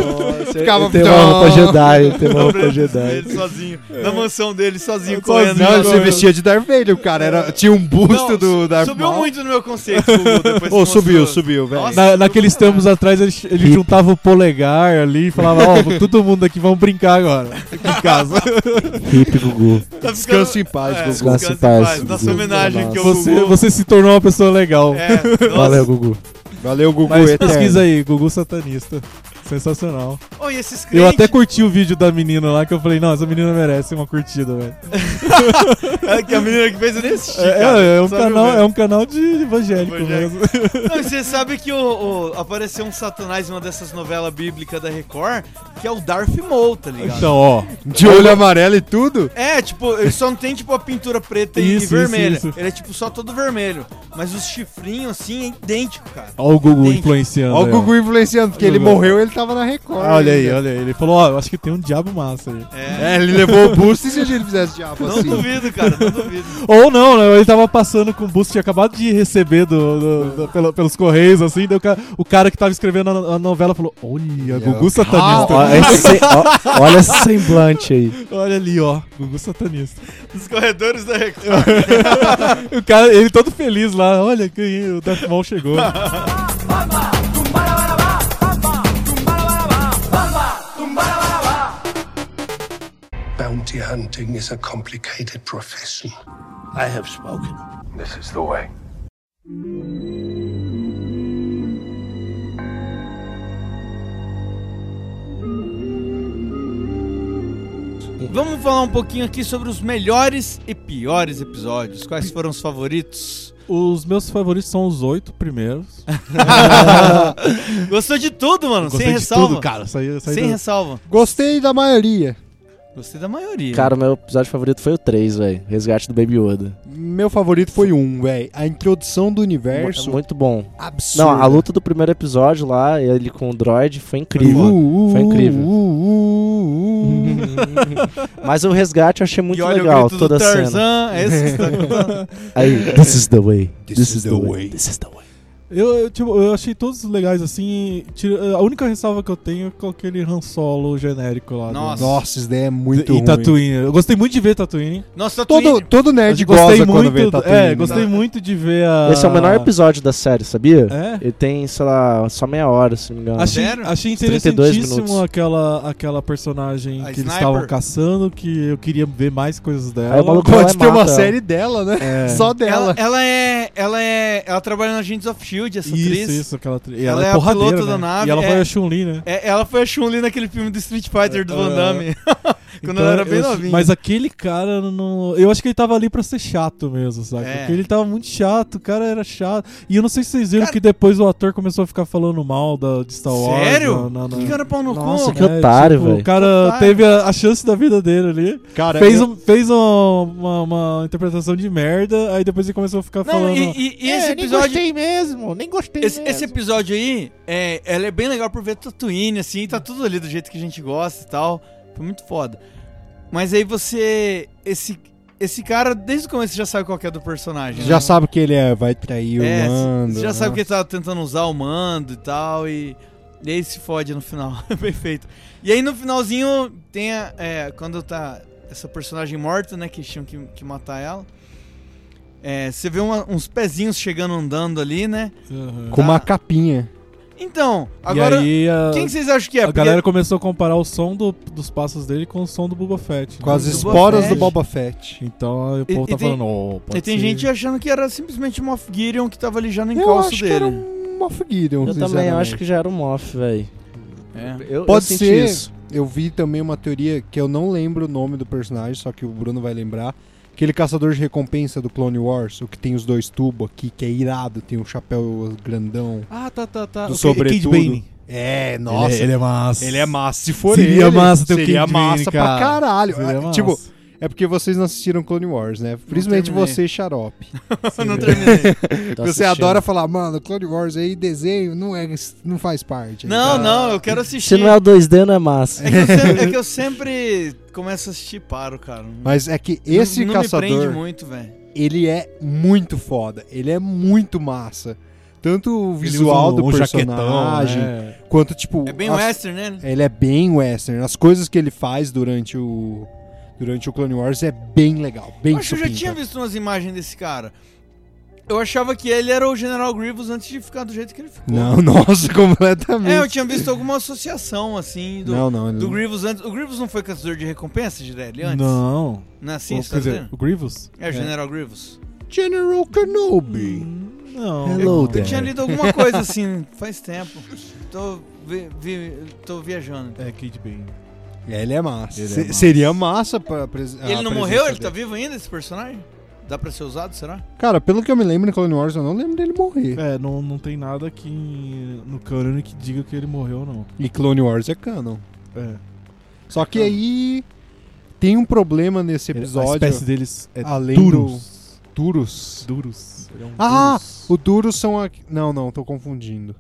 [SPEAKER 3] ficava...
[SPEAKER 5] Tem uma roupa Jedi, tem uma roupa Jedi.
[SPEAKER 1] Ele um sozinho, na mansão dele, sozinho, correndo.
[SPEAKER 4] Sozinho,
[SPEAKER 3] Não, ele se
[SPEAKER 4] Agora-
[SPEAKER 3] vestia de Darth Vader, o cara era, tinha um busto
[SPEAKER 1] Não,
[SPEAKER 3] do Darth
[SPEAKER 1] Subiu
[SPEAKER 3] Maul.
[SPEAKER 1] muito no meu conceito, Google, depois
[SPEAKER 3] Ô,
[SPEAKER 1] que
[SPEAKER 3] subiu,
[SPEAKER 1] mostrou.
[SPEAKER 3] subiu, velho.
[SPEAKER 1] Nossa.
[SPEAKER 4] Na- naqueles tempos atrás ele, ele
[SPEAKER 5] Hip.
[SPEAKER 4] juntava o polegar ali e falava, ó, todo mundo aqui vamos brincar agora. Aqui em casa.
[SPEAKER 5] Hip Gugu.
[SPEAKER 1] Tá
[SPEAKER 3] Descanse em paz, Gugu.
[SPEAKER 5] Descanse em paz,
[SPEAKER 1] Nossa
[SPEAKER 5] Gugu.
[SPEAKER 1] homenagem que eu
[SPEAKER 4] Você, você se tornou uma pessoa legal.
[SPEAKER 1] É, nossa.
[SPEAKER 5] Valeu, Gugu.
[SPEAKER 3] Valeu, Gugu,
[SPEAKER 4] Mas
[SPEAKER 3] eterno.
[SPEAKER 4] pesquisa aí, Gugu satanista. Sensacional.
[SPEAKER 1] Oh, e esses
[SPEAKER 4] Eu
[SPEAKER 1] crentes,
[SPEAKER 4] até curti o vídeo da menina lá que eu falei, não, essa menina merece uma curtida, velho.
[SPEAKER 1] É, que a menina que fez eu nem assisti,
[SPEAKER 4] É,
[SPEAKER 1] cara.
[SPEAKER 4] é, é um
[SPEAKER 1] Só viu
[SPEAKER 4] canal,
[SPEAKER 1] mesmo.
[SPEAKER 4] é um canal de evangélico
[SPEAKER 1] Evangélico.
[SPEAKER 4] mesmo.
[SPEAKER 1] Não, e você sabe que o, o- apareceu um satanás em uma dessas novelas bíblicas da Record, que é o Darth Maul, tá ligado?
[SPEAKER 4] Então, ó.
[SPEAKER 3] De olho amarelo e tudo?
[SPEAKER 1] É, tipo, ele só não tem, tipo, a pintura preta e- e
[SPEAKER 4] Isso, isso,
[SPEAKER 1] vermelha.
[SPEAKER 4] isso.
[SPEAKER 1] Ele é, tipo, só todo vermelho. Mas os chifrinhos, assim, é idêntico, cara.
[SPEAKER 4] Ó o Gugu
[SPEAKER 1] Gente,
[SPEAKER 4] influenciando.
[SPEAKER 3] Ó o
[SPEAKER 4] aí,
[SPEAKER 3] Gugu influenciando, porque ele
[SPEAKER 4] Gugu.
[SPEAKER 3] morreu e ele tava na Record.
[SPEAKER 4] Olha aí,
[SPEAKER 3] ainda.
[SPEAKER 4] olha aí. Ele falou, ó, eu acho que tem um diabo massa aí.
[SPEAKER 1] É,
[SPEAKER 3] É, ele levou o boost e se a gente fizesse diabo
[SPEAKER 1] não
[SPEAKER 3] assim.
[SPEAKER 1] duvido, cara, não duvido.
[SPEAKER 4] Ou não, né? Ele tava passando com o boost, tinha acabado de receber do, do- do- pelo- pelos correios, assim. Daí o ca- o cara que tava escrevendo a, a novela falou: Olha, Gugu
[SPEAKER 5] Ó,
[SPEAKER 4] satanista.
[SPEAKER 5] ó, esse sem- ó, olha esse semblante aí.
[SPEAKER 4] Olha ali, ó, Gugu satanista.
[SPEAKER 1] Os corredores da Record.
[SPEAKER 4] O cara, ele todo feliz lá, olha, ganhei, o Darth Maul chegou.
[SPEAKER 7] Bounty hunting is a complicated profession. I have spoken.
[SPEAKER 8] This is the way.
[SPEAKER 1] Vamos falar um pouquinho aqui sobre os melhores e piores episódios. Quais foram os favoritos?
[SPEAKER 4] Os meus favoritos são os oito primeiros.
[SPEAKER 1] Gostou de tudo, mano,
[SPEAKER 4] Gostei
[SPEAKER 1] sem
[SPEAKER 4] de
[SPEAKER 1] ressalva.
[SPEAKER 4] tudo, cara. Saí, saí
[SPEAKER 1] Sem
[SPEAKER 4] do-
[SPEAKER 1] ressalva.
[SPEAKER 3] Gostei da maioria.
[SPEAKER 1] Gostei da maioria.
[SPEAKER 5] Cara, o meu episódio favorito foi o 3, velho. Resgate do Baby Yoda.
[SPEAKER 3] Meu favorito foi um, velho. A introdução do universo.
[SPEAKER 5] Muito bom.
[SPEAKER 3] absurda.
[SPEAKER 5] Não, a luta do primeiro episódio lá, ele com o droid, foi incrível.
[SPEAKER 3] Uh, uh,
[SPEAKER 5] Foi incrível.
[SPEAKER 3] uh, uh, uh, uh.
[SPEAKER 5] Mas o resgate eu achei muito
[SPEAKER 1] e olha o
[SPEAKER 5] legal,
[SPEAKER 1] grito
[SPEAKER 5] toda a
[SPEAKER 1] do
[SPEAKER 5] cena.
[SPEAKER 1] Tarzan, é esse que você tá contando?
[SPEAKER 5] Aí, this is the way.
[SPEAKER 3] This is the way.
[SPEAKER 5] This is the way.
[SPEAKER 4] Eu, eu, tipo, eu achei todos legais, assim. tira- a única ressalva que eu tenho é com aquele Han Solo genérico lá. do-
[SPEAKER 1] Nossa.
[SPEAKER 3] Nossa, isso daí é muito
[SPEAKER 4] e
[SPEAKER 3] ruim.
[SPEAKER 4] Tatooine. Eu gostei muito de ver Tatooine.
[SPEAKER 1] Nossa,
[SPEAKER 3] Todo,
[SPEAKER 1] Tatooine-
[SPEAKER 3] todo nerd
[SPEAKER 4] Eu gostei
[SPEAKER 3] gosta É quando
[SPEAKER 4] muito,
[SPEAKER 3] vê Tatooine.
[SPEAKER 4] É, gostei
[SPEAKER 3] né?
[SPEAKER 4] muito de ver a.
[SPEAKER 5] Esse é o menor episódio da série, sabia?
[SPEAKER 4] Ah. É?
[SPEAKER 5] Ele tem, sei lá, só meia hora, se não me engano.
[SPEAKER 4] Achei,
[SPEAKER 1] Sério?
[SPEAKER 4] achei
[SPEAKER 5] 32
[SPEAKER 4] interessantíssimo
[SPEAKER 5] minutos.
[SPEAKER 4] aquela, aquela personagem
[SPEAKER 1] A
[SPEAKER 4] que eles
[SPEAKER 1] Sniper.
[SPEAKER 4] estavam caçando, que eu queria ver mais coisas dela.
[SPEAKER 5] Aí o maluco-
[SPEAKER 3] Pode ter
[SPEAKER 5] Ela
[SPEAKER 3] uma
[SPEAKER 5] mata.
[SPEAKER 3] série dela, né?
[SPEAKER 4] É.
[SPEAKER 3] Só dela.
[SPEAKER 1] Ela, ela é. Ela é. Ela trabalha na Agents of Shield, essa atriz.
[SPEAKER 4] Isso, isso, aquela atriz. E
[SPEAKER 1] Ela
[SPEAKER 4] ela,
[SPEAKER 1] é
[SPEAKER 4] é
[SPEAKER 1] a
[SPEAKER 4] porradeira,
[SPEAKER 1] piloto
[SPEAKER 4] né?
[SPEAKER 1] da nave,
[SPEAKER 4] E ela
[SPEAKER 1] é.
[SPEAKER 4] foi a Chun-Li, né?
[SPEAKER 1] É, ela foi a Chun-Li naquele filme do Street Fighter do Van
[SPEAKER 4] Ah.
[SPEAKER 1] Damme. Quando
[SPEAKER 4] Então,
[SPEAKER 1] ela era bem
[SPEAKER 4] eu-
[SPEAKER 1] novinha.
[SPEAKER 4] Mas aquele cara não. Eu acho que ele tava ali pra ser chato mesmo, sabe?
[SPEAKER 1] É.
[SPEAKER 4] Porque ele tava muito chato, o cara era chato. E eu não sei se vocês viram
[SPEAKER 1] Cara-
[SPEAKER 4] que depois o ator começou a ficar falando mal da, de
[SPEAKER 5] Então,
[SPEAKER 4] Star Wars.
[SPEAKER 1] Sério?
[SPEAKER 4] na- na- na-
[SPEAKER 1] Que cara pau no
[SPEAKER 5] Nossa,
[SPEAKER 1] cu.
[SPEAKER 5] que otário, velho. Tá
[SPEAKER 4] O cara
[SPEAKER 1] Otário.
[SPEAKER 4] teve a, a chance da vida dele ali.
[SPEAKER 3] Cara,
[SPEAKER 4] fez
[SPEAKER 3] eu-
[SPEAKER 4] um- fez um- uma, uma interpretação de merda, aí depois ele começou a ficar
[SPEAKER 1] Não,
[SPEAKER 4] falando.
[SPEAKER 1] e, e- e esse episódio.
[SPEAKER 5] É, mesmo, nem gostei
[SPEAKER 1] Esse, esse episódio aí, é, ela é bem legal por ver Tatooine, assim, tá tudo ali do jeito que a gente gosta e tal. Foi muito foda. Mas aí você. Esse, esse cara, desde o começo, já sabe qual que é do personagem.
[SPEAKER 3] Já
[SPEAKER 1] né?
[SPEAKER 3] sabe que ele é, vai trair
[SPEAKER 1] É,
[SPEAKER 3] o mando.
[SPEAKER 1] Você já sabe que
[SPEAKER 3] né?
[SPEAKER 1] ele tava tentando usar o mando e tal, e, e aí se fode no final. É Bem feito. E aí no finalzinho tem a, é, quando tá essa personagem morta, né, que tinham que, que matar ela. É, você vê uma- uns pezinhos chegando andando ali, né?
[SPEAKER 4] Uhum.
[SPEAKER 3] Com uma
[SPEAKER 1] tá.
[SPEAKER 3] capinha.
[SPEAKER 1] Então,
[SPEAKER 4] E
[SPEAKER 1] agora,
[SPEAKER 4] aí a,
[SPEAKER 1] quem que vocês acham que é?
[SPEAKER 4] a
[SPEAKER 1] Porque-
[SPEAKER 4] galera começou a comparar o som do- dos passos dele com o som do Boba Fett.
[SPEAKER 3] Com as
[SPEAKER 4] Do
[SPEAKER 3] esporas do
[SPEAKER 1] Fett.
[SPEAKER 3] Boba Fett.
[SPEAKER 4] Então aí o
[SPEAKER 1] E-
[SPEAKER 4] povo
[SPEAKER 1] e
[SPEAKER 4] tá
[SPEAKER 1] tem-
[SPEAKER 4] falando, "Ó, pode
[SPEAKER 1] e tem
[SPEAKER 4] ser."
[SPEAKER 1] gente achando que era simplesmente o Moff Gideon que tava ali já no
[SPEAKER 3] Eu
[SPEAKER 1] encalço
[SPEAKER 3] acho que era
[SPEAKER 1] dele.
[SPEAKER 3] um Moff Gideon,
[SPEAKER 5] Eu também
[SPEAKER 3] sinceramente.
[SPEAKER 5] acho que já era um Moff, velho.
[SPEAKER 1] É.
[SPEAKER 5] Eu,
[SPEAKER 3] Pode
[SPEAKER 5] eu senti
[SPEAKER 3] ser.
[SPEAKER 5] Isso.
[SPEAKER 3] Eu vi também uma teoria que eu não lembro o nome do personagem, só que o Bruno vai lembrar. Aquele caçador de recompensa do Clone Wars, o que tem os dois tubos aqui, que é irado, tem um chapéu grandão.
[SPEAKER 4] Ah, tá, tá, tá.
[SPEAKER 3] Do
[SPEAKER 4] O Ki-
[SPEAKER 3] sobretudo.
[SPEAKER 4] Kid Bane.
[SPEAKER 3] É,
[SPEAKER 4] Ele é, ele é massa.
[SPEAKER 3] Ele é massa. Se for
[SPEAKER 4] Seria
[SPEAKER 3] ele,
[SPEAKER 4] massa ter o
[SPEAKER 3] seria
[SPEAKER 4] Kid Bane,
[SPEAKER 3] massa pra
[SPEAKER 4] cara.
[SPEAKER 3] caralho.
[SPEAKER 4] Seria
[SPEAKER 3] Ah,
[SPEAKER 4] massa.
[SPEAKER 3] Tipo, é porque vocês não assistiram Clone Wars, né? Principalmente
[SPEAKER 1] terminei.
[SPEAKER 3] você, xarope.
[SPEAKER 1] não terminei.
[SPEAKER 5] Tô
[SPEAKER 3] Você
[SPEAKER 5] assistindo.
[SPEAKER 3] adora falar, mano, Clone Wars aí, desenho, não, é, não faz parte.
[SPEAKER 1] não, não, eu quero assistir.
[SPEAKER 5] Se não é o 2D, não é massa.
[SPEAKER 1] É que eu sempre, é que eu sempre começo a assistir e paro, cara.
[SPEAKER 3] Mas é que esse
[SPEAKER 1] não, não me prende
[SPEAKER 3] caçador,
[SPEAKER 1] muito, velho.
[SPEAKER 3] ele é muito foda. Ele é muito massa. Tanto o
[SPEAKER 4] Ele usa
[SPEAKER 3] visual
[SPEAKER 4] um-
[SPEAKER 3] do
[SPEAKER 4] um jaquetão,
[SPEAKER 3] personagem,
[SPEAKER 4] né?
[SPEAKER 3] quanto, tipo...
[SPEAKER 1] É bem
[SPEAKER 3] as-
[SPEAKER 1] western, né?
[SPEAKER 3] Ele é bem western. As coisas que ele faz durante o... Durante o Clone Wars é bem legal, bem
[SPEAKER 1] Eu acho que eu já
[SPEAKER 3] supimpa.
[SPEAKER 1] tinha visto umas imagens desse cara. Eu achava que ele era o General Grievous antes de ficar do jeito que ele ficou.
[SPEAKER 3] Não, nossa,
[SPEAKER 1] É, eu
[SPEAKER 3] completamente.
[SPEAKER 1] tinha visto alguma associação, assim, do,
[SPEAKER 3] não, não, ele
[SPEAKER 1] do
[SPEAKER 3] não-
[SPEAKER 1] Grievous antes. O Grievous não foi caçador de recompensa, Girelli, antes?
[SPEAKER 4] Não.
[SPEAKER 1] Não é assim,
[SPEAKER 4] Ou,
[SPEAKER 1] você
[SPEAKER 4] quer
[SPEAKER 1] tá
[SPEAKER 4] dizer,
[SPEAKER 3] é.
[SPEAKER 1] dizendo?
[SPEAKER 4] o Grievous?
[SPEAKER 1] É o General Grievous.
[SPEAKER 3] General Kenobi.
[SPEAKER 4] Não.
[SPEAKER 5] Hello
[SPEAKER 1] Eu
[SPEAKER 5] there.
[SPEAKER 1] tinha lido alguma coisa assim, faz tempo. Tô, vi- vi- tô viajando.
[SPEAKER 4] É Kid Bane.
[SPEAKER 3] Ele é massa.
[SPEAKER 4] Ele é
[SPEAKER 3] Se-
[SPEAKER 4] massa.
[SPEAKER 3] Seria massa pra presen- Ah, a
[SPEAKER 1] ele não
[SPEAKER 3] presença
[SPEAKER 1] morreu? Ele tá
[SPEAKER 3] dele.
[SPEAKER 1] vivo ainda, esse personagem? Dá pra ser usado, será?
[SPEAKER 3] Cara, pelo que eu me lembro em Clone Wars, eu não lembro dele morrer.
[SPEAKER 4] É, não, não tem nada aqui no canon que diga que ele morreu, não.
[SPEAKER 3] E Clone Wars é canon.
[SPEAKER 4] É.
[SPEAKER 3] Só que aí tem um problema nesse
[SPEAKER 4] A
[SPEAKER 3] episódio.
[SPEAKER 4] espécie deles é
[SPEAKER 3] além
[SPEAKER 4] duros.
[SPEAKER 3] Duros.
[SPEAKER 4] Duros.
[SPEAKER 3] Ah, o duros são a... Não, não, tô confundindo.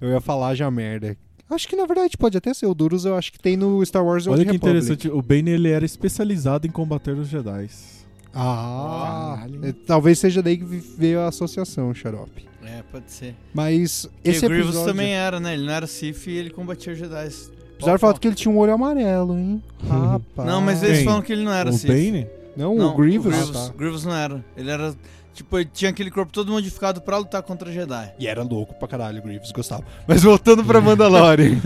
[SPEAKER 3] Eu ia falar já merda. Acho que na verdade pode até ser o duros, eu acho que tem no Star Wars Old
[SPEAKER 4] Olha que
[SPEAKER 3] Republic.
[SPEAKER 4] interessante, o Bane ele era especializado em combater os Jedi.
[SPEAKER 3] Ah,
[SPEAKER 4] Caralho.
[SPEAKER 3] é, talvez seja daí que vi- veio a associação, xarope.
[SPEAKER 1] É, pode ser.
[SPEAKER 3] Mas
[SPEAKER 1] Esse
[SPEAKER 3] esse
[SPEAKER 1] o Grievous
[SPEAKER 3] episódio...
[SPEAKER 1] também era, né? Ele não era Sif e ele combatia os Jedi.
[SPEAKER 3] Apesar do fato que ele tinha um olho amarelo, hein? Rapaz.
[SPEAKER 1] Não, mas eles
[SPEAKER 4] Quem?
[SPEAKER 1] falam que ele não era
[SPEAKER 4] o
[SPEAKER 1] Sif.
[SPEAKER 4] Bane?
[SPEAKER 3] Não,
[SPEAKER 1] Não,
[SPEAKER 3] o Grievous.
[SPEAKER 1] Grievous,
[SPEAKER 3] Ah, tá.
[SPEAKER 1] Grievous não era. Ele era. Tipo, ele tinha aquele corpo todo modificado pra lutar contra Jedi.
[SPEAKER 3] E era louco pra caralho, o Grievous gostava. Mas voltando pra Mandalorian.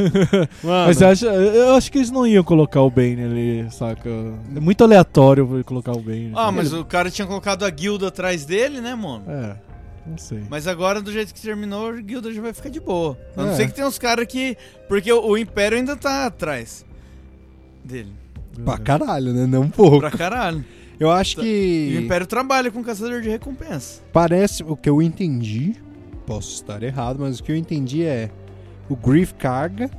[SPEAKER 3] Mano,
[SPEAKER 4] Mas eu acho, eu acho que eles não iam colocar o Bane ali, saca? É muito aleatório colocar o Bane.
[SPEAKER 1] Ah, mas o cara tinha colocado a guilda atrás dele, né, mano?
[SPEAKER 4] É, não sei.
[SPEAKER 1] Mas agora, do jeito que terminou, a guilda já vai ficar de boa. A não
[SPEAKER 3] É.
[SPEAKER 1] ser que tem uns caras que. Porque o, o Império ainda tá atrás dele.
[SPEAKER 3] pra caralho, né? Não pouco.
[SPEAKER 1] Pra caralho.
[SPEAKER 3] Eu acho
[SPEAKER 1] E o
[SPEAKER 3] que
[SPEAKER 1] Império trabalha com caçador de recompensa.
[SPEAKER 3] parece o que eu entendi. Posso estar errado, mas o que eu entendi é o Grief carga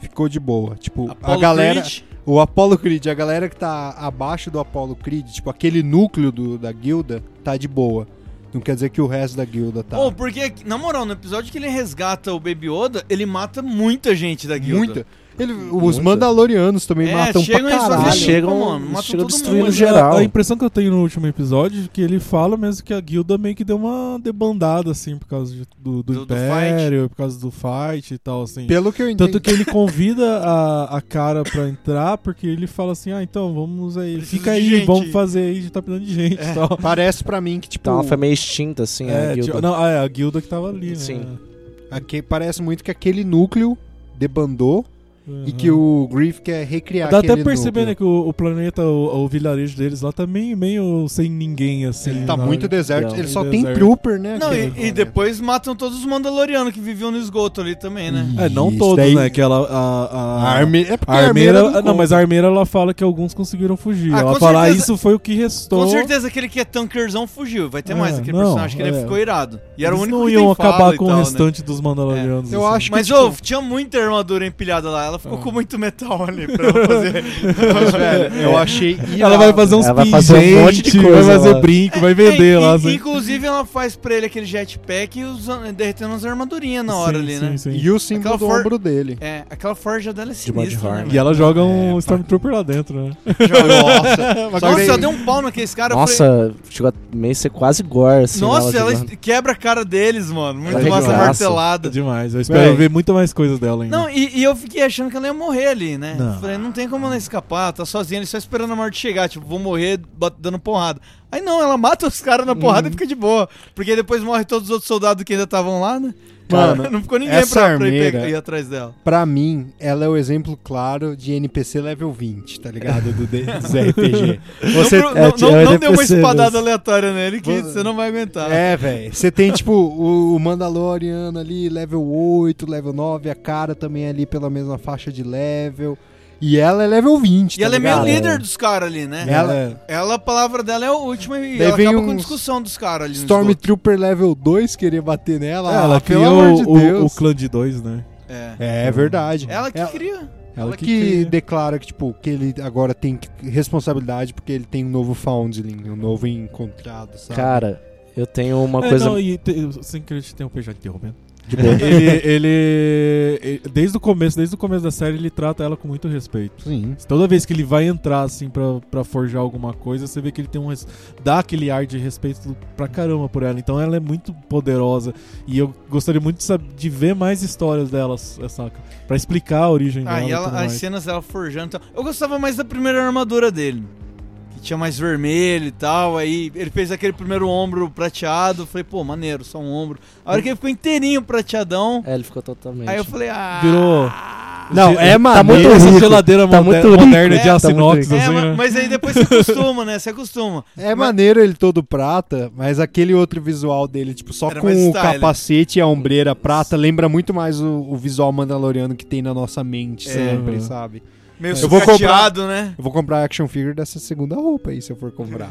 [SPEAKER 3] ficou de boa. Tipo, a
[SPEAKER 1] Apollo
[SPEAKER 3] galera,
[SPEAKER 1] Creed,
[SPEAKER 3] o Apollo Creed, a galera que tá abaixo do Apollo Creed, tipo aquele núcleo do- da guilda tá de boa. Não quer dizer que o resto da guilda tá.
[SPEAKER 1] Pô, porque, na moral, no episódio que ele resgata o Baby Yoda, ele mata muita gente da guilda.
[SPEAKER 3] Muita. Ele- os
[SPEAKER 5] Muita.
[SPEAKER 3] mandalorians também
[SPEAKER 1] É,
[SPEAKER 3] matam pra
[SPEAKER 1] chegam e só
[SPEAKER 3] caralho.
[SPEAKER 1] deixam-
[SPEAKER 5] chegam,
[SPEAKER 1] mano, matam
[SPEAKER 5] chegam
[SPEAKER 1] todo mundo,
[SPEAKER 5] destruindo
[SPEAKER 1] mas
[SPEAKER 5] geral.
[SPEAKER 4] A, a impressão que eu tenho no último episódio é que ele fala mesmo que a guilda meio que deu uma debandada, assim, por causa de- do, do,
[SPEAKER 1] Do- do
[SPEAKER 4] Império, por causa do fight e tal, assim.
[SPEAKER 3] Pelo que eu entendi.
[SPEAKER 4] Tanto que ele convida a, a cara pra entrar, porque ele fala assim, ah, então vamos aí,
[SPEAKER 1] Preciso
[SPEAKER 4] fica
[SPEAKER 1] de
[SPEAKER 4] aí,
[SPEAKER 1] gente."
[SPEAKER 4] vamos fazer aí, a gente tá precisando de gente e tal.
[SPEAKER 3] Parece pra mim que, tipo,
[SPEAKER 5] Então ela foi meio extinta, assim,
[SPEAKER 4] É,
[SPEAKER 5] a guilda.
[SPEAKER 4] tipo, não, ah, é a guilda que tava ali, né?
[SPEAKER 5] Sim.
[SPEAKER 3] aque- parece muito que aquele núcleo debandou
[SPEAKER 4] Uhum.
[SPEAKER 3] e que o Grief quer recriar
[SPEAKER 4] Dá até
[SPEAKER 3] aquele
[SPEAKER 4] pra perceber, né,
[SPEAKER 3] núcleo.
[SPEAKER 4] que o, o planeta, o, o vilarejo deles lá tá meio, meio sem ninguém, assim.
[SPEAKER 3] Ele tá
[SPEAKER 4] né?
[SPEAKER 3] muito deserto.
[SPEAKER 5] Não,
[SPEAKER 3] ele só
[SPEAKER 4] é
[SPEAKER 3] tem
[SPEAKER 4] deserto.
[SPEAKER 3] trooper, né?
[SPEAKER 1] Não,
[SPEAKER 3] aquele
[SPEAKER 1] e- e,
[SPEAKER 3] planeta.
[SPEAKER 1] depois matam todos os Mandalorianos que viviam no esgoto ali também, né?
[SPEAKER 4] É, não
[SPEAKER 3] Isso
[SPEAKER 4] todos,
[SPEAKER 3] daí-
[SPEAKER 4] né, que ela... a- a-
[SPEAKER 3] A arme... É porque
[SPEAKER 4] A armeira, ah,
[SPEAKER 3] não,
[SPEAKER 4] não,
[SPEAKER 3] conta.
[SPEAKER 4] mas a armeira ela fala que alguns conseguiram fugir.
[SPEAKER 1] Ah,
[SPEAKER 4] ela
[SPEAKER 1] com
[SPEAKER 4] fala,
[SPEAKER 1] certeza-
[SPEAKER 4] ah, isso foi o que restou.
[SPEAKER 1] Com certeza aquele que é tankerzão fugiu. Vai ter
[SPEAKER 4] É,
[SPEAKER 1] mais aquele
[SPEAKER 4] não,
[SPEAKER 1] personagem que ele
[SPEAKER 4] é.
[SPEAKER 1] ficou irado. E era
[SPEAKER 4] Eles
[SPEAKER 1] o único
[SPEAKER 4] não
[SPEAKER 1] que
[SPEAKER 4] iam
[SPEAKER 1] tem fala
[SPEAKER 4] acabar
[SPEAKER 1] e
[SPEAKER 4] com
[SPEAKER 1] tal,
[SPEAKER 4] o
[SPEAKER 1] né?
[SPEAKER 4] restante dos Mandalorianos.
[SPEAKER 3] Eu
[SPEAKER 4] assim. Ah.
[SPEAKER 3] acho que,
[SPEAKER 1] Mas,
[SPEAKER 3] tipo,
[SPEAKER 1] ô, tinha um muita armadura empilhada lá. Ela ficou com muito metal ali pra ela fazer.
[SPEAKER 3] mas, velho, eu
[SPEAKER 1] É.
[SPEAKER 3] achei irado.
[SPEAKER 4] Ela vai fazer uns
[SPEAKER 5] Ela vai fazer um
[SPEAKER 4] pingentes,
[SPEAKER 5] monte de coisa
[SPEAKER 4] vai fazer um
[SPEAKER 5] lá.
[SPEAKER 4] brinco, vai vender
[SPEAKER 1] É,
[SPEAKER 4] lá.
[SPEAKER 1] e-
[SPEAKER 4] assim.
[SPEAKER 1] Inclusive, ela faz pra ele aquele jetpack e usando, derretendo umas armadurinhas na
[SPEAKER 4] Sim,
[SPEAKER 1] hora ali,
[SPEAKER 4] sim,
[SPEAKER 1] né?
[SPEAKER 4] sim.
[SPEAKER 3] E o símbolo
[SPEAKER 1] Aquela
[SPEAKER 3] do
[SPEAKER 1] for-
[SPEAKER 3] ombro dele.
[SPEAKER 1] É, aquela forja dela é
[SPEAKER 5] mão de
[SPEAKER 1] sinistra, né,
[SPEAKER 5] harm.
[SPEAKER 1] velho?
[SPEAKER 4] E ela joga um Stormtrooper lá dentro, né?
[SPEAKER 3] Nossa. Só
[SPEAKER 1] Nossa,
[SPEAKER 3] que-
[SPEAKER 1] eu dei um pau naqueles caras. eu falei,
[SPEAKER 5] Nossa, chegou a meio ser quase gore, assim.
[SPEAKER 1] Nossa, ela
[SPEAKER 5] jogando.
[SPEAKER 1] quebra a cara deles, mano. Muito
[SPEAKER 5] Ela
[SPEAKER 1] massa,
[SPEAKER 5] regaça.
[SPEAKER 4] É
[SPEAKER 1] martelada.
[SPEAKER 4] demais. Eu espero
[SPEAKER 3] Véi.
[SPEAKER 4] ver muito mais coisas dela ainda.
[SPEAKER 1] Não, e, e eu fiquei achando que ela ia morrer ali, né?
[SPEAKER 4] Não.
[SPEAKER 1] Falei, não tem como ela escapar, tá sozinha, ele só esperando a morte chegar, tipo, vou morrer bat- dando porrada. Aí não, ela mata os caras na porrada
[SPEAKER 3] Uhum.
[SPEAKER 1] e fica de boa. Porque depois morre todos os outros soldados que ainda estavam lá, né?
[SPEAKER 3] Mano,
[SPEAKER 1] não ficou ninguém
[SPEAKER 3] essa
[SPEAKER 1] pra, pra ir,
[SPEAKER 3] armeira-
[SPEAKER 1] pegar- ir atrás dela.
[SPEAKER 3] Pra mim, ela é o exemplo claro de NPC level 20, tá ligado? Do D- dos RPG. Você
[SPEAKER 1] não
[SPEAKER 5] é,
[SPEAKER 1] não- não-
[SPEAKER 5] é
[SPEAKER 1] não deu uma
[SPEAKER 5] NPC
[SPEAKER 1] espadada
[SPEAKER 5] mesmo.
[SPEAKER 1] aleatória nele que
[SPEAKER 3] Vou-
[SPEAKER 1] você não vai aguentar.
[SPEAKER 3] É, velho. Você tem, tipo, o, o Mandaloriano ali, level 8, level 9, a cara também é ali pela mesma faixa de level. E ela é level 20,
[SPEAKER 1] E
[SPEAKER 3] tá
[SPEAKER 1] ela é meio
[SPEAKER 3] ligado?
[SPEAKER 1] líder dos caras ali, né?
[SPEAKER 3] Ela
[SPEAKER 1] Ela, a palavra dela é a última e
[SPEAKER 3] Daí
[SPEAKER 1] ela
[SPEAKER 3] vem
[SPEAKER 1] acaba com
[SPEAKER 3] uns
[SPEAKER 1] discussão dos caras ali. no esgoto.
[SPEAKER 3] Stormtrooper level 2 querer bater nela.
[SPEAKER 4] ela
[SPEAKER 3] ah, pelo
[SPEAKER 4] criou
[SPEAKER 3] amor de
[SPEAKER 4] o, o
[SPEAKER 3] Deus.
[SPEAKER 4] clã de dois, né?
[SPEAKER 1] É.
[SPEAKER 3] É verdade.
[SPEAKER 1] Ela que
[SPEAKER 3] ela,
[SPEAKER 1] cria.
[SPEAKER 3] ela que,
[SPEAKER 4] cria.
[SPEAKER 3] declara que, tipo, que ele agora tem que- responsabilidade porque ele tem um novo Foundling, um novo encontrado, sabe?
[SPEAKER 5] Cara, eu tenho uma
[SPEAKER 4] É,
[SPEAKER 5] coisa.
[SPEAKER 4] não, e te- eu- sem querer te interromper, já te interrompendo. ele, ele, ele- Desde o começo, desde o começo da série, ele trata ela com muito respeito.
[SPEAKER 3] Sim.
[SPEAKER 4] Toda vez que ele vai entrar, assim, pra, pra forjar alguma coisa, você vê que ele tem um. res- dá aquele ar de respeito pra caramba por ela. Então ela é muito poderosa. E eu gostaria muito de, sab- de ver mais histórias dela, é, saca? Pra explicar a origem
[SPEAKER 1] Ah,
[SPEAKER 4] dela.
[SPEAKER 1] e
[SPEAKER 4] e
[SPEAKER 1] ela-
[SPEAKER 4] tudo
[SPEAKER 1] as
[SPEAKER 4] mais.
[SPEAKER 1] cenas dela forjando. e tal. Eu gostava mais da primeira armadura dele. Que tinha mais vermelho e tal. Aí ele fez aquele primeiro ombro prateado. eu Falei, pô, maneiro, só um ombro. A hora que ele ficou inteirinho prateadão.
[SPEAKER 5] É, ele ficou totalmente.
[SPEAKER 1] Aí eu falei, ah.
[SPEAKER 4] Virou.
[SPEAKER 3] Não, é
[SPEAKER 5] Tá muito
[SPEAKER 3] maneiro.
[SPEAKER 5] rico.
[SPEAKER 4] geladeira
[SPEAKER 5] Tá
[SPEAKER 4] moder-
[SPEAKER 5] muito rico.
[SPEAKER 4] moderna de
[SPEAKER 1] É,
[SPEAKER 4] aço
[SPEAKER 5] tá muito
[SPEAKER 4] inox,
[SPEAKER 5] rico.
[SPEAKER 1] É,
[SPEAKER 4] assim,
[SPEAKER 1] ma-
[SPEAKER 4] né?
[SPEAKER 1] mas aí depois você acostuma, né? Você acostuma.
[SPEAKER 3] É maneiro ele todo prata, mas aquele outro visual dele, tipo, só
[SPEAKER 1] Era
[SPEAKER 3] com
[SPEAKER 1] mais
[SPEAKER 3] o
[SPEAKER 1] style.
[SPEAKER 3] capacete e a ombreira prata, lembra muito mais o, o visual mandaloriano que tem na nossa mente sempre, sabe?
[SPEAKER 1] Meio
[SPEAKER 3] Eu vou comprar-
[SPEAKER 1] sucateado, né?
[SPEAKER 3] Eu vou comprar action figure dessa segunda roupa aí, se eu for comprar.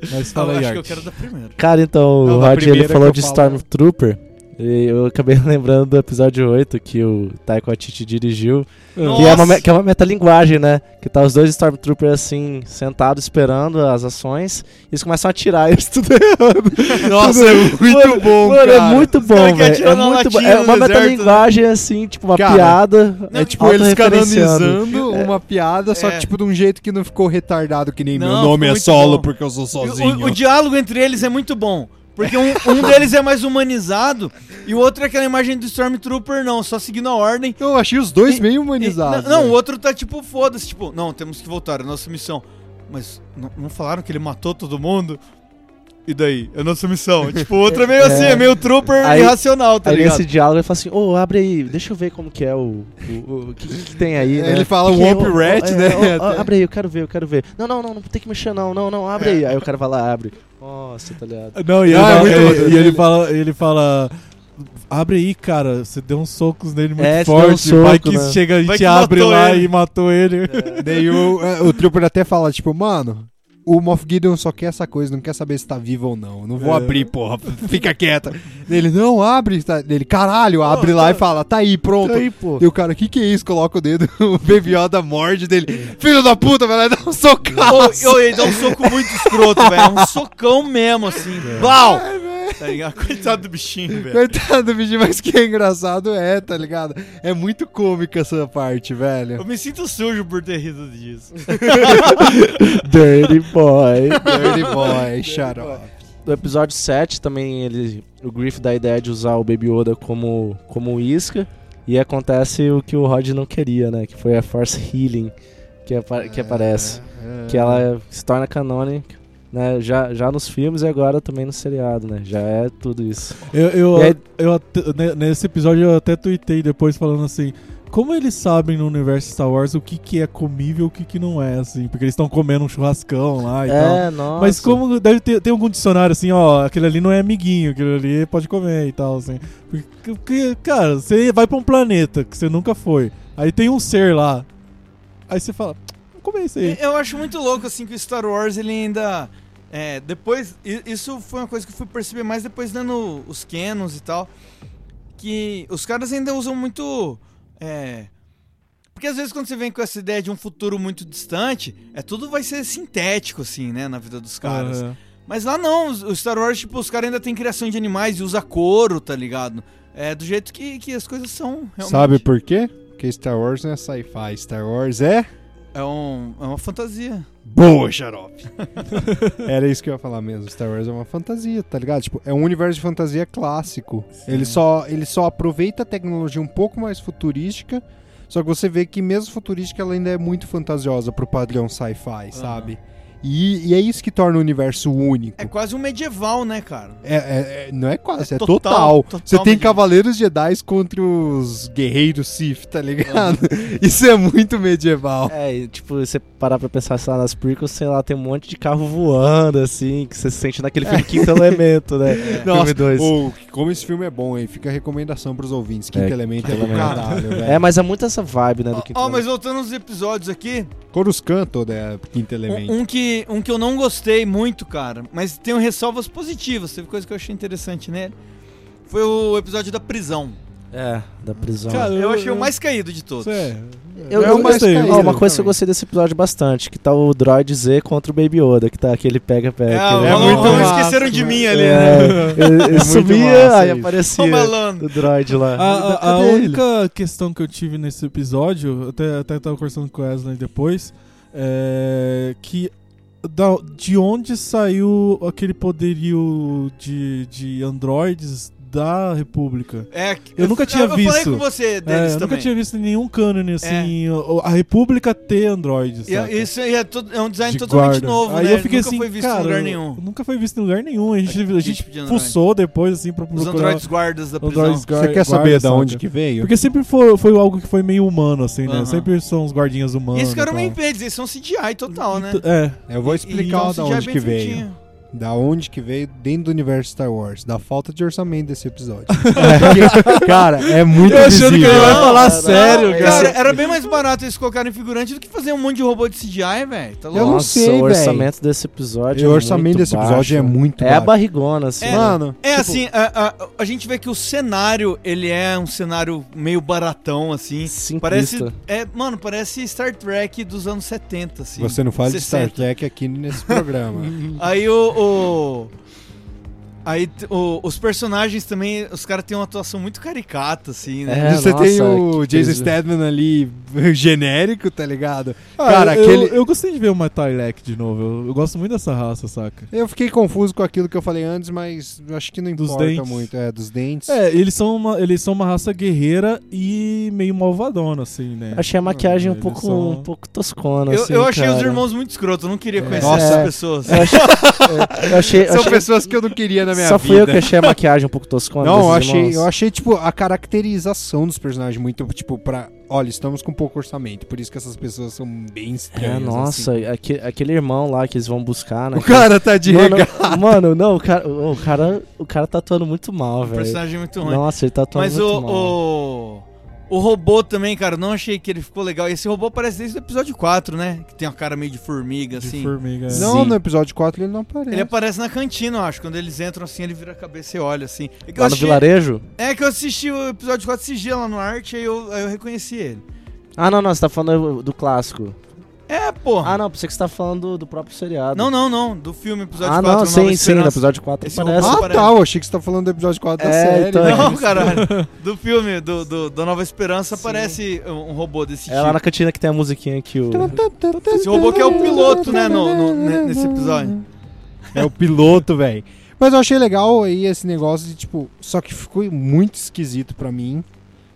[SPEAKER 4] Mas
[SPEAKER 1] Eu
[SPEAKER 4] fala aí,
[SPEAKER 1] Então, acho que eu
[SPEAKER 4] Art.
[SPEAKER 1] quero da primeira.
[SPEAKER 5] Cara, então,
[SPEAKER 3] Não,
[SPEAKER 5] o
[SPEAKER 3] na
[SPEAKER 5] Rod ele
[SPEAKER 3] primeira
[SPEAKER 5] falou
[SPEAKER 3] que
[SPEAKER 5] de
[SPEAKER 3] eu falo- né?
[SPEAKER 5] Stormtrooper. E eu acabei lembrando do episódio 8 que o Taiko Atiti dirigiu. Que é, uma, me- que é uma metalinguagem, né? Que tá os dois Stormtroopers assim, sentados esperando as ações. E eles começam a atirar e eles tudo errando.
[SPEAKER 3] Nossa, é muito bom,
[SPEAKER 5] Mano,
[SPEAKER 3] cara.
[SPEAKER 5] é muito bom,
[SPEAKER 1] caras que
[SPEAKER 5] velho.
[SPEAKER 1] atiram
[SPEAKER 5] É,
[SPEAKER 1] na
[SPEAKER 5] muito bom.
[SPEAKER 1] latinha
[SPEAKER 5] é
[SPEAKER 1] no
[SPEAKER 5] uma
[SPEAKER 1] deserto,
[SPEAKER 5] metalinguagem assim, tipo uma
[SPEAKER 3] né? Cara,
[SPEAKER 5] piada.
[SPEAKER 1] não,
[SPEAKER 5] é,
[SPEAKER 3] Tipo, eles
[SPEAKER 5] autorreferenciando.
[SPEAKER 3] canonizando uma piada, só
[SPEAKER 1] É.
[SPEAKER 3] que, tipo, de um jeito que não ficou retardado, que nem
[SPEAKER 1] Não,
[SPEAKER 3] meu nome
[SPEAKER 1] ficou
[SPEAKER 3] é
[SPEAKER 1] muito
[SPEAKER 3] solo
[SPEAKER 1] bom.
[SPEAKER 3] porque eu sou
[SPEAKER 1] O-
[SPEAKER 3] sozinho.
[SPEAKER 1] O, o diálogo entre eles é muito bom. Porque um, um deles é mais humanizado e o outro é aquela imagem do Stormtrooper, não, só seguindo a ordem.
[SPEAKER 3] assim. Eu achei os dois meio
[SPEAKER 1] E-
[SPEAKER 3] humanizados.
[SPEAKER 1] não, não, o
[SPEAKER 3] né?
[SPEAKER 1] outro tá tipo, foda-se, tipo, não, temos que voltar, é nossa missão. Mas não, não falaram que ele matou todo mundo? E daí? É nossa missão. Tipo, o outro é meio assim, é meio trooper
[SPEAKER 5] Aí-
[SPEAKER 1] irracional, tá
[SPEAKER 5] Aí
[SPEAKER 1] ligado?
[SPEAKER 5] nesse diálogo ele fala assim, ô, abre aí, deixa eu ver como que é o... o, o- o que, que tem aí,
[SPEAKER 3] É,
[SPEAKER 5] né?
[SPEAKER 3] ele fala
[SPEAKER 5] Que
[SPEAKER 3] um
[SPEAKER 5] que-
[SPEAKER 3] Womp
[SPEAKER 5] ô, ô,
[SPEAKER 3] Rat,
[SPEAKER 5] é,
[SPEAKER 3] né?
[SPEAKER 5] ô, ó, abre aí, eu quero ver, eu quero ver. Não, não, não, não tem que mexer não, não, não, abre aí. Aí o cara vai lá, abre. Nossa, tá ligado?
[SPEAKER 4] Não, e,
[SPEAKER 3] Ah,
[SPEAKER 4] ele,
[SPEAKER 3] é muito
[SPEAKER 4] e-
[SPEAKER 3] bom.
[SPEAKER 4] e ele fala, ele fala. Abre aí, cara. Você deu uns socos nele muito
[SPEAKER 5] É, você deu um
[SPEAKER 4] forte. vai
[SPEAKER 5] soco,
[SPEAKER 4] que
[SPEAKER 5] né?
[SPEAKER 4] chega, a
[SPEAKER 1] Vai
[SPEAKER 4] gente
[SPEAKER 1] que
[SPEAKER 4] abre
[SPEAKER 1] matou
[SPEAKER 4] lá
[SPEAKER 1] ele."
[SPEAKER 4] e matou ele.
[SPEAKER 3] Daí o, é, o Trooper até fala, tipo, mano, o Moff Gideon só quer essa coisa, não quer saber se tá vivo ou não. Não vou
[SPEAKER 4] É.
[SPEAKER 3] abrir, porra. Fica quieta. Daí Ele, não, abre. Tá, daí ele, caralho, abre lá e fala, tá aí, pronto.
[SPEAKER 5] Aí, pô.
[SPEAKER 3] E o cara, o que que é isso? Coloca o dedo, o Baby Yoda morde dele. Filho da puta, vai lá e dá um
[SPEAKER 1] Ô,
[SPEAKER 3] socão.
[SPEAKER 1] ô, ele dá um soco muito escroto, velho. É um socão mesmo, assim. Blau! Tá ligado? Coitado do bichinho, velho.
[SPEAKER 3] Coitado do bichinho, mas que é engraçado é, tá ligado? É muito cômica essa parte, velho.
[SPEAKER 1] Eu me sinto sujo por ter rido disso.
[SPEAKER 5] Dirty boy.
[SPEAKER 3] Dirty boy, xarope.
[SPEAKER 5] No episódio 7 também ele, o Griff dá a ideia de usar o Baby Yoda como, como isca. E acontece o que o Rod não queria, né? Que foi a Force Healing que, apa- que aparece. Que ela se torna canônica, né? Já, já nos filmes e agora também no seriado, né? Já é tudo isso.
[SPEAKER 4] Eu, eu,
[SPEAKER 5] E aí-
[SPEAKER 4] eu até- ne- nesse episódio eu até tuitei depois falando assim. Como eles sabem no universo Star Wars o que, que é comível e o que, que não é, assim? Porque eles estão comendo um churrascão lá e tal.
[SPEAKER 5] é, nossa.
[SPEAKER 4] Mas como deve ter tem algum dicionário assim, ó, aquele ali não é amiguinho, aquele ali pode comer e tal, assim. Porque, porque, cara, você vai pra um planeta que você nunca foi, aí tem um ser lá, aí você fala, vou comer isso aí.
[SPEAKER 1] Eu acho muito louco, assim, que o Star Wars, ele ainda... É, depois... i- Isso foi uma coisa que eu fui perceber mais depois dando os canons e tal. Que os caras ainda usam muito... É... Porque às vezes quando você vem com essa ideia de um futuro muito distante, é tudo vai ser sintético, assim, né? Na vida dos caras.
[SPEAKER 4] Aham.
[SPEAKER 1] Mas lá não, os- o Star Wars, tipo, os caras ainda tem criação de animais e usa couro, tá ligado? É do jeito que, que as coisas são, realmente.
[SPEAKER 3] Sabe por quê? Porque Star Wars não é sci-fi, Star Wars é
[SPEAKER 1] É, um, é uma fantasia.
[SPEAKER 3] boa, xarope. Era isso que eu ia falar mesmo. Star Wars é uma fantasia, tá ligado? Tipo, é um universo de fantasia clássico. Ele só, ele só aproveita a tecnologia um pouco mais futurística. Só que você vê que mesmo futurística ela ainda é muito fantasiosa pro padrão sci-fi, sabe? E, e é isso que torna o universo único.
[SPEAKER 1] É quase um medieval, né, cara?
[SPEAKER 3] É, é- é- não é quase,
[SPEAKER 1] É
[SPEAKER 3] é,
[SPEAKER 1] total,
[SPEAKER 3] total.
[SPEAKER 1] total
[SPEAKER 3] Você tem
[SPEAKER 1] medieval.
[SPEAKER 3] cavaleiros Jedi contra os guerreiros Sith, tá ligado? Isso é muito medieval.
[SPEAKER 5] É, e, tipo, você parar pra pensar, sei lá, nas prequels, sei lá, tem um monte de carro voando, assim, que você se sente naquele filme Quinto Elemento, né? filme 2.
[SPEAKER 3] ô, como esse filme é bom, hein? Fica a recomendação pros ouvintes. Quinto
[SPEAKER 5] É,
[SPEAKER 3] Elemento é do
[SPEAKER 5] Elemento.
[SPEAKER 3] caralho,
[SPEAKER 5] É,
[SPEAKER 3] velho.
[SPEAKER 5] mas é muito essa vibe, né, do Quinto
[SPEAKER 1] Ó,
[SPEAKER 5] Elemento.
[SPEAKER 1] mas voltando aos episódios aqui,
[SPEAKER 3] Coruscant toda é Quinto Elemento.
[SPEAKER 1] um, um que, um que eu não gostei muito, cara, mas tem ressalvas positivas, teve coisa que eu achei interessante nele. Foi o episódio da prisão.
[SPEAKER 5] É, da prisão.
[SPEAKER 4] Cara,
[SPEAKER 1] Eu achei o mais caído de
[SPEAKER 4] Isso
[SPEAKER 1] todos.
[SPEAKER 4] é.
[SPEAKER 5] Eu,
[SPEAKER 3] É
[SPEAKER 5] eu
[SPEAKER 3] o mais
[SPEAKER 5] gostei.
[SPEAKER 3] caído
[SPEAKER 5] Ó, uma coisa que eu
[SPEAKER 3] também.
[SPEAKER 5] gostei desse episódio bastante, que tá o Droid Z contra o Baby Yoda, que tá aquele pega-pega.
[SPEAKER 1] É,
[SPEAKER 5] aquele-
[SPEAKER 1] o-
[SPEAKER 3] é
[SPEAKER 1] o-
[SPEAKER 3] muito
[SPEAKER 1] o-
[SPEAKER 3] massa,
[SPEAKER 1] esqueceram de mim ali, né?
[SPEAKER 5] É, ele- ele
[SPEAKER 3] muito
[SPEAKER 5] sumia,
[SPEAKER 3] massa
[SPEAKER 5] aí
[SPEAKER 3] isso.
[SPEAKER 4] é-
[SPEAKER 1] Ô,
[SPEAKER 5] aparecia
[SPEAKER 1] malandro.
[SPEAKER 5] o Droid lá.
[SPEAKER 4] A, a- a
[SPEAKER 3] Cadê ele?
[SPEAKER 4] única questão que eu tive nesse episódio, eu até, até tava conversando com o Wesley depois, é que da- de onde saiu aquele poderio de, de androides da República.
[SPEAKER 1] É,
[SPEAKER 4] Eu nunca tinha
[SPEAKER 1] eu falei
[SPEAKER 4] visto.
[SPEAKER 1] com você
[SPEAKER 4] É, eu
[SPEAKER 1] deles
[SPEAKER 4] nunca
[SPEAKER 1] também. É.
[SPEAKER 4] tinha visto nenhum cânone assim, o- a República ter Android,
[SPEAKER 1] E é-
[SPEAKER 4] sabe?
[SPEAKER 1] isso aí é, todo- é um design totalmente novo,
[SPEAKER 4] Aí
[SPEAKER 1] né?
[SPEAKER 4] eu fiquei
[SPEAKER 1] nunca
[SPEAKER 4] assim,
[SPEAKER 1] foi visto
[SPEAKER 4] cara,
[SPEAKER 1] em lugar nenhum.
[SPEAKER 4] Nunca foi visto em lugar nenhum. A gente, a gente
[SPEAKER 1] tipo de Android.
[SPEAKER 4] fuçou depois, assim, pra
[SPEAKER 1] Os
[SPEAKER 4] procurar...
[SPEAKER 1] androides guardas da prisão.
[SPEAKER 4] Androids guar-
[SPEAKER 3] Você quer saber
[SPEAKER 4] guarda,
[SPEAKER 3] da onde
[SPEAKER 4] sabe?
[SPEAKER 3] que veio?
[SPEAKER 4] Porque sempre foi, foi algo que foi meio humano, assim, né?
[SPEAKER 1] Aham.
[SPEAKER 4] Sempre são os guardinhas humanos.
[SPEAKER 1] Isso que eu não
[SPEAKER 4] e
[SPEAKER 1] me
[SPEAKER 4] tal.
[SPEAKER 1] impede, um eles são CGI total, é né?
[SPEAKER 4] É,
[SPEAKER 3] Eu vou
[SPEAKER 1] é
[SPEAKER 3] explicar
[SPEAKER 1] um CGI
[SPEAKER 3] da onde
[SPEAKER 1] bem
[SPEAKER 3] que veio.
[SPEAKER 1] feitinho.
[SPEAKER 3] Da onde que veio dentro do universo Star Wars. Da falta de orçamento desse episódio. cara, é muito
[SPEAKER 4] Eu achando que
[SPEAKER 3] visível.
[SPEAKER 4] ele vai falar
[SPEAKER 5] Não,
[SPEAKER 4] sério,
[SPEAKER 5] não,
[SPEAKER 4] cara.
[SPEAKER 1] Cara, era bem mais barato eles colocarem figurante do que fazer um monte de robô de CGI, velho. Tá
[SPEAKER 3] Eu
[SPEAKER 1] louco?
[SPEAKER 3] não
[SPEAKER 5] Nossa,
[SPEAKER 3] sei,
[SPEAKER 5] o
[SPEAKER 3] véi.
[SPEAKER 5] orçamento desse episódio
[SPEAKER 3] E o
[SPEAKER 5] é
[SPEAKER 3] orçamento
[SPEAKER 5] muito
[SPEAKER 3] desse
[SPEAKER 5] baixo.
[SPEAKER 3] episódio é muito
[SPEAKER 5] É a
[SPEAKER 3] baixo.
[SPEAKER 5] barrigona, assim.
[SPEAKER 1] É.
[SPEAKER 5] né?
[SPEAKER 3] Mano,
[SPEAKER 1] É, assim, a, a- a gente vê que o cenário, ele é um cenário meio baratão, assim.
[SPEAKER 5] Simplista.
[SPEAKER 1] Parece. É, mano, parece Star Trek dos anos 70, assim.
[SPEAKER 3] você não fala de Star
[SPEAKER 1] 60.
[SPEAKER 3] Trek aqui nesse programa.
[SPEAKER 1] Aí o. o- Aí t- o- os personagens também, os caras têm uma atuação muito caricata, assim, né?
[SPEAKER 5] É,
[SPEAKER 3] você tem
[SPEAKER 5] nossa,
[SPEAKER 3] o
[SPEAKER 5] que
[SPEAKER 3] Jason
[SPEAKER 5] coisa.
[SPEAKER 3] Statham ali genérico, tá ligado?
[SPEAKER 4] Ah,
[SPEAKER 3] Cara,
[SPEAKER 4] eu,
[SPEAKER 3] aquele.
[SPEAKER 4] eu, eu gostei de ver uma Tyrek de novo. Eu, eu gosto muito dessa raça, saca?
[SPEAKER 3] Eu fiquei confuso com aquilo que eu falei antes, mas eu acho que não
[SPEAKER 4] Dos
[SPEAKER 3] importa
[SPEAKER 4] dentes.
[SPEAKER 3] muito. É, dos dentes.
[SPEAKER 4] É, eles são, uma, eles são uma raça guerreira e meio malvadona, assim, né?
[SPEAKER 5] Achei a maquiagem um
[SPEAKER 4] Eles
[SPEAKER 5] pouco,
[SPEAKER 4] são-
[SPEAKER 5] um pouco toscona,
[SPEAKER 1] Eu,
[SPEAKER 5] assim,
[SPEAKER 1] eu achei os
[SPEAKER 5] cara.
[SPEAKER 1] irmãos muito escroto, eu não queria conhecer
[SPEAKER 3] Nossa.
[SPEAKER 1] essas
[SPEAKER 5] É.
[SPEAKER 1] pessoas.
[SPEAKER 5] Eu achei... eu achei, eu
[SPEAKER 3] São
[SPEAKER 5] achei-
[SPEAKER 3] pessoas que eu não queria na minha
[SPEAKER 5] Só fui
[SPEAKER 3] vida.
[SPEAKER 5] eu que achei a maquiagem um pouco toscona.
[SPEAKER 3] Não, eu
[SPEAKER 5] desses
[SPEAKER 3] achei,
[SPEAKER 5] irmãos.
[SPEAKER 3] eu achei, tipo, a caracterização dos personagens muito, tipo, pra. Olha, estamos com pouco orçamento, por isso que essas pessoas são bem
[SPEAKER 5] É,
[SPEAKER 3] estranhas.
[SPEAKER 5] nossa,
[SPEAKER 3] assim.
[SPEAKER 5] aque- aquele irmão lá que eles vão buscar, né?
[SPEAKER 3] O cara tá de
[SPEAKER 5] mano,
[SPEAKER 3] rega.
[SPEAKER 5] mano, não, o cara, o cara, o cara tá atuando muito mal,
[SPEAKER 1] O
[SPEAKER 5] velho.
[SPEAKER 1] personagem é muito ruim.
[SPEAKER 5] Nossa, ele tá atuando
[SPEAKER 1] Mas
[SPEAKER 5] muito
[SPEAKER 1] o,
[SPEAKER 5] mal.
[SPEAKER 1] o. O robô também, cara, eu não achei que ele ficou legal. Esse robô aparece desde o episódio 4, né? Que tem uma cara meio de formiga,
[SPEAKER 4] de
[SPEAKER 1] assim.
[SPEAKER 4] formiga. é.
[SPEAKER 3] Não,
[SPEAKER 5] Sim.
[SPEAKER 3] no episódio 4 ele não aparece.
[SPEAKER 1] Ele aparece na cantina, eu acho. Quando eles entram assim, ele vira a cabeça e olha, assim. É que, eu
[SPEAKER 5] Lá no
[SPEAKER 1] assisti,
[SPEAKER 5] vilarejo?
[SPEAKER 1] é que eu assisti o episódio 4 esses dias lá no Arte, aí eu, aí eu reconheci ele.
[SPEAKER 5] Ah, não, não, você tá falando do clássico.
[SPEAKER 1] É, porra.
[SPEAKER 5] Ah, não, pensei que você tá falando do próprio seriado.
[SPEAKER 1] não, não, não. Do filme, episódio
[SPEAKER 5] ah,
[SPEAKER 1] 4,
[SPEAKER 5] não,
[SPEAKER 1] Nova
[SPEAKER 5] sim, sim, no
[SPEAKER 1] Esperança.
[SPEAKER 5] episódio 4
[SPEAKER 1] Esse é
[SPEAKER 5] aparece.
[SPEAKER 1] robô-
[SPEAKER 3] Ah,
[SPEAKER 1] aparece.
[SPEAKER 3] tá, eu achei que você tá falando do episódio 4 da
[SPEAKER 5] É,
[SPEAKER 3] série.
[SPEAKER 5] então,
[SPEAKER 3] né?
[SPEAKER 5] é
[SPEAKER 1] Não, caralho. Do filme, do, do- da Nova Esperança, aparece um um robô desse
[SPEAKER 5] É lá na cantina que tem a musiquinha que o...
[SPEAKER 1] tipo. Esse robô que é o piloto, né, no, no- ne- nesse episódio.
[SPEAKER 3] É o piloto, velho. Mas eu achei legal aí esse negócio de, tipo, só que ficou muito esquisito pra mim.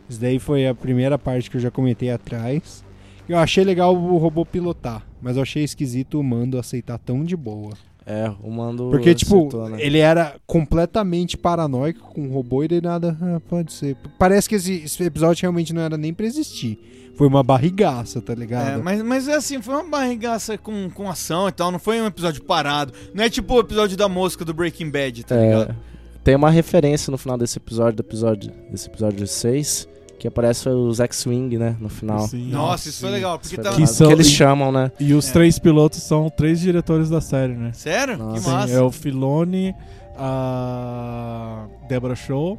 [SPEAKER 3] Isso daí foi a primeira parte que eu já comentei atrás. Eu achei legal o robô pilotar, mas eu achei esquisito o mando aceitar tão de boa.
[SPEAKER 5] É, o mando...
[SPEAKER 3] Porque, tipo,
[SPEAKER 5] acertou, né?
[SPEAKER 3] ele era completamente paranoico com o robô e ele nada. "Ah, pode ser. Parece que esse, esse episódio realmente não era nem pra existir. Foi uma barrigaça, tá
[SPEAKER 1] É,
[SPEAKER 3] ligado?
[SPEAKER 1] mas, mas é assim, foi uma barrigaça com, com ação e tal, não foi um episódio parado. Não é tipo o episódio da mosca do Breaking Bad, tá ligado?
[SPEAKER 5] É, tem uma referência no final desse episódio, do episódio desse episódio 6, que aparece os X-Wing, né, no final.
[SPEAKER 4] Sim.
[SPEAKER 1] Nossa, isso foi legal, porque
[SPEAKER 5] Isso foi
[SPEAKER 1] tá...
[SPEAKER 5] danado.
[SPEAKER 4] Que
[SPEAKER 5] que,
[SPEAKER 4] são-
[SPEAKER 5] eles chamam, né?
[SPEAKER 4] E os
[SPEAKER 1] É.
[SPEAKER 4] três pilotos são três diretores da série, né?
[SPEAKER 1] Sério?
[SPEAKER 5] Nossa.
[SPEAKER 1] que
[SPEAKER 5] Sim,
[SPEAKER 1] massa.
[SPEAKER 4] É o Filone, a Deborah Shaw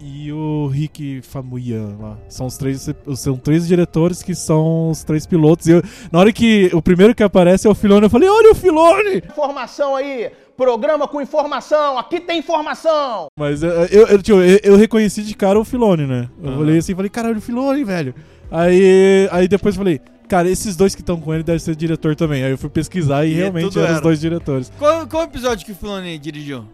[SPEAKER 4] e o Rick Famuyiwa lá. São os três, são três diretores que são os três pilotos. E eu- na hora que o primeiro que aparece é o Filone, eu falei: "Olha o Filone!"
[SPEAKER 10] Informação aí, programa com informação, aqui tem informação.
[SPEAKER 4] Mas eu, eu, eu, tipo, eu- eu reconheci de cara o Filone, né? Eu
[SPEAKER 1] Aham.
[SPEAKER 4] falei assim, falei: "Caralho, o Filone, velho". Aí aí depois eu falei: Cara, esses dois que estão com ele devem ser diretor também. Aí eu fui pesquisar e,
[SPEAKER 1] E
[SPEAKER 4] realmente
[SPEAKER 1] tudo
[SPEAKER 4] eram
[SPEAKER 1] era.
[SPEAKER 4] os dois diretores.
[SPEAKER 1] Qual, qual episódio que o Filoni dirigiu?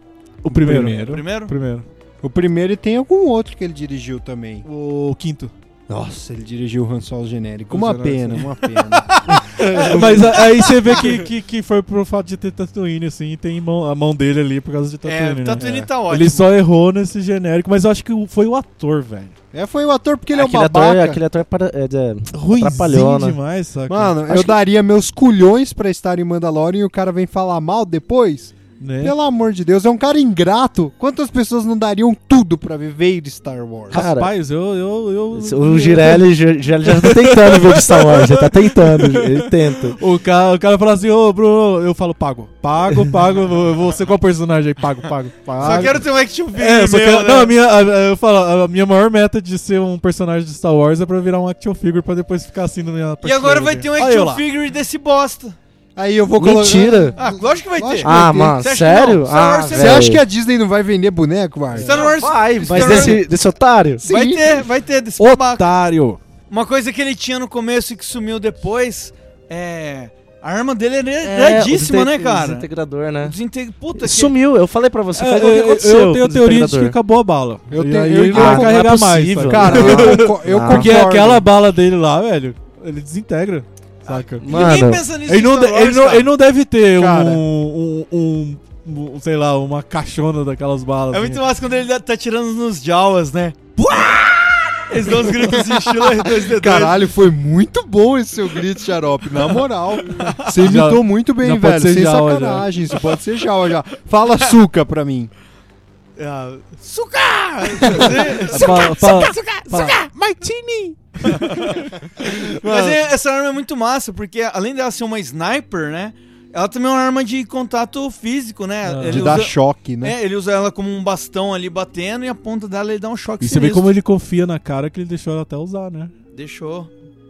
[SPEAKER 4] O primeiro.
[SPEAKER 1] O primeiro?
[SPEAKER 4] O primeiro.
[SPEAKER 3] O primeiro e tem algum outro que ele dirigiu também.
[SPEAKER 4] O quinto.
[SPEAKER 3] Nossa, ele dirigiu o Han Solo genérico.
[SPEAKER 4] Han
[SPEAKER 3] Uma
[SPEAKER 4] Solo
[SPEAKER 3] pena,
[SPEAKER 4] genérico.
[SPEAKER 3] uma pena.
[SPEAKER 4] É, Mas a- aí você vê que, que, que foi pro fato de ter Tatooine, assim, e tem mão- a mão dele ali por causa de Tatooine.
[SPEAKER 1] é,
[SPEAKER 4] né?
[SPEAKER 1] Tatooine
[SPEAKER 3] É.
[SPEAKER 1] tá ótimo.
[SPEAKER 4] Ele só errou nesse genérico, mas eu acho que o- foi o ator, velho.
[SPEAKER 3] É, foi o ator porque ele é
[SPEAKER 5] aquele,
[SPEAKER 3] um babaca.
[SPEAKER 5] ator, aquele ator é para, é, de-
[SPEAKER 4] Ruimzinho
[SPEAKER 5] Atrapalhou, né?
[SPEAKER 4] demais, saca?
[SPEAKER 3] Mano,
[SPEAKER 5] Acho
[SPEAKER 3] eu
[SPEAKER 5] que-
[SPEAKER 3] daria meus culhões pra estar em Mandalorian e o cara vem falar mal depois?
[SPEAKER 4] né?
[SPEAKER 3] Pelo amor de Deus, é um cara ingrato. Quantas pessoas não dariam tudo pra viver de Star Wars?
[SPEAKER 5] Cara,
[SPEAKER 4] Rapaz, eu... eu, eu
[SPEAKER 5] O Girelli, Gi- Girelli já tá tentando ver de Star Wars, já tá tentando, ele tenta.
[SPEAKER 4] O cara, o cara fala assim, ô, Bruno, eu falo, pago, pago, pago, eu vou- eu vou ser qual personagem aí, pago, pago, pago.
[SPEAKER 3] Ah,
[SPEAKER 1] Só quero ter um action figure
[SPEAKER 4] É, eu só
[SPEAKER 1] meu,
[SPEAKER 4] quero-
[SPEAKER 1] né?
[SPEAKER 4] Não, a minha, a- a- eu falo, a- a minha maior meta de ser um personagem de Star Wars é pra eu virar um action figure pra depois ficar assim na minha
[SPEAKER 1] E agora vai ter um
[SPEAKER 4] Aí eu
[SPEAKER 1] action
[SPEAKER 4] lá.
[SPEAKER 1] figure desse bosta.
[SPEAKER 3] Aí eu vou colocar.
[SPEAKER 5] Mentira!
[SPEAKER 1] Ah, lógico que vai
[SPEAKER 3] Lógico
[SPEAKER 1] ter.
[SPEAKER 3] que vai
[SPEAKER 5] Ah,
[SPEAKER 3] ter.
[SPEAKER 5] mano,
[SPEAKER 1] Você acha que não?
[SPEAKER 5] sério?
[SPEAKER 1] Star
[SPEAKER 5] Ah,
[SPEAKER 1] Wars é-
[SPEAKER 3] Você acha
[SPEAKER 5] velho.
[SPEAKER 3] que a Disney não vai vender boneco, Marcos?
[SPEAKER 1] Star Wars...
[SPEAKER 5] Vai,
[SPEAKER 1] Star
[SPEAKER 5] mas
[SPEAKER 1] Wars-
[SPEAKER 5] desse, desse otário?
[SPEAKER 1] Vai ter, vai ter desse babaca.
[SPEAKER 4] Otário!
[SPEAKER 1] Uma coisa que ele tinha no começo e que sumiu depois é. A arma dele era
[SPEAKER 5] É, o
[SPEAKER 1] iradíssima,
[SPEAKER 5] desinte-
[SPEAKER 1] né, cara?
[SPEAKER 5] Desintegrador, né?
[SPEAKER 1] Desinte... Puta que...
[SPEAKER 5] Sumiu, eu falei pra você.
[SPEAKER 4] É,
[SPEAKER 5] foi o que
[SPEAKER 4] eu,
[SPEAKER 5] aconteceu
[SPEAKER 4] eu tenho a
[SPEAKER 5] com o
[SPEAKER 4] teoria de
[SPEAKER 5] desintegrador.
[SPEAKER 4] que acabou a bala.
[SPEAKER 3] Eu
[SPEAKER 4] E
[SPEAKER 3] tenho-
[SPEAKER 4] aí
[SPEAKER 3] eu-
[SPEAKER 4] ele
[SPEAKER 3] ah,
[SPEAKER 4] vai
[SPEAKER 3] não é
[SPEAKER 4] carregar mais. sabe?
[SPEAKER 5] possível.
[SPEAKER 3] Cara, eu, conco- eu
[SPEAKER 5] Ah.
[SPEAKER 3] concordo.
[SPEAKER 4] Porque aquela bala dele lá, velho, ele desintegra, saca?
[SPEAKER 1] Ninguém
[SPEAKER 5] Mano,
[SPEAKER 1] pensa nisso
[SPEAKER 4] Ele
[SPEAKER 1] em
[SPEAKER 4] não, de-
[SPEAKER 1] Ah, Star Wars,
[SPEAKER 4] ele, não,
[SPEAKER 1] cara.
[SPEAKER 4] ele não deve ter
[SPEAKER 3] Cara.
[SPEAKER 4] um, um, um- um- Sei lá, uma caixona daquelas balas.
[SPEAKER 1] É
[SPEAKER 4] assim.
[SPEAKER 1] muito massa quando ele tá tirando nos Jawas, né? Eles dão uns gritos em estilo R2D2.
[SPEAKER 3] Caralho, foi muito bom esse seu grito, Xarope, na moral. Você
[SPEAKER 4] Já-
[SPEAKER 3] imitou muito bem,
[SPEAKER 4] já pode
[SPEAKER 3] velho,
[SPEAKER 4] ser
[SPEAKER 3] sem
[SPEAKER 4] Jawa já.
[SPEAKER 3] sacanagem. Isso pode ser Jawa já. Fala açúcar pra mim.
[SPEAKER 1] Ah, Tá
[SPEAKER 4] A bala- fala- fala-
[SPEAKER 1] Mas é- essa arma é muito massa, porque além dela ser uma sniper, né? Ela também é uma arma de contato físico, né?
[SPEAKER 4] Ah.
[SPEAKER 1] Ele
[SPEAKER 3] De
[SPEAKER 1] usa-
[SPEAKER 3] dar choque, né?
[SPEAKER 1] É, ele usa ela como um bastão ali batendo e a ponta dela ele dá um choque
[SPEAKER 4] E você vê
[SPEAKER 1] sinistro.
[SPEAKER 4] como ele confia na cara que ele deixou ela até usar, né?
[SPEAKER 1] Deixou.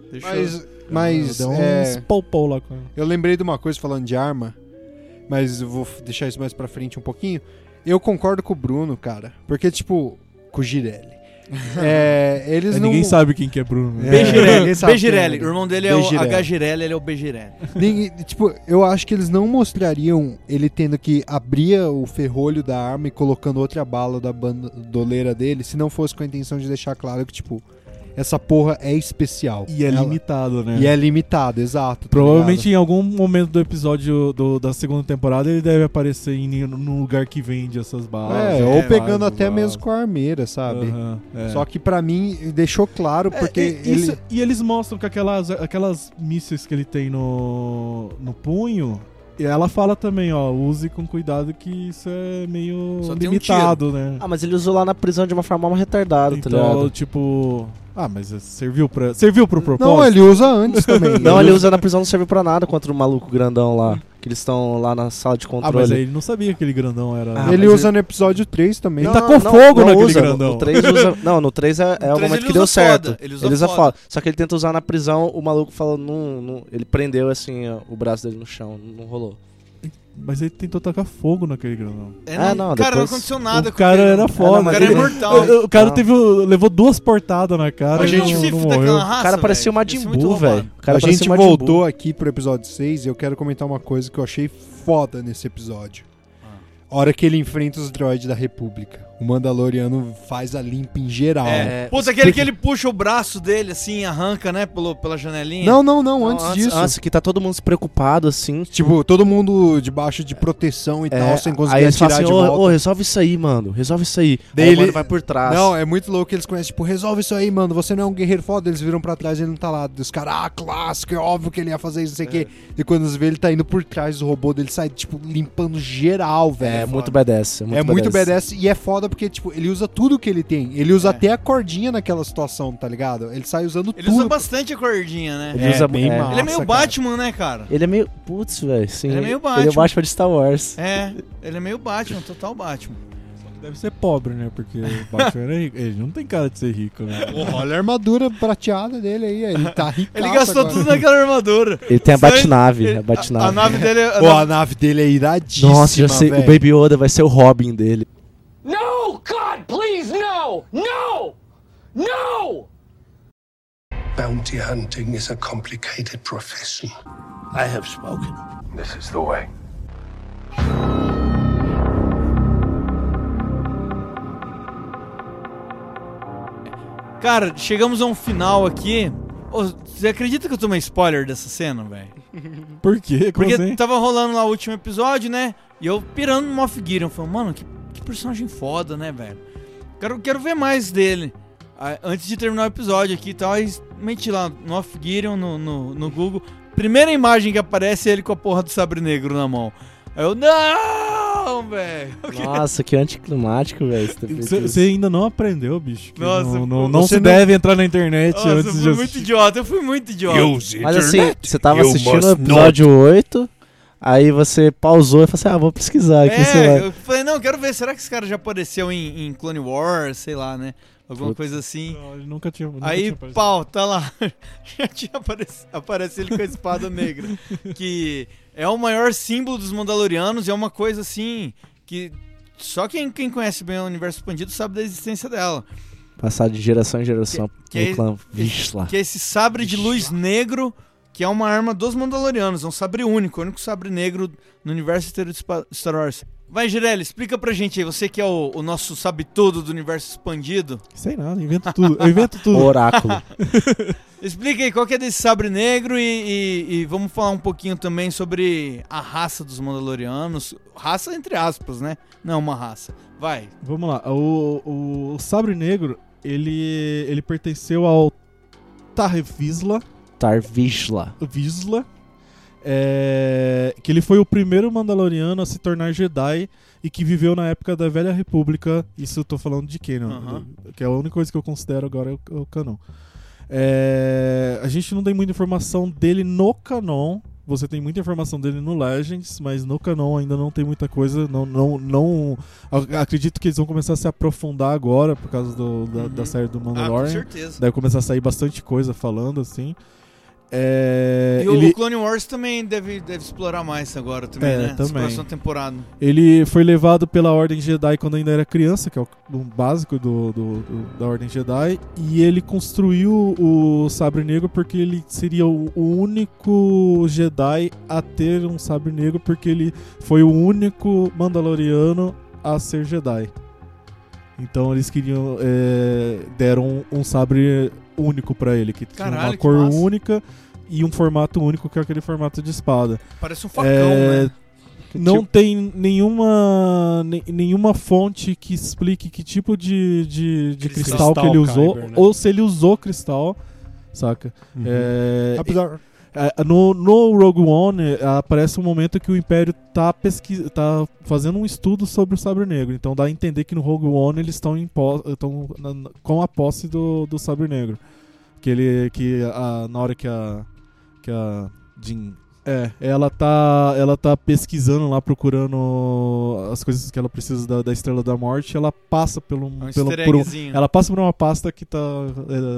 [SPEAKER 1] Deixou.
[SPEAKER 3] É, Mas, mas
[SPEAKER 4] Deu uns
[SPEAKER 3] é,
[SPEAKER 4] pau-pau lá com ela.
[SPEAKER 3] eu lembrei de uma coisa falando de arma, mas eu vou f- deixar isso mais pra frente um pouquinho. Eu concordo com o Bruno, cara. Porque, tipo, com o Girelli. É, eles
[SPEAKER 4] É,
[SPEAKER 3] não.
[SPEAKER 4] Ninguém sabe quem que é né? Bruno. né?
[SPEAKER 3] É.
[SPEAKER 1] Begirelli,
[SPEAKER 3] Ninguém sabe
[SPEAKER 1] Begirelli.
[SPEAKER 3] quem é.
[SPEAKER 1] O irmão dele é o
[SPEAKER 3] Begirelli.
[SPEAKER 1] H. Girelli, ele é o Begirelli.
[SPEAKER 3] Ninguém- tipo, eu acho que eles não mostrariam ele tendo que abrir o ferrolho da arma e colocando outra bala da bandoleira dele, se não fosse com a intenção de deixar claro que, tipo, essa porra é especial.
[SPEAKER 4] E é
[SPEAKER 3] Ela-
[SPEAKER 4] limitado, né?
[SPEAKER 3] E é limitado, exato. tá
[SPEAKER 4] Provavelmente
[SPEAKER 3] ligado?
[SPEAKER 4] em algum momento do episódio do- da segunda temporada ele deve aparecer em, num lugar que vende essas balas.
[SPEAKER 3] É,
[SPEAKER 4] né?
[SPEAKER 3] ou
[SPEAKER 4] Várias
[SPEAKER 3] pegando até
[SPEAKER 4] balas.
[SPEAKER 3] mesmo com a armeira, sabe?
[SPEAKER 4] Aham, é.
[SPEAKER 3] Só que pra mim deixou claro
[SPEAKER 4] É,
[SPEAKER 3] porque
[SPEAKER 4] e,
[SPEAKER 3] ele
[SPEAKER 4] isso- e eles mostram que aquelas, aquelas mísseis que ele tem no, no punho. E ela fala também, ó, use com cuidado que isso é meio
[SPEAKER 1] Só tem um
[SPEAKER 4] limitado, né?
[SPEAKER 5] Ah, mas ele usou lá na prisão de uma forma mal retardada, tá
[SPEAKER 4] Então,
[SPEAKER 5] ligado?
[SPEAKER 4] tipo. Ah, mas serviu pra. Serviu pro propósito?
[SPEAKER 3] Não, ele usa antes também.
[SPEAKER 5] Não, ele usa na prisão não serve pra nada contra o maluco grandão lá. Que eles estão lá na sala de
[SPEAKER 4] Ah, mas aí
[SPEAKER 5] controle.
[SPEAKER 4] ele não sabia que aquele grandão era.
[SPEAKER 5] Ah,
[SPEAKER 3] Ele
[SPEAKER 5] mas
[SPEAKER 3] usa no episódio 3 também.
[SPEAKER 5] Não,
[SPEAKER 4] tá com
[SPEAKER 5] não,
[SPEAKER 4] fogo
[SPEAKER 5] não
[SPEAKER 4] naquele
[SPEAKER 5] usa, no-
[SPEAKER 4] grandão.
[SPEAKER 5] No 3 usa, não, no 3 é, é
[SPEAKER 1] No
[SPEAKER 5] o
[SPEAKER 1] três
[SPEAKER 5] momento
[SPEAKER 1] ele
[SPEAKER 5] que deu
[SPEAKER 1] usa
[SPEAKER 5] certo.
[SPEAKER 1] foda, ele usa foda.
[SPEAKER 5] foda. Só que ele tenta usar na prisão, o maluco falou, não, não- ele prendeu assim ó, o braço dele no chão, não rolou.
[SPEAKER 4] Mas ele tentou tacar fogo naquele grandão.
[SPEAKER 1] É,
[SPEAKER 5] Ah,
[SPEAKER 1] cara, não
[SPEAKER 5] não, depois-
[SPEAKER 1] aconteceu nada
[SPEAKER 4] o cara
[SPEAKER 1] ele.
[SPEAKER 4] era Tá foda.
[SPEAKER 5] não,
[SPEAKER 1] O
[SPEAKER 5] mas
[SPEAKER 1] cara é
[SPEAKER 5] ele-
[SPEAKER 1] imortal.
[SPEAKER 4] O, o cara teve, o- levou duas portadas na
[SPEAKER 1] então. A
[SPEAKER 4] cara e
[SPEAKER 1] gente
[SPEAKER 4] não,
[SPEAKER 1] se
[SPEAKER 4] não
[SPEAKER 1] daquela
[SPEAKER 4] morreu.
[SPEAKER 1] raça,
[SPEAKER 5] o cara
[SPEAKER 1] velho.
[SPEAKER 5] parecia o Majin
[SPEAKER 1] Isso é muito
[SPEAKER 5] Buu,
[SPEAKER 1] roubado.
[SPEAKER 5] velho. O cara
[SPEAKER 3] a
[SPEAKER 5] parecia
[SPEAKER 3] gente
[SPEAKER 5] o Majin Buu.
[SPEAKER 3] voltou aqui pro episódio 6 e eu quero comentar uma coisa que eu achei foda nesse episódio. A hora que ele enfrenta os droids da República. O Mandaloriano faz a limpa em geral.
[SPEAKER 1] É.
[SPEAKER 5] É.
[SPEAKER 1] Puta, aquele que ele puxa o braço dele, assim, arranca, né, pelo, pela janelinha.
[SPEAKER 3] Não, não, não,
[SPEAKER 5] Não,
[SPEAKER 3] antes, disso.
[SPEAKER 5] Antes que tá todo mundo se preocupado, assim.
[SPEAKER 3] Tipo, todo mundo debaixo de proteção e
[SPEAKER 5] É,
[SPEAKER 3] tal, sem
[SPEAKER 5] aí
[SPEAKER 3] conseguir
[SPEAKER 5] eles
[SPEAKER 3] atirar
[SPEAKER 5] falam assim,
[SPEAKER 3] de
[SPEAKER 5] ô,
[SPEAKER 3] volta.
[SPEAKER 5] ô, resolve isso aí, mano. Resolve isso aí.
[SPEAKER 3] Daí
[SPEAKER 5] aí
[SPEAKER 3] ele-
[SPEAKER 5] o mano vai por trás.
[SPEAKER 3] Não, é muito louco que eles conhecem, tipo, resolve isso aí, mano. Você não é um guerreiro foda, eles viram pra trás e ele não tá lá. Daí Os caras, ah, clássico, é óbvio que ele ia fazer isso, não sei o quê. E quando eles vê ele tá indo por trás do robô dele, sai, tipo, limpando geral, velho.
[SPEAKER 5] É, muito badass.
[SPEAKER 3] É muito BDS e é foda porque, tipo, ele usa tudo que ele tem. Ele usa até a cordinha naquela situação, tá ligado? Ele sai usando
[SPEAKER 1] Ele
[SPEAKER 3] tudo.
[SPEAKER 1] usa bastante a cordinha, né?
[SPEAKER 5] Ele usa bem é,
[SPEAKER 1] Ele é meio
[SPEAKER 3] massa, cara.
[SPEAKER 1] Batman, né, cara?
[SPEAKER 5] Ele é meio. Putz, velho. Sim.
[SPEAKER 1] Ele é meio
[SPEAKER 5] Ele é
[SPEAKER 1] Batman.
[SPEAKER 5] o Batman de Star Wars.
[SPEAKER 1] É, ele é meio Batman, total Batman.
[SPEAKER 4] Deve ser pobre, né? Porque o Batman era rico. Ele não tem cara de ser rico, né?
[SPEAKER 3] Porra, olha a armadura prateada dele aí, ele tá rico.
[SPEAKER 1] Ele gastou tudo naquela armadura.
[SPEAKER 5] Ele tem a
[SPEAKER 1] Sai-
[SPEAKER 5] Batnave. A
[SPEAKER 1] Ele-
[SPEAKER 5] Batnave.
[SPEAKER 1] A, a nave dele é. a
[SPEAKER 3] Pô,
[SPEAKER 1] nave-
[SPEAKER 3] a nave dele é iradíssima,
[SPEAKER 5] Nossa, já sei.
[SPEAKER 3] velho.
[SPEAKER 5] O Baby Yoda vai ser o Robin dele.
[SPEAKER 9] No, God, please, no! No! No!
[SPEAKER 7] Bounty hunting is a complicated profession. I have spoken.
[SPEAKER 8] This is the way.
[SPEAKER 1] Cara, chegamos a um final aqui. Ô, você acredita que eu tomei spoiler dessa cena, velho?
[SPEAKER 4] Por quê? Como
[SPEAKER 1] Porque tá-
[SPEAKER 4] assim?
[SPEAKER 1] tava rolando lá o último episódio, né? E eu pirando no Moff Gideon. Falei, mano, que, que personagem foda, né, velho? Quero, quero ver mais dele. Ah, antes de terminar o episódio aqui e tal, aí meti lá Moff Gideon no, no, no Google. Primeira imagem que aparece é ele com a porra do sabre negro na mão. Aí eu, não, velho.
[SPEAKER 5] Nossa, que anticlimático, velho. esse tempo
[SPEAKER 4] Você
[SPEAKER 5] inteiro.
[SPEAKER 4] você ainda não aprendeu, bicho. que
[SPEAKER 1] Nossa,
[SPEAKER 4] não,
[SPEAKER 1] pô,
[SPEAKER 4] não, não
[SPEAKER 1] você
[SPEAKER 4] se
[SPEAKER 1] não-
[SPEAKER 4] deve entrar na internet
[SPEAKER 1] Nossa, eu
[SPEAKER 4] antes de
[SPEAKER 1] fui muito
[SPEAKER 4] assistir.
[SPEAKER 1] idiota, eu fui muito idiota.
[SPEAKER 5] Mas assim, você tava assistindo o episódio 8. Aí você pausou e falou assim: Ah, vou pesquisar aqui, sei lá.
[SPEAKER 1] É, eu falei, não, quero ver, será que esse cara já apareceu em, em Clone Wars, sei lá, né? Alguma
[SPEAKER 5] Putz.
[SPEAKER 1] coisa assim.
[SPEAKER 4] Não, ele nunca tinha. nunca
[SPEAKER 1] Aí,
[SPEAKER 4] tinha aparecido.
[SPEAKER 1] pau, tá lá. Já tinha aparecido. Aparece ele com a espada negra. Que é o maior símbolo dos Mandalorianos e é uma coisa assim que só quem, quem conhece bem o universo expandido sabe da existência dela.
[SPEAKER 5] Passar de geração em geração
[SPEAKER 1] Que- é
[SPEAKER 5] pro clã. Vixe lá.
[SPEAKER 1] Que é esse sabre de luz negro que é uma arma dos Mandalorianos, é um sabre único, o único sabre negro no universo inteiro de Spa- Star Wars. Vai, Girelli, explica pra gente aí, você que é o, o nosso sabe-tudo do universo expandido,
[SPEAKER 4] Sei nada, invento tudo. Eu invento tudo.
[SPEAKER 5] Oráculo.
[SPEAKER 1] explica aí qual que é desse sabre negro e, e- e vamos falar um pouquinho também sobre a raça dos Mandalorianos, raça entre aspas, né? Não uma raça. Vai,
[SPEAKER 4] Vamos lá. O, o, o Sabre Negro, ele, ele pertenceu ao Tarvisla,
[SPEAKER 5] Tarvishla.
[SPEAKER 4] Visla, é, que ele foi o primeiro Mandaloriano a se tornar Jedi e que viveu na época da Velha República. Isso eu tô falando de canon,
[SPEAKER 1] Aham.
[SPEAKER 4] que é a única coisa que eu considero agora é o, é o canon. É, a gente não tem muita informação dele no canon. Você tem muita informação dele no Legends, mas no canon ainda não tem muita coisa. Não, não, não ac- acredito que eles vão começar a se aprofundar agora por causa do- da, da
[SPEAKER 1] Uhum.
[SPEAKER 4] série do
[SPEAKER 1] ah, com
[SPEAKER 4] Mandalorian.
[SPEAKER 1] certeza.
[SPEAKER 4] Deve começar a sair bastante coisa falando assim. É,
[SPEAKER 1] E
[SPEAKER 4] ele,
[SPEAKER 1] o Clone Wars também deve, deve explorar mais agora também,
[SPEAKER 4] É,
[SPEAKER 1] né? Essa
[SPEAKER 4] também.
[SPEAKER 1] Próxima temporada.
[SPEAKER 4] ele foi levado pela Ordem Jedi quando ainda era criança, que é o o básico do, do- do- da Ordem Jedi, e ele construiu o Sabre Negro porque ele seria o, o único Jedi a ter um Sabre Negro, porque ele foi o único Mandaloriano a ser Jedi. Então eles queriam. é, deram um, um sabre único pra ele, que tinha
[SPEAKER 1] Caralho,
[SPEAKER 4] uma
[SPEAKER 1] que
[SPEAKER 4] cor
[SPEAKER 1] massa.
[SPEAKER 4] única e um formato único, que é aquele formato de espada.
[SPEAKER 1] Parece um facão,
[SPEAKER 4] É,
[SPEAKER 1] né?
[SPEAKER 4] Não
[SPEAKER 3] Tipo-
[SPEAKER 4] tem nenhuma, ne- nenhuma fonte que explique que tipo de, de, de
[SPEAKER 1] Cristal.
[SPEAKER 4] cristal, que ele
[SPEAKER 3] Cristal
[SPEAKER 4] usou,
[SPEAKER 3] Kyber, né? Uhum.
[SPEAKER 4] ou se ele usou cristal, saca? É,
[SPEAKER 3] Apesar-
[SPEAKER 4] é, no, no Rogue One é, aparece um momento que o Império tá, pesquisa, tá fazendo um estudo sobre o Sabre Negro. Então dá a entender que no Rogue One eles estão em po- estão na- na- com a posse do, do Sabre Negro. Que ele. Que a- na hora que a. Que a. Jean. É, ela tá, ela tá pesquisando lá, procurando as coisas que ela precisa da, da Estrela da Morte. Ela passa pelo,
[SPEAKER 1] É um
[SPEAKER 4] pelo,
[SPEAKER 1] easter
[SPEAKER 4] por um-
[SPEAKER 1] eggzinho.
[SPEAKER 4] ela passa por uma pasta que tá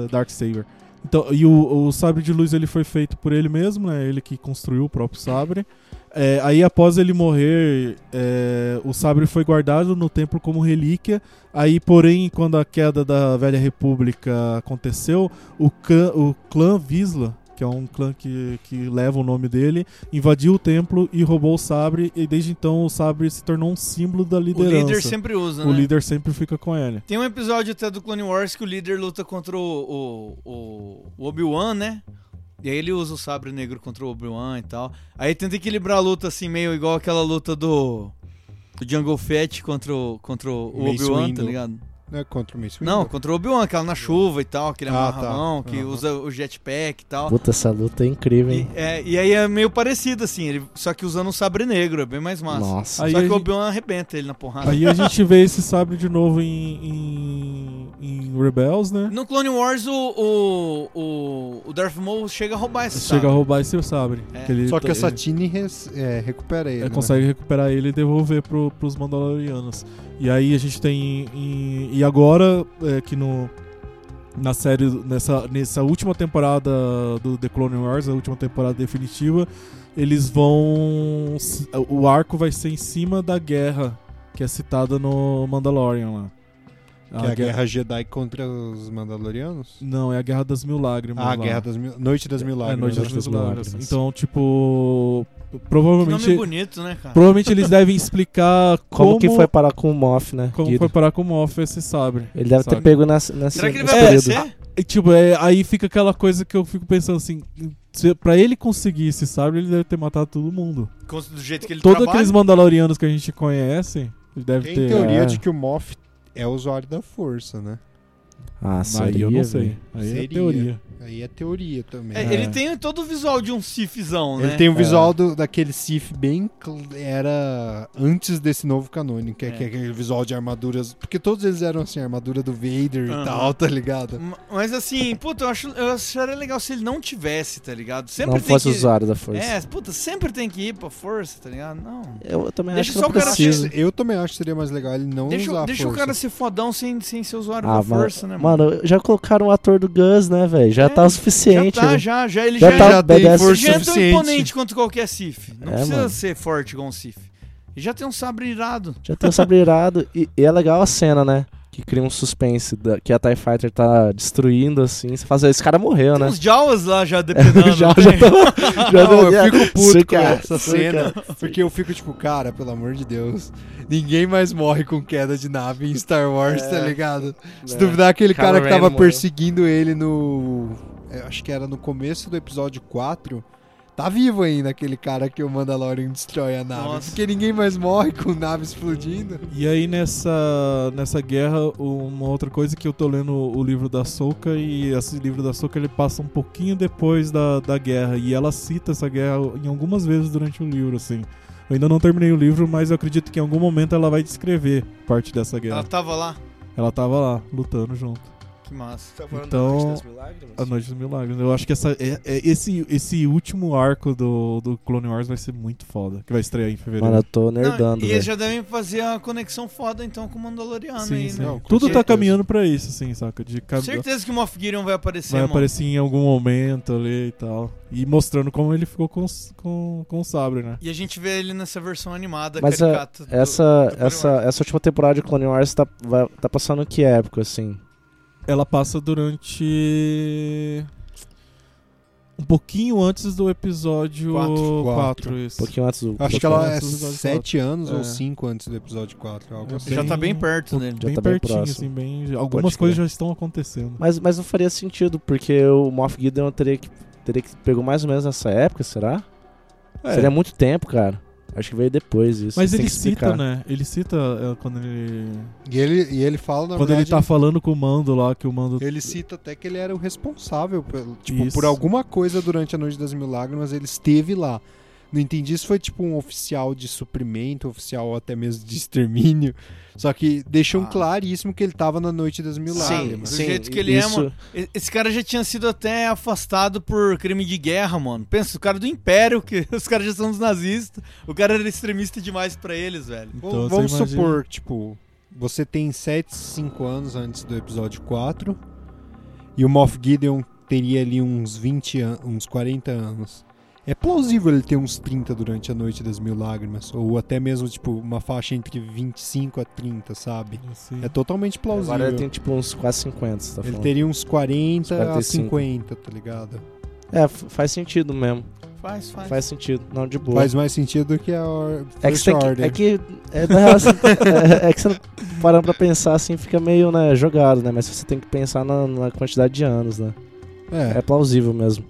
[SPEAKER 4] é, Dark Saber. Então, e o, o sabre de luz ele foi feito por ele mesmo, né? Ele que construiu o próprio sabre. É, aí após ele morrer, é, o sabre foi guardado no templo como relíquia. Aí, porém, quando a queda da Velha República aconteceu, o clã, o clã Visla, que é um clã que, que leva o nome dele, invadiu o templo e roubou o sabre. E desde então o sabre se tornou um símbolo da
[SPEAKER 1] O
[SPEAKER 4] liderança.
[SPEAKER 1] líder sempre usa,
[SPEAKER 4] o
[SPEAKER 1] né?
[SPEAKER 4] líder sempre fica com ele.
[SPEAKER 1] Tem um episódio até do Clone Wars que o líder luta contra o, o- o- o Obi-Wan, né? E aí ele usa o sabre negro contra o Obi-Wan e tal. Aí tenta equilibrar a luta assim, meio igual aquela luta do, do Jungle Fett contra o, contra o
[SPEAKER 3] Mace
[SPEAKER 1] Obi-Wan, tá
[SPEAKER 3] Windu.
[SPEAKER 1] ligado?
[SPEAKER 3] Não é contra o Mace Windu?
[SPEAKER 1] Não, contra o Obi-Wan, aquela na chuva e tal, aquele
[SPEAKER 3] Ah,
[SPEAKER 1] amarramão
[SPEAKER 3] tá.
[SPEAKER 1] que
[SPEAKER 3] Aham.
[SPEAKER 1] usa o jetpack e tal.
[SPEAKER 5] Puta, essa luta é incrível,
[SPEAKER 1] E,
[SPEAKER 5] hein?
[SPEAKER 1] é, e aí é meio parecido assim, ele, só que usando um sabre negro, é bem mais massa.
[SPEAKER 5] Nossa.
[SPEAKER 4] Aí
[SPEAKER 1] Só
[SPEAKER 4] a
[SPEAKER 1] que o
[SPEAKER 4] gente-
[SPEAKER 1] Obi-Wan arrebenta ele na porrada.
[SPEAKER 4] Aí a gente vê esse sabre de novo em, em, em Rebels, né?
[SPEAKER 1] No Clone Wars, o, o, o, o Darth Maul chega a roubar esse
[SPEAKER 4] Chega a
[SPEAKER 1] sabre.
[SPEAKER 4] roubar esse sabre.
[SPEAKER 1] É.
[SPEAKER 4] ele
[SPEAKER 3] Só que
[SPEAKER 4] tá-
[SPEAKER 3] a Satine res- é, recupera ele.
[SPEAKER 4] ele
[SPEAKER 3] né?
[SPEAKER 4] consegue recuperar ele e devolver pro, pros Mandalorianos. E aí a gente tem. em- e agora, é, que no. Na série, nessa, nessa última temporada do The Clone Wars, a última temporada definitiva, eles vão. O arco vai ser em cima da guerra que é citada no Mandalorian lá.
[SPEAKER 3] Que é a guerra, Jedi contra os Mandalorianos?
[SPEAKER 4] Não, é a Guerra das Mil Lágrimas.
[SPEAKER 3] Ah, a
[SPEAKER 4] lá.
[SPEAKER 3] Guerra das Mil... Noite das Mil
[SPEAKER 4] É, Noite
[SPEAKER 3] Lágrimas. né?
[SPEAKER 4] das
[SPEAKER 5] das
[SPEAKER 4] Mil Lágrimas.
[SPEAKER 5] Lágrimas.
[SPEAKER 4] Então, tipo,
[SPEAKER 1] Que nome
[SPEAKER 4] provavelmente,
[SPEAKER 1] bonito, né, cara?
[SPEAKER 4] provavelmente eles devem explicar como,
[SPEAKER 5] Como, que foi parar com o Moff, né?
[SPEAKER 4] como
[SPEAKER 5] Guido?
[SPEAKER 4] foi parar com o Moff esse sabre.
[SPEAKER 5] Ele deve
[SPEAKER 4] Sabe?
[SPEAKER 5] ter pego nessa, nessa
[SPEAKER 1] Será que ele
[SPEAKER 5] nesse
[SPEAKER 1] vai
[SPEAKER 5] período.
[SPEAKER 1] aparecer?
[SPEAKER 4] E, tipo, é, aí fica aquela coisa que eu fico pensando assim, se, pra ele conseguir esse sabre, ele deve ter matado todo mundo.
[SPEAKER 1] Com- Do jeito que ele
[SPEAKER 4] Todos
[SPEAKER 1] trabalha?
[SPEAKER 4] aqueles mandalorianos que a gente conhece, ele deve
[SPEAKER 3] Tem
[SPEAKER 4] ter...
[SPEAKER 3] teoria
[SPEAKER 5] é.
[SPEAKER 3] de que o Moff é usuário da força, né?
[SPEAKER 5] Ah,
[SPEAKER 4] Aí
[SPEAKER 5] seria,
[SPEAKER 4] eu não
[SPEAKER 5] velho.
[SPEAKER 4] sei. Aí é
[SPEAKER 3] Seria.
[SPEAKER 4] teoria.
[SPEAKER 3] Aí é teoria também.
[SPEAKER 1] É, Ele tem todo o visual de um Sifzão, né?
[SPEAKER 3] Ele tem o
[SPEAKER 5] É.
[SPEAKER 3] visual do- daquele Sif bem. cl- Era antes desse novo canônico, que é,
[SPEAKER 1] É.
[SPEAKER 3] que é aquele visual de armaduras. Porque todos eles eram assim, armadura do Vader
[SPEAKER 1] Aham.
[SPEAKER 3] e tal, tá ligado?
[SPEAKER 1] M- Mas assim, puta, eu, acho, eu acharia legal se ele não tivesse, tá ligado? Sempre
[SPEAKER 5] Não
[SPEAKER 1] tem
[SPEAKER 5] fosse
[SPEAKER 1] que...
[SPEAKER 5] usuário da força.
[SPEAKER 1] É, puta, sempre tem que ir pra força, tá ligado? Não.
[SPEAKER 5] Eu também
[SPEAKER 1] Deixa
[SPEAKER 5] acho que
[SPEAKER 1] só
[SPEAKER 5] não
[SPEAKER 1] o cara
[SPEAKER 5] precisa.
[SPEAKER 3] Eu também acho que seria mais legal ele não
[SPEAKER 1] Deixa,
[SPEAKER 3] usar
[SPEAKER 1] o-
[SPEAKER 3] a
[SPEAKER 1] deixa o
[SPEAKER 3] força.
[SPEAKER 1] cara ser fodão sem, sem ser usuário
[SPEAKER 5] Ah,
[SPEAKER 1] da
[SPEAKER 5] mano,
[SPEAKER 1] força, né, mano?
[SPEAKER 5] Mano, já colocaram o ator do Gus, né, velho? Já
[SPEAKER 1] É,
[SPEAKER 5] tá o
[SPEAKER 1] já
[SPEAKER 5] suficiente.
[SPEAKER 1] tá,
[SPEAKER 5] né?
[SPEAKER 1] já, já, ele
[SPEAKER 5] Já
[SPEAKER 1] já,
[SPEAKER 5] tá
[SPEAKER 3] já um tem
[SPEAKER 5] badass
[SPEAKER 3] força
[SPEAKER 1] Ele já é tão
[SPEAKER 3] suficiente.
[SPEAKER 1] imponente quanto qualquer Sif. Não
[SPEAKER 5] É,
[SPEAKER 1] precisa
[SPEAKER 5] mano.
[SPEAKER 1] ser forte igual um Sif. Ele já tem um sabre irado.
[SPEAKER 5] Já tem o sabre irado. E, e é legal a cena, né? que cria um suspense, da- que a TIE Fighter tá destruindo, assim. Você fala, esse cara morreu,
[SPEAKER 1] Tem
[SPEAKER 5] né?
[SPEAKER 1] uns Jawas lá já depredando.
[SPEAKER 5] Já-
[SPEAKER 1] não
[SPEAKER 5] já
[SPEAKER 1] tem?
[SPEAKER 5] tá- já
[SPEAKER 3] Não, né?
[SPEAKER 5] tá-
[SPEAKER 3] eu fico puto com
[SPEAKER 5] Suca,
[SPEAKER 3] essa
[SPEAKER 5] suca.
[SPEAKER 3] cena, porque eu fico tipo, cara, pelo amor de Deus, ninguém mais morre com queda de nave em Star Wars, tá ligado? Se duvidar aquele
[SPEAKER 5] Kylo
[SPEAKER 3] cara que
[SPEAKER 5] Ren
[SPEAKER 3] tava
[SPEAKER 5] morreu.
[SPEAKER 3] perseguindo ele no... eu acho que era no começo do episódio 4, tá vivo ainda aquele cara que o Mandalorian destrói a nave,
[SPEAKER 1] Nossa.
[SPEAKER 3] porque ninguém mais morre com nave explodindo.
[SPEAKER 4] E aí nessa, nessa guerra, uma outra coisa que eu tô lendo o livro da Soca e esse livro da Soca ele passa um pouquinho depois da, da guerra e ela cita essa guerra em algumas vezes durante o livro, assim. Eu ainda não terminei o livro, mas eu acredito que em algum momento ela vai descrever parte dessa
[SPEAKER 1] Ela
[SPEAKER 4] guerra.
[SPEAKER 1] tava lá.
[SPEAKER 4] Ela tava lá, lutando junto.
[SPEAKER 1] Que massa.
[SPEAKER 5] Tá
[SPEAKER 4] Então, A Noite dos Milagres. Eu acho que essa, é- é- esse, esse último arco do, do Clone Wars vai ser muito foda, que vai estrear em fevereiro.
[SPEAKER 5] Mano, eu tô
[SPEAKER 1] Não,
[SPEAKER 5] nerdando,
[SPEAKER 1] e eles
[SPEAKER 5] velho.
[SPEAKER 1] já devem fazer uma conexão foda então com o Mandaloriano
[SPEAKER 4] Sim,
[SPEAKER 1] aí,
[SPEAKER 4] sim.
[SPEAKER 1] né?
[SPEAKER 3] Não, com
[SPEAKER 4] Tudo tá
[SPEAKER 3] certeza.
[SPEAKER 4] caminhando pra isso, assim, saca? De cab-
[SPEAKER 1] Certeza que o Moff Gideon vai aparecer,
[SPEAKER 4] Vai
[SPEAKER 1] mano.
[SPEAKER 4] aparecer em algum momento ali e tal. E mostrando como ele ficou com, os- com, com o sabre, né?
[SPEAKER 1] E a gente vê ele nessa versão animada,
[SPEAKER 5] Mas a-
[SPEAKER 1] caricata. do-
[SPEAKER 5] Essa,
[SPEAKER 1] Clone
[SPEAKER 5] essa,
[SPEAKER 1] Wars.
[SPEAKER 5] essa última temporada de Clone Wars tá, vai- tá passando que época, assim?
[SPEAKER 4] Ela passa durante. Um pouquinho antes do episódio
[SPEAKER 1] Quatro.
[SPEAKER 4] 4, isso.
[SPEAKER 5] Um pouquinho antes do.
[SPEAKER 3] Acho
[SPEAKER 5] do-
[SPEAKER 3] que ela
[SPEAKER 4] antes
[SPEAKER 3] é
[SPEAKER 4] do episódio
[SPEAKER 3] 7 anos
[SPEAKER 4] É.
[SPEAKER 3] ou 5 antes do episódio 4, algo
[SPEAKER 4] Eu
[SPEAKER 3] assim.
[SPEAKER 4] sei.
[SPEAKER 1] Já tá bem perto dele.
[SPEAKER 5] Já
[SPEAKER 4] Então, bem
[SPEAKER 5] tá bem
[SPEAKER 4] pertinho,
[SPEAKER 5] próximo.
[SPEAKER 4] assim, bem. Algumas
[SPEAKER 5] Pode
[SPEAKER 4] coisas
[SPEAKER 5] crer.
[SPEAKER 4] já estão acontecendo.
[SPEAKER 5] Mas, mas não faria sentido, porque o Moff Gideon teria que, teria que pegou mais ou menos nessa época, será?
[SPEAKER 4] É,
[SPEAKER 5] Seria muito tempo, cara. Acho que veio depois isso.
[SPEAKER 4] mas
[SPEAKER 5] tem
[SPEAKER 4] ele
[SPEAKER 5] que explicar.
[SPEAKER 4] cita, né? Ele cita é, quando ele.
[SPEAKER 3] E ele, e ele fala, na
[SPEAKER 4] quando ele
[SPEAKER 3] verdade,
[SPEAKER 4] tá falando com o Mando lá, que o Mando.
[SPEAKER 3] Ele cita até que ele era o responsável pelo, tipo,
[SPEAKER 4] Isso.
[SPEAKER 3] por alguma coisa durante a Noite das Mil Lágrimas, ele esteve lá. Não entendi se foi tipo um oficial de suprimento, oficial até mesmo de extermínio. Só que deixam
[SPEAKER 1] Ah.
[SPEAKER 3] claríssimo que ele tava na Noite das Mil
[SPEAKER 5] Sim,
[SPEAKER 3] Lágrimas.
[SPEAKER 5] sim.
[SPEAKER 1] jeito que ele é,
[SPEAKER 5] isso,
[SPEAKER 1] mano. E- Esse cara já tinha sido até afastado por crime de guerra, mano. Pensa, o cara do Império, que os caras já são dos nazistas. O cara era extremista demais pra eles, velho.
[SPEAKER 3] V-
[SPEAKER 4] Então, você
[SPEAKER 3] Vamos
[SPEAKER 4] imagina-
[SPEAKER 3] supor, tipo, você tem 7, 5 anos antes do episódio 4 e o Moff Gideon teria ali uns 20 an uns 40 anos. É plausível ele ter uns 30 durante a Noite das Mil Lágrimas, ou até mesmo, tipo, uma faixa entre 25 a 30, sabe?
[SPEAKER 4] Assim.
[SPEAKER 3] É totalmente plausível.
[SPEAKER 5] Agora ele tem tipo uns quase 50, você tá
[SPEAKER 3] Ele
[SPEAKER 5] falando.
[SPEAKER 3] teria uns 40 a
[SPEAKER 5] 45.
[SPEAKER 3] 50, tá ligado?
[SPEAKER 5] É, f- faz sentido mesmo.
[SPEAKER 1] Faz, faz.
[SPEAKER 5] Faz sentido. Não, de boa.
[SPEAKER 3] Faz mais sentido do que a Or-
[SPEAKER 5] é que
[SPEAKER 3] First
[SPEAKER 5] você tem que.
[SPEAKER 3] Order.
[SPEAKER 5] É que. É, da real, assim, é, é que você não- parando pra pensar assim, fica meio, né, jogado, né? Mas você tem que pensar na, na quantidade de anos, né? É,
[SPEAKER 3] É,
[SPEAKER 5] plausível mesmo.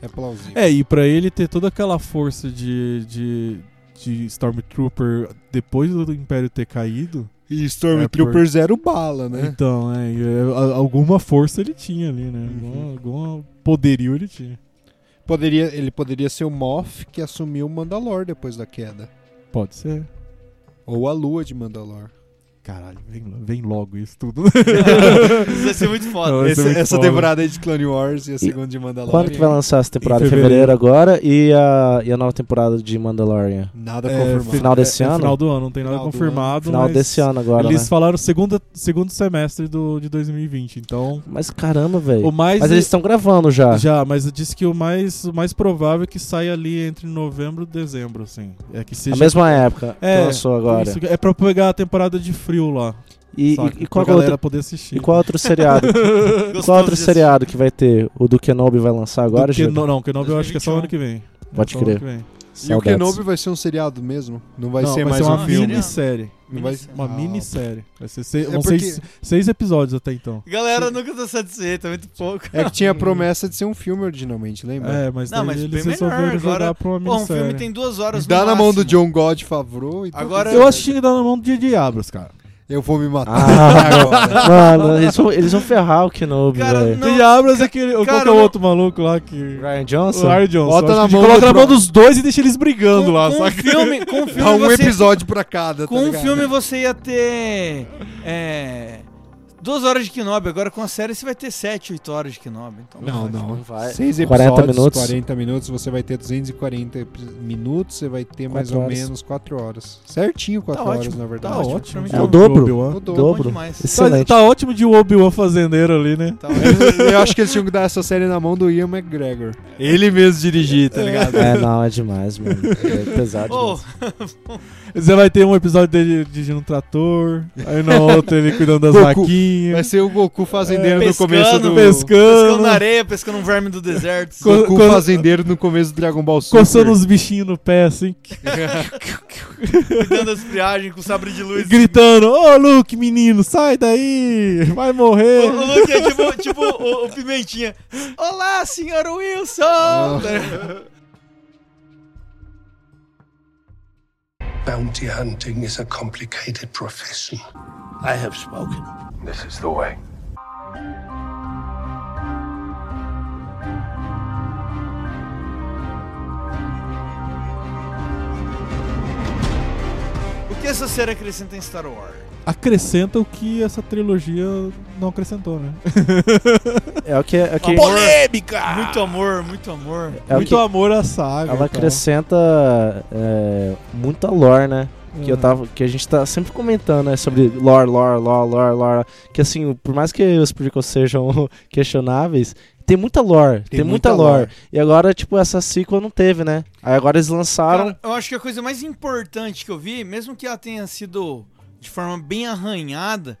[SPEAKER 3] é plausível.
[SPEAKER 4] É, e pra ele ter toda aquela força de, de, de Stormtrooper depois do Império ter caído,
[SPEAKER 3] E Stormtrooper zero bala, né?
[SPEAKER 4] então, é, e, é, a- alguma força ele tinha ali, né?
[SPEAKER 3] Uhum.
[SPEAKER 4] Alguma, alguma poderio ele tinha.
[SPEAKER 3] Poderia, ele poderia ser o Moff que assumiu o Mandalor depois da queda.
[SPEAKER 4] Pode ser.
[SPEAKER 3] Ou a lua de Mandalor.
[SPEAKER 4] Caralho, vem, lo- vem logo isso tudo.
[SPEAKER 1] Isso vai ser muito foda.
[SPEAKER 4] Não, Vai ser muito né?
[SPEAKER 3] essa
[SPEAKER 4] foda.
[SPEAKER 3] temporada aí de Clone Wars e é a segunda de Mandalor.
[SPEAKER 5] Quando que vai lançar essa temporada?
[SPEAKER 4] Em fevereiro.
[SPEAKER 5] fevereiro agora e a, e a nova temporada de Mandalorian?
[SPEAKER 3] Nada
[SPEAKER 4] É,
[SPEAKER 3] Tá confirmado.
[SPEAKER 5] final desse
[SPEAKER 4] No
[SPEAKER 5] ano?
[SPEAKER 4] final do ano, não tem nada
[SPEAKER 3] Final do
[SPEAKER 4] confirmado.
[SPEAKER 5] Final
[SPEAKER 4] mas
[SPEAKER 5] desse ano agora,
[SPEAKER 4] Eles
[SPEAKER 5] né?
[SPEAKER 4] falaram segunda, segundo semestre do, de 2020, então.
[SPEAKER 5] Mas caramba, velho.
[SPEAKER 4] O mais
[SPEAKER 5] Mas eles estão gravando já.
[SPEAKER 4] Já, mas disse que o mais, o mais provável é que saia ali entre novembro e dezembro, assim. É que
[SPEAKER 5] A
[SPEAKER 4] seja.
[SPEAKER 5] mesma época
[SPEAKER 4] É,
[SPEAKER 5] que lançou agora.
[SPEAKER 4] Isso, é pra pegar a temporada de frio lá.
[SPEAKER 5] E,
[SPEAKER 4] saca?
[SPEAKER 5] e, e qual
[SPEAKER 4] pra
[SPEAKER 5] é
[SPEAKER 4] galera
[SPEAKER 5] outro,
[SPEAKER 4] poder assistir.
[SPEAKER 5] e qual é outro seriado?
[SPEAKER 1] Gostoso
[SPEAKER 5] qual é outro
[SPEAKER 1] disso.
[SPEAKER 5] seriado que vai ter? O do Kenobi vai lançar
[SPEAKER 4] Do
[SPEAKER 5] agora,
[SPEAKER 4] Keno-
[SPEAKER 5] Gil?
[SPEAKER 4] Não, Kenobi eu acho que é só ano que vem.
[SPEAKER 5] Pode
[SPEAKER 4] É só ano
[SPEAKER 5] crer.
[SPEAKER 4] que vem.
[SPEAKER 3] E o
[SPEAKER 5] Saudades.
[SPEAKER 3] Kenobi vai ser um seriado mesmo? Não vai
[SPEAKER 4] Não,
[SPEAKER 3] ser
[SPEAKER 4] vai
[SPEAKER 3] mais
[SPEAKER 4] ser
[SPEAKER 3] um
[SPEAKER 4] uma
[SPEAKER 3] filme?
[SPEAKER 4] minissérie.
[SPEAKER 3] Não vai-
[SPEAKER 4] Uma
[SPEAKER 3] Ah,
[SPEAKER 4] minissérie. Vai ser seis,
[SPEAKER 3] É
[SPEAKER 4] vão
[SPEAKER 3] porque-
[SPEAKER 4] seis, seis episódios até então.
[SPEAKER 1] Galera nunca tá satisfeita, muito pouco.
[SPEAKER 3] É que tinha a promessa de ser um filme originalmente, lembra?
[SPEAKER 4] É, mas,
[SPEAKER 1] Não,
[SPEAKER 4] daí
[SPEAKER 1] mas bem
[SPEAKER 4] eles
[SPEAKER 1] melhor,
[SPEAKER 4] resolveram jogar
[SPEAKER 1] agora-
[SPEAKER 4] pra uma
[SPEAKER 1] Bom, o
[SPEAKER 4] minissérie.
[SPEAKER 1] um filme tem duas horas
[SPEAKER 3] Dá
[SPEAKER 1] no
[SPEAKER 3] na mão do
[SPEAKER 1] máximo.
[SPEAKER 3] John God Favreau e tá
[SPEAKER 1] Agora-
[SPEAKER 3] tudo
[SPEAKER 4] Eu
[SPEAKER 3] certo.
[SPEAKER 4] acho que tinha que dar na mão de Diablos, cara.
[SPEAKER 3] Eu vou me matar
[SPEAKER 5] Ah,
[SPEAKER 3] agora.
[SPEAKER 5] Mano, eles vão, eles vão ferrar o Kenobi,
[SPEAKER 1] Cara,
[SPEAKER 5] velho.
[SPEAKER 1] Não,
[SPEAKER 4] Diablos é aquele. Qual que é
[SPEAKER 1] cara,
[SPEAKER 4] o
[SPEAKER 1] não-
[SPEAKER 4] outro maluco lá que.
[SPEAKER 5] Ryan
[SPEAKER 4] O
[SPEAKER 5] Johnson?
[SPEAKER 4] Larry Johnson.
[SPEAKER 3] Bota
[SPEAKER 4] Acho
[SPEAKER 3] na
[SPEAKER 4] que
[SPEAKER 3] mão
[SPEAKER 4] Coloca
[SPEAKER 3] do
[SPEAKER 4] na
[SPEAKER 3] pro-
[SPEAKER 4] mão dos dois e deixa eles brigando
[SPEAKER 1] Com,
[SPEAKER 4] lá,
[SPEAKER 1] com
[SPEAKER 4] saca?
[SPEAKER 1] um filme, com um filme
[SPEAKER 3] Dá um
[SPEAKER 1] você-
[SPEAKER 3] tá episódio pra cada, tá
[SPEAKER 1] Com um
[SPEAKER 3] ligado?
[SPEAKER 1] filme você ia ter. É. duas horas de Kenobi, agora com a série você vai ter sete, oito horas de Kenobi. Então,
[SPEAKER 3] Não, não.
[SPEAKER 5] Não vai.
[SPEAKER 3] Seis episódios,
[SPEAKER 5] 40
[SPEAKER 3] 40
[SPEAKER 5] minutos.
[SPEAKER 3] minutos. você vai ter 240 epi- minutos, você vai ter mais
[SPEAKER 5] Quatro
[SPEAKER 3] ou
[SPEAKER 5] horas.
[SPEAKER 3] menos 4 horas. Certinho 4
[SPEAKER 1] Tá
[SPEAKER 3] horas,
[SPEAKER 1] ótimo,
[SPEAKER 3] na
[SPEAKER 1] tá
[SPEAKER 3] verdade.
[SPEAKER 4] Tá
[SPEAKER 1] ótimo pra
[SPEAKER 4] ótimo.
[SPEAKER 1] mim
[SPEAKER 4] de
[SPEAKER 1] tá
[SPEAKER 4] Obi-
[SPEAKER 5] É dobro.
[SPEAKER 4] de Obi-Wan.
[SPEAKER 3] O
[SPEAKER 1] bom
[SPEAKER 3] dobro.
[SPEAKER 1] demais.
[SPEAKER 4] Tá,
[SPEAKER 5] Excelente.
[SPEAKER 4] tá ótimo de Obi-Wan fazendeiro ali, né?
[SPEAKER 1] Tá
[SPEAKER 3] Eu acho que eles tinham que dar essa série na mão do Ian McGregor.
[SPEAKER 1] Ele mesmo dirigir, tá ligado?
[SPEAKER 5] É, não, é demais, mano. É pesado.
[SPEAKER 1] Ô,
[SPEAKER 5] demais.
[SPEAKER 4] Você vai ter um episódio dele dirigindo um trator, aí no outro ele cuidando das
[SPEAKER 3] Goku. Vai
[SPEAKER 4] vaquinhas,
[SPEAKER 3] ser o Goku
[SPEAKER 4] É,
[SPEAKER 3] fazendeiro no
[SPEAKER 1] pescando,
[SPEAKER 3] começo do...
[SPEAKER 1] pescando na
[SPEAKER 4] pescando,
[SPEAKER 1] areia, pescando um verme do deserto.
[SPEAKER 4] Co-
[SPEAKER 3] Goku
[SPEAKER 4] co-
[SPEAKER 3] fazendeiro no começo do Dragon Ball Super.
[SPEAKER 4] coçando os bichinhos no pé, assim,
[SPEAKER 1] cuidando das friagens com sabre de luz.
[SPEAKER 4] gritando, ô Luke, menino, sai daí, vai
[SPEAKER 1] O,
[SPEAKER 4] morrer.
[SPEAKER 1] o Luke é tipo, tipo o, o Pimentinha. Olá, senhor Wilson!
[SPEAKER 7] Bounty hunting is a complicated profession. I have spoken.
[SPEAKER 8] This is the way.
[SPEAKER 1] O que essa série acrescenta em Star Wars?
[SPEAKER 4] Acrescenta o que essa trilogia não acrescentou, né?
[SPEAKER 5] É o que. É o que
[SPEAKER 1] Polêmica! Muito amor, muito amor.
[SPEAKER 5] é o
[SPEAKER 4] Muito
[SPEAKER 5] que
[SPEAKER 4] amor à saga. então.
[SPEAKER 5] ela
[SPEAKER 4] e tal.
[SPEAKER 5] acrescenta é, muita lore, né? Que, eu
[SPEAKER 4] É.
[SPEAKER 5] tava, que a gente tá sempre comentando, né? Sobre lore, lore, lore, lore, lore. Que assim, por mais que os prequels sejam questionáveis, tem muita lore. Tem, muita, lore. E agora, tipo, essa sequel não teve, né? Aí agora eles lançaram.
[SPEAKER 1] Cara, eu acho que a coisa mais importante que eu vi, mesmo que ela tenha sido de forma bem arranhada,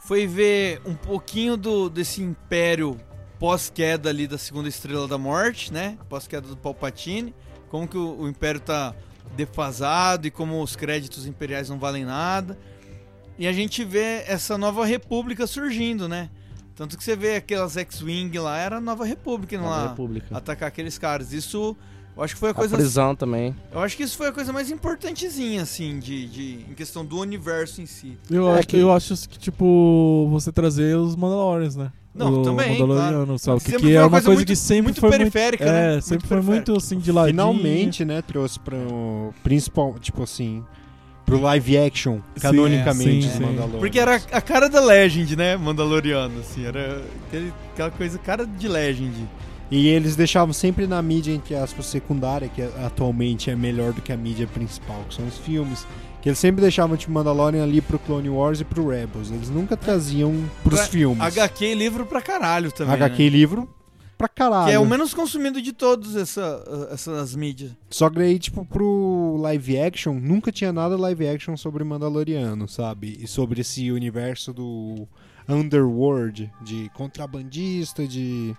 [SPEAKER 1] foi ver um pouquinho do desse império pós-queda ali da segunda estrela da morte, né? Pós-queda do Palpatine, como que o, o império tá defasado e como os créditos imperiais não valem nada. E a gente vê essa nova república surgindo, né? Tanto que você vê aquelas X-Wing lá, era a Nova República, não
[SPEAKER 5] Nova
[SPEAKER 1] lá
[SPEAKER 5] República.
[SPEAKER 1] atacar aqueles caras. Isso, eu acho que foi a
[SPEAKER 5] A
[SPEAKER 1] coisa
[SPEAKER 5] prisão também.
[SPEAKER 1] eu acho que isso foi a coisa mais importantezinha, assim, de, de- em questão do universo em si.
[SPEAKER 4] Eu,
[SPEAKER 5] É
[SPEAKER 4] acho,
[SPEAKER 5] que-
[SPEAKER 4] eu acho que, tipo, você trazer os Mandalorians, né?
[SPEAKER 1] Não,
[SPEAKER 4] o
[SPEAKER 1] também,
[SPEAKER 4] Mandaloriano, sabe? Que,
[SPEAKER 1] Sempre
[SPEAKER 4] que
[SPEAKER 1] foi
[SPEAKER 4] é
[SPEAKER 1] uma
[SPEAKER 4] uma
[SPEAKER 1] coisa
[SPEAKER 4] coisa,
[SPEAKER 1] muito-
[SPEAKER 4] que sempre
[SPEAKER 1] muito
[SPEAKER 4] foi
[SPEAKER 1] periférica,
[SPEAKER 4] muito,
[SPEAKER 1] né?
[SPEAKER 4] É,
[SPEAKER 1] Muito
[SPEAKER 4] sempre foi
[SPEAKER 1] periférica.
[SPEAKER 4] muito, assim, de ladinho.
[SPEAKER 3] Finalmente, né, trouxe pro principal, tipo assim, pro live action,
[SPEAKER 4] Sim,
[SPEAKER 3] canonicamente,
[SPEAKER 4] é, sim,
[SPEAKER 3] do
[SPEAKER 4] sim.
[SPEAKER 3] Mandalorian.
[SPEAKER 1] Porque era a cara da Legend, né? Mandaloriano, assim. Era aquele- aquela coisa, cara de Legend.
[SPEAKER 3] E eles deixavam sempre na mídia, entre aspas, secundária, que atualmente é melhor do que a mídia principal, que são os filmes. Que eles sempre deixavam tipo Mandalorian ali pro Clone Wars e pro Rebels. Eles nunca traziam pros
[SPEAKER 1] Pra-
[SPEAKER 3] filmes.
[SPEAKER 1] HQ e é livro pra caralho também.
[SPEAKER 3] HQ
[SPEAKER 1] né?
[SPEAKER 3] livro pra caralho.
[SPEAKER 1] Que é o menos consumido de todos essa- essas mídias.
[SPEAKER 3] Só que daí, tipo, pro live action, nunca tinha nada live action sobre Mandaloriano, sabe? E sobre esse universo do underworld, de contrabandista, de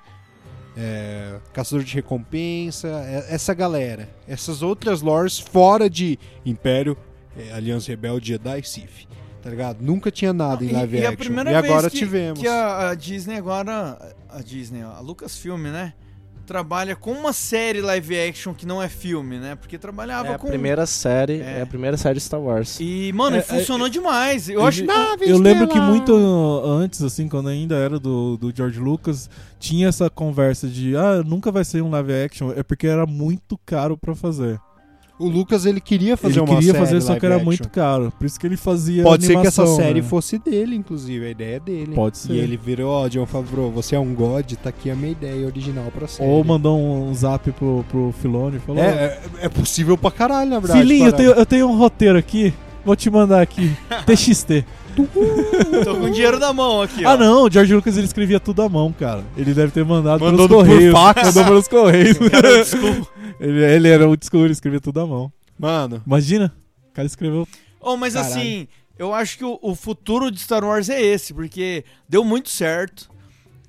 [SPEAKER 3] é, caçador de recompensa, é- essa galera. Essas outras lores fora de Império, é, Aliança Rebelde, Jedi e Sith, tá ligado? Nunca tinha nada em live
[SPEAKER 1] e a
[SPEAKER 3] action.
[SPEAKER 1] primeira
[SPEAKER 3] E
[SPEAKER 1] vez
[SPEAKER 3] agora
[SPEAKER 1] que,
[SPEAKER 3] tivemos.
[SPEAKER 1] que a, a Disney agora... A Disney, ó, a Lucasfilm, né? Trabalha com uma série live action que não é filme, né? Porque trabalhava
[SPEAKER 5] É a
[SPEAKER 1] com...
[SPEAKER 5] primeira série. É.
[SPEAKER 1] É.
[SPEAKER 5] a primeira série de Star Wars.
[SPEAKER 1] E, mano, e
[SPEAKER 4] É, é,
[SPEAKER 1] funcionou demais. Eu
[SPEAKER 4] Ele-
[SPEAKER 1] acho...
[SPEAKER 3] Nave
[SPEAKER 4] Eu lembro que
[SPEAKER 3] estelar!
[SPEAKER 4] muito antes, assim, quando ainda era do, do George Lucas, tinha essa conversa de, ah, nunca vai ser um live action, é porque era muito caro pra fazer.
[SPEAKER 3] O Lucas, ele queria fazer
[SPEAKER 4] ele
[SPEAKER 3] uma
[SPEAKER 4] queria
[SPEAKER 3] série
[SPEAKER 4] fazer, só
[SPEAKER 3] live
[SPEAKER 4] que era
[SPEAKER 3] action.
[SPEAKER 4] muito caro. Por isso que ele fazia
[SPEAKER 3] Pode ser que essa
[SPEAKER 4] animação,
[SPEAKER 3] série
[SPEAKER 4] né?
[SPEAKER 3] fosse dele, inclusive, a ideia é dele.
[SPEAKER 4] Pode ser.
[SPEAKER 3] E ele virou, ó, John Favreau, você é um god, tá aqui a minha ideia original pra série.
[SPEAKER 4] Ou mandou um zap pro, pro Filone e
[SPEAKER 3] É,
[SPEAKER 4] falou...
[SPEAKER 3] é, é possível pra caralho, na verdade.
[SPEAKER 4] Filhinho, eu
[SPEAKER 3] parar.
[SPEAKER 4] tenho, eu tenho um roteiro aqui. Vou te mandar aqui. TXT.
[SPEAKER 1] Tô com dinheiro na mão aqui, ó.
[SPEAKER 4] ah, não. O George Lucas ele escrevia tudo à mão, cara. Ele deve ter mandado
[SPEAKER 3] Mandou
[SPEAKER 4] pelos
[SPEAKER 3] por
[SPEAKER 4] correios.
[SPEAKER 3] fax.
[SPEAKER 4] Mandou pelos correios. ele, ele era o desculpa, ele escrevia tudo à mão.
[SPEAKER 3] Mano,
[SPEAKER 4] Imagina. O cara escreveu.
[SPEAKER 1] Oh, mas
[SPEAKER 3] Caralho.
[SPEAKER 1] assim, eu acho que o, o futuro de Star Wars é esse, porque deu muito certo.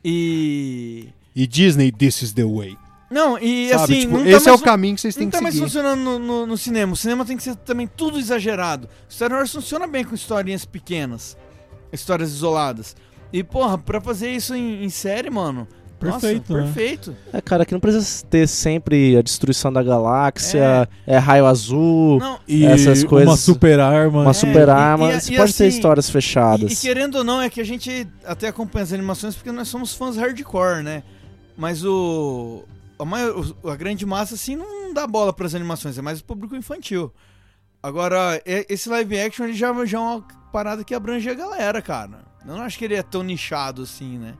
[SPEAKER 1] E.
[SPEAKER 3] e Disney, this is the way.
[SPEAKER 1] Não, e
[SPEAKER 3] Sabe?
[SPEAKER 1] assim.
[SPEAKER 3] tipo,
[SPEAKER 1] não tá
[SPEAKER 3] esse é
[SPEAKER 1] mais
[SPEAKER 3] o caminho que vocês têm
[SPEAKER 1] Não
[SPEAKER 3] que
[SPEAKER 1] tá mais
[SPEAKER 3] seguir.
[SPEAKER 1] funcionando no, no- no cinema. O cinema tem que ser também tudo exagerado. Star Wars funciona bem com historinhas pequenas, histórias isoladas. E, porra, pra fazer isso em, em série, mano. nossa,
[SPEAKER 4] Perfeito, né?
[SPEAKER 1] perfeito.
[SPEAKER 5] É, cara, que não precisa ter sempre a destruição da galáxia, é, raio azul,
[SPEAKER 1] Não,
[SPEAKER 4] E
[SPEAKER 5] Essas
[SPEAKER 4] Uma
[SPEAKER 5] coisas-
[SPEAKER 4] super arma.
[SPEAKER 5] uma super arma.
[SPEAKER 1] e- e-
[SPEAKER 5] Você
[SPEAKER 1] e
[SPEAKER 5] pode ter
[SPEAKER 1] assim,
[SPEAKER 5] histórias
[SPEAKER 1] E, e
[SPEAKER 5] fechadas.
[SPEAKER 1] querendo ou não, é que a gente até acompanha as animações porque nós somos fãs hardcore, né? Mas o. A, maior, a grande massa, assim, não dá bola para as animações, é mais o público infantil. Agora, é- esse live action ele já, já é uma parada que abrange a galera, cara. Eu não acho que ele é tão nichado assim, né?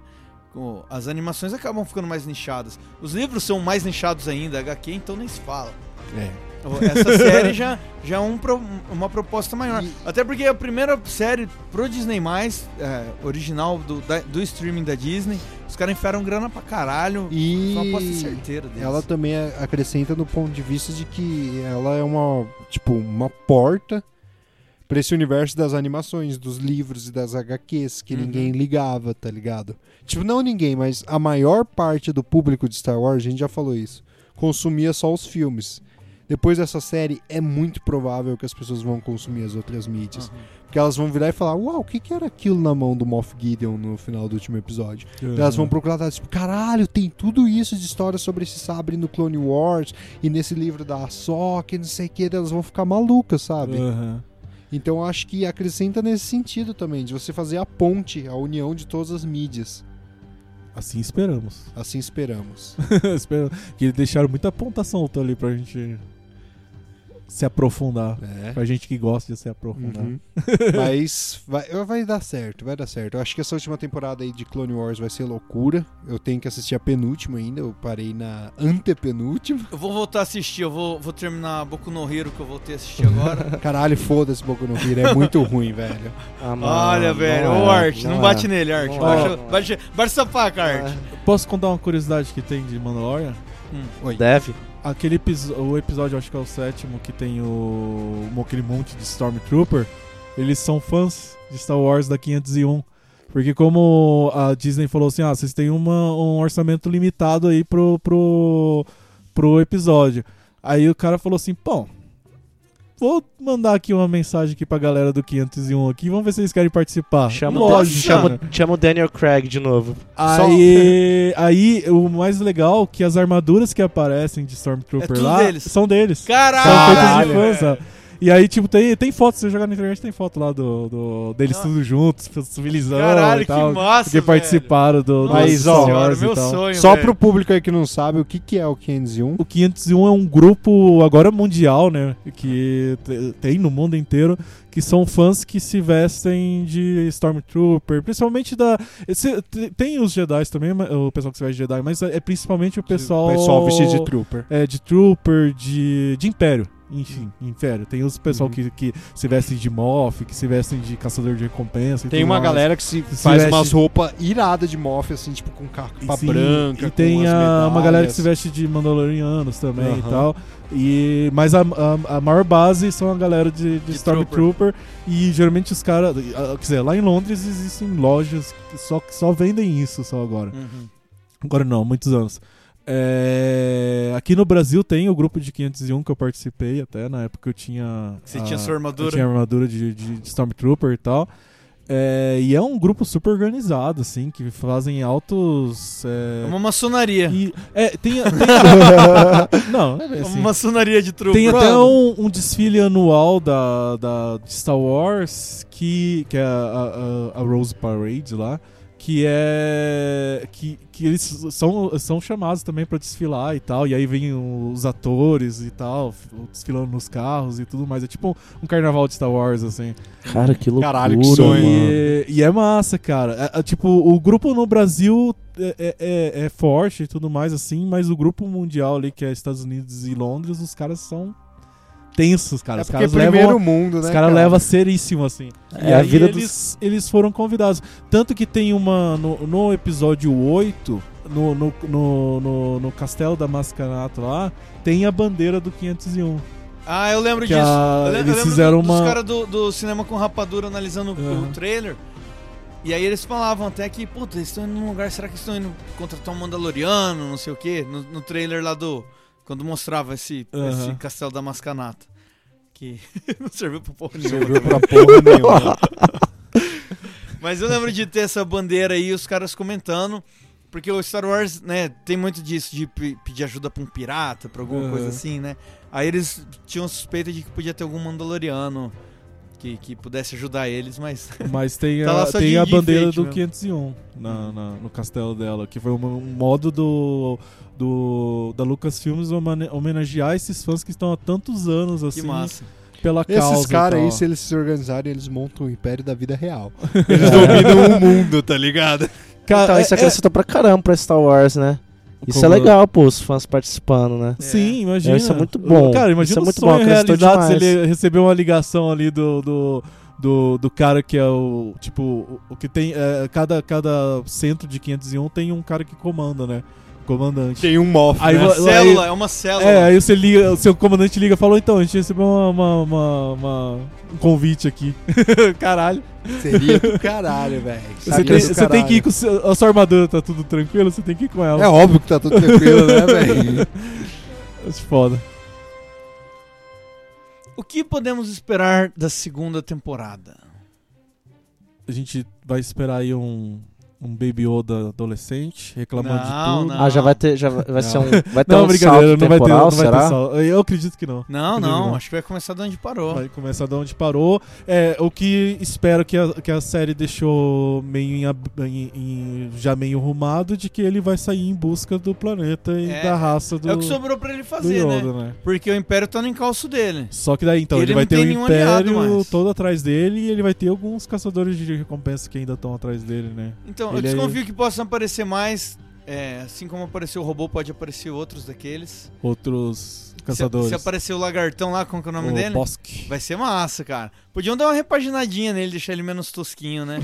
[SPEAKER 1] Como As animações acabam ficando mais nichadas. Os livros são mais nichados ainda, HQ então nem se fala.
[SPEAKER 3] É.
[SPEAKER 1] Essa série já, já é um pro- uma proposta maior. Até porque a primeira série pro Disney, é, original do, da- do streaming da Disney, os caras enfiaram grana pra caralho.
[SPEAKER 3] E
[SPEAKER 1] Foi uma aposta certeira deles.
[SPEAKER 3] ela também a- acrescenta no ponto de vista de que ela é uma, tipo, uma porta pra esse universo das animações, dos livros e das HQs que ninguém ligava, tá ligado? Tipo, não ninguém, mas a maior parte do público de Star Wars, a gente já falou isso, consumia só os filmes. Depois dessa série, é muito provável que as pessoas vão consumir as outras mídias. Porque elas vão virar e falar: Uau, o que, que era aquilo na mão do Moff Gideon no final do último episódio?
[SPEAKER 4] Uhum.
[SPEAKER 3] Elas vão procurar, tá, tipo, caralho, tem tudo isso de história sobre esse sabre no Clone Wars e nesse livro da Ahsoka e não sei o que, elas vão ficar malucas, sabe?
[SPEAKER 4] Aham.
[SPEAKER 3] Então eu acho que acrescenta nesse sentido também, de você fazer a ponte, a união de todas as mídias.
[SPEAKER 4] Assim esperamos.
[SPEAKER 3] Assim esperamos.
[SPEAKER 4] Espero que eles deixaram muita ponta solta ali pra gente se aprofundar.
[SPEAKER 3] É.
[SPEAKER 4] Pra gente que gosta de se aprofundar.
[SPEAKER 3] Uhum. Mas vai, vai dar certo, vai dar certo. Eu acho que essa última temporada aí de Clone Wars vai ser loucura. Eu tenho que assistir a penúltima ainda, eu parei na antepenúltima.
[SPEAKER 1] Eu vou voltar a assistir, eu vou, vou terminar Boku no Hero que eu voltei a assistir agora.
[SPEAKER 3] Caralho, foda-se Boku no Hero, é muito ruim, velho.
[SPEAKER 5] Ah, mano,
[SPEAKER 1] Olha, velho,
[SPEAKER 5] é,
[SPEAKER 1] ô Art, não,
[SPEAKER 5] é.
[SPEAKER 1] bate nele, Art.
[SPEAKER 5] Não
[SPEAKER 1] baixa,
[SPEAKER 5] é, não é.
[SPEAKER 1] baixa, baixa essa faca, Art.
[SPEAKER 4] Posso contar uma curiosidade que tem de Mandalorian?
[SPEAKER 5] Deve.
[SPEAKER 4] Aquele episo- o episódio, acho que é o sétimo, que tem o aquele monte de Stormtrooper, eles são fãs de Star Wars da 501. Porque como a Disney falou assim, ah, vocês têm uma, um orçamento limitado aí pro, pro, pro episódio. Aí o cara falou assim, pô, vou mandar aqui uma mensagem aqui pra galera do 501 aqui, vamos ver se eles querem participar.
[SPEAKER 5] Chama, o Dan-
[SPEAKER 4] Lógico,
[SPEAKER 5] chama, chama o Daniel Craig de novo.
[SPEAKER 4] Aí, aí, o mais legal é que as armaduras que aparecem de
[SPEAKER 1] É
[SPEAKER 4] Stormtrooper
[SPEAKER 1] tudo
[SPEAKER 4] lá
[SPEAKER 1] deles.
[SPEAKER 4] são deles. São feitas
[SPEAKER 1] Caralho!
[SPEAKER 4] de fãs, sabe? E aí, tipo, tem, tem foto, se você jogar na internet, tem foto lá do, do- deles
[SPEAKER 1] Ah.
[SPEAKER 4] tudo juntos, civilizando
[SPEAKER 1] Caralho,
[SPEAKER 4] e tal.
[SPEAKER 1] que massa,
[SPEAKER 4] Porque
[SPEAKER 1] velho.
[SPEAKER 4] participaram do, do
[SPEAKER 1] Nossa
[SPEAKER 3] Mas, ó,
[SPEAKER 4] Star
[SPEAKER 1] senhora,
[SPEAKER 4] Wars
[SPEAKER 1] meu
[SPEAKER 4] e tal.
[SPEAKER 1] sonho,
[SPEAKER 3] Só
[SPEAKER 1] velho.
[SPEAKER 3] pro público aí que não sabe, o que, que é o 501?
[SPEAKER 4] O 501 é um grupo agora mundial, né? Que te- tem no mundo inteiro, que são fãs que se vestem de Stormtrooper, principalmente da. esse- te- tem os Jedi também, ma- o pessoal que se veste de Jedi, mas é principalmente o pessoal.
[SPEAKER 3] Pessoal vestido de trooper.
[SPEAKER 4] é, de Trooper, de, de Império. Enfim, Império. Tem os pessoal
[SPEAKER 3] Uhum.
[SPEAKER 4] que, que se vestem de Moff, que se vestem de caçador de recompensa. e
[SPEAKER 3] Tem
[SPEAKER 4] tudo
[SPEAKER 3] uma
[SPEAKER 4] mais.
[SPEAKER 3] galera que se
[SPEAKER 4] Se
[SPEAKER 3] faz
[SPEAKER 4] veste-
[SPEAKER 3] umas roupas iradas de moff, assim, tipo com capa
[SPEAKER 4] Sim,
[SPEAKER 3] branca.
[SPEAKER 4] E tem
[SPEAKER 3] com as
[SPEAKER 4] a- uma
[SPEAKER 3] medalhas.
[SPEAKER 4] galera que se veste de Mandalorianos também e
[SPEAKER 3] Aham.
[SPEAKER 4] tal. E, mas a, a, a maior base são a galera de, de
[SPEAKER 1] De
[SPEAKER 4] Stormtrooper. E geralmente os caras. ah, Quer dizer, lá em Londres existem lojas que só, que só vendem isso só agora.
[SPEAKER 3] Hum.
[SPEAKER 1] Uhum.
[SPEAKER 4] Agora não, muitos anos. É, aqui no Brasil tem o grupo de 501 que eu participei até, na época eu tinha.
[SPEAKER 1] Você
[SPEAKER 4] a-
[SPEAKER 1] tinha sua armadura?
[SPEAKER 4] Ah, Eu tinha armadura de, de- de Stormtrooper e tal. É, e é um grupo super organizado, assim, que fazem altos.
[SPEAKER 1] É
[SPEAKER 4] É,
[SPEAKER 1] uma maçonaria.
[SPEAKER 4] e- é, tem, tem- não, é bem
[SPEAKER 1] É uma
[SPEAKER 4] assim.
[SPEAKER 1] maçonaria de truco.
[SPEAKER 4] Tem até um, um desfile anual da, da de Star Wars que, que é a, a- a Rose Parade lá, que é que, que eles são, são chamados também pra desfilar e tal, e aí vem os atores e tal f- desfilando nos carros e tudo mais. É tipo um carnaval de Star Wars assim.
[SPEAKER 5] Cara, que loucura,
[SPEAKER 3] Caralho, que sonho.
[SPEAKER 5] mano.
[SPEAKER 3] Ah.
[SPEAKER 4] E, e é massa, cara. É- é tipo, o grupo no Brasil é, é- é- é forte e tudo mais, assim, mas o grupo mundial ali, que é Estados Unidos e Londres, os caras são tensos, cara.
[SPEAKER 3] É
[SPEAKER 4] os
[SPEAKER 3] porque
[SPEAKER 4] caras
[SPEAKER 3] primeiro
[SPEAKER 4] levam.
[SPEAKER 3] mundo, né?
[SPEAKER 4] Os caras levam a seríssimo, assim.
[SPEAKER 5] É
[SPEAKER 4] e
[SPEAKER 5] a
[SPEAKER 4] aí
[SPEAKER 5] vida dos-
[SPEAKER 4] eles, eles foram convidados. Tanto que tem uma. No, no episódio 8, no, no, no, no, no Castelo da Mascarato lá, tem a bandeira do 501.
[SPEAKER 1] Ah, eu lembro
[SPEAKER 4] que
[SPEAKER 1] disso.
[SPEAKER 4] a-
[SPEAKER 1] Eu le- eu
[SPEAKER 4] eles
[SPEAKER 1] lembro
[SPEAKER 4] fizeram
[SPEAKER 1] do-
[SPEAKER 4] uma- É.
[SPEAKER 1] dos caras do, do cinema com rapadura analisando o-
[SPEAKER 4] Aham.
[SPEAKER 1] o trailer. E aí eles falavam até que, puta, eles estão indo num lugar, será que eles estão indo contratar um Mandaloriano, não sei o quê? No, no trailer lá do. Quando mostrava esse,
[SPEAKER 4] Aham.
[SPEAKER 1] esse castelo da Mascanata. Que não serviu pra porra nenhuma.
[SPEAKER 3] Serviu
[SPEAKER 1] também.
[SPEAKER 3] pra porra nenhuma.
[SPEAKER 1] Mas eu lembro de ter essa bandeira aí, os caras comentando. Porque o Star Wars, né, tem muito disso de pe- pedir ajuda pra um pirata, pra alguma
[SPEAKER 4] Aham.
[SPEAKER 1] coisa assim, né? Aí eles tinham suspeita de que podia ter algum Mandaloriano que, que pudesse ajudar eles, mas.
[SPEAKER 4] Mas tem
[SPEAKER 1] Tá
[SPEAKER 4] a,
[SPEAKER 1] lá só
[SPEAKER 4] tem
[SPEAKER 1] de-
[SPEAKER 4] a
[SPEAKER 1] de
[SPEAKER 4] bandeira
[SPEAKER 1] enfeite
[SPEAKER 4] do
[SPEAKER 1] mesmo. Uhum.
[SPEAKER 4] 501 na, na- no castelo dela, que foi um, um modo do, do da Lucasfilmes homene- homenagear esses fãs que estão há tantos anos
[SPEAKER 1] Que
[SPEAKER 4] assim
[SPEAKER 1] massa.
[SPEAKER 4] pela causa.
[SPEAKER 3] Esses
[SPEAKER 4] e
[SPEAKER 3] caras
[SPEAKER 4] tal.
[SPEAKER 3] aí, se eles se organizarem, eles montam o império da vida real. Eles dominam o mundo, tá ligado?
[SPEAKER 4] Cara,
[SPEAKER 5] Então,
[SPEAKER 4] é-
[SPEAKER 5] isso
[SPEAKER 4] é-
[SPEAKER 5] acrescentou pra caramba pra Star Wars, né? Isso
[SPEAKER 4] Como-
[SPEAKER 5] é legal, pô, os fãs participando, né?
[SPEAKER 4] Sim, imagina.
[SPEAKER 5] É, isso é muito bom.
[SPEAKER 4] Cara, imagina
[SPEAKER 5] Isso é
[SPEAKER 4] o
[SPEAKER 5] muito
[SPEAKER 4] sonho
[SPEAKER 5] bom, acrescentou
[SPEAKER 4] realizado se
[SPEAKER 5] demais.
[SPEAKER 4] ele receber uma ligação ali do, do, do, do cara que é o. Tipo, o- o que tem. é, cada, cada centro de 501 tem um cara que comanda, né? Comandante.
[SPEAKER 3] Tem um mof,
[SPEAKER 4] Aí
[SPEAKER 3] né?
[SPEAKER 4] vo-
[SPEAKER 1] Célula, é uma célula.
[SPEAKER 4] É, aí você liga, o seu comandante liga e falou, então, a gente recebeu uma, uma- uma- uma- um convite aqui. Caralho.
[SPEAKER 3] Ah, Seria do caralho, velho.
[SPEAKER 4] Você
[SPEAKER 3] Seria
[SPEAKER 4] tem,
[SPEAKER 3] do
[SPEAKER 4] você tem que ir
[SPEAKER 3] caralho.
[SPEAKER 4] com o seu- a sua armadura, tá tudo tranquilo? Você tem que ir com ela.
[SPEAKER 3] É óbvio que tá tudo tranquilo, né, velho?
[SPEAKER 4] É foda.
[SPEAKER 1] O que podemos esperar da segunda temporada?
[SPEAKER 4] A gente vai esperar aí um, um Baby Yoda adolescente reclamando
[SPEAKER 1] Não,
[SPEAKER 4] de tudo.
[SPEAKER 1] não.
[SPEAKER 5] Ah, já vai ter. Já vai vai ser um. Vai ter
[SPEAKER 4] Não,
[SPEAKER 5] um
[SPEAKER 4] brincadeira,
[SPEAKER 5] salto
[SPEAKER 4] não vai ter, não
[SPEAKER 5] temporal,
[SPEAKER 4] vai ter
[SPEAKER 5] será?
[SPEAKER 4] salto. Eu acredito que não.
[SPEAKER 1] Não,
[SPEAKER 4] Não,
[SPEAKER 1] não,
[SPEAKER 4] não.
[SPEAKER 1] acho que vai começar de onde parou.
[SPEAKER 4] Vai começar de onde parou. É, o que espero que a, que a série deixou meio em ab- em- em- já meio arrumado de que ele vai sair em busca do planeta e
[SPEAKER 1] É,
[SPEAKER 4] da raça do,
[SPEAKER 1] É o que sobrou pra ele
[SPEAKER 4] do
[SPEAKER 1] fazer, né?
[SPEAKER 4] Yoda, né?
[SPEAKER 1] Porque o Império tá no encalço dele.
[SPEAKER 4] Só que daí então
[SPEAKER 1] Ele
[SPEAKER 4] ele, vai
[SPEAKER 1] não
[SPEAKER 4] ter o
[SPEAKER 1] tem nenhum aliado
[SPEAKER 4] império
[SPEAKER 1] mais.
[SPEAKER 4] todo atrás dele e ele vai ter alguns caçadores de recompensa que ainda estão atrás dele, né?
[SPEAKER 1] Então, eu
[SPEAKER 4] Ele é-
[SPEAKER 1] desconfio que possam aparecer mais. é, assim como apareceu o robô, pode aparecer outros daqueles.
[SPEAKER 4] Outros
[SPEAKER 1] Se-
[SPEAKER 4] caçadores.
[SPEAKER 1] Se, aparecer o lagartão lá, como que é o nome
[SPEAKER 4] o
[SPEAKER 1] dele?
[SPEAKER 4] Bosque.
[SPEAKER 1] Vai ser massa, cara. Podiam dar uma repaginadinha nele, deixar ele menos tosquinho, né?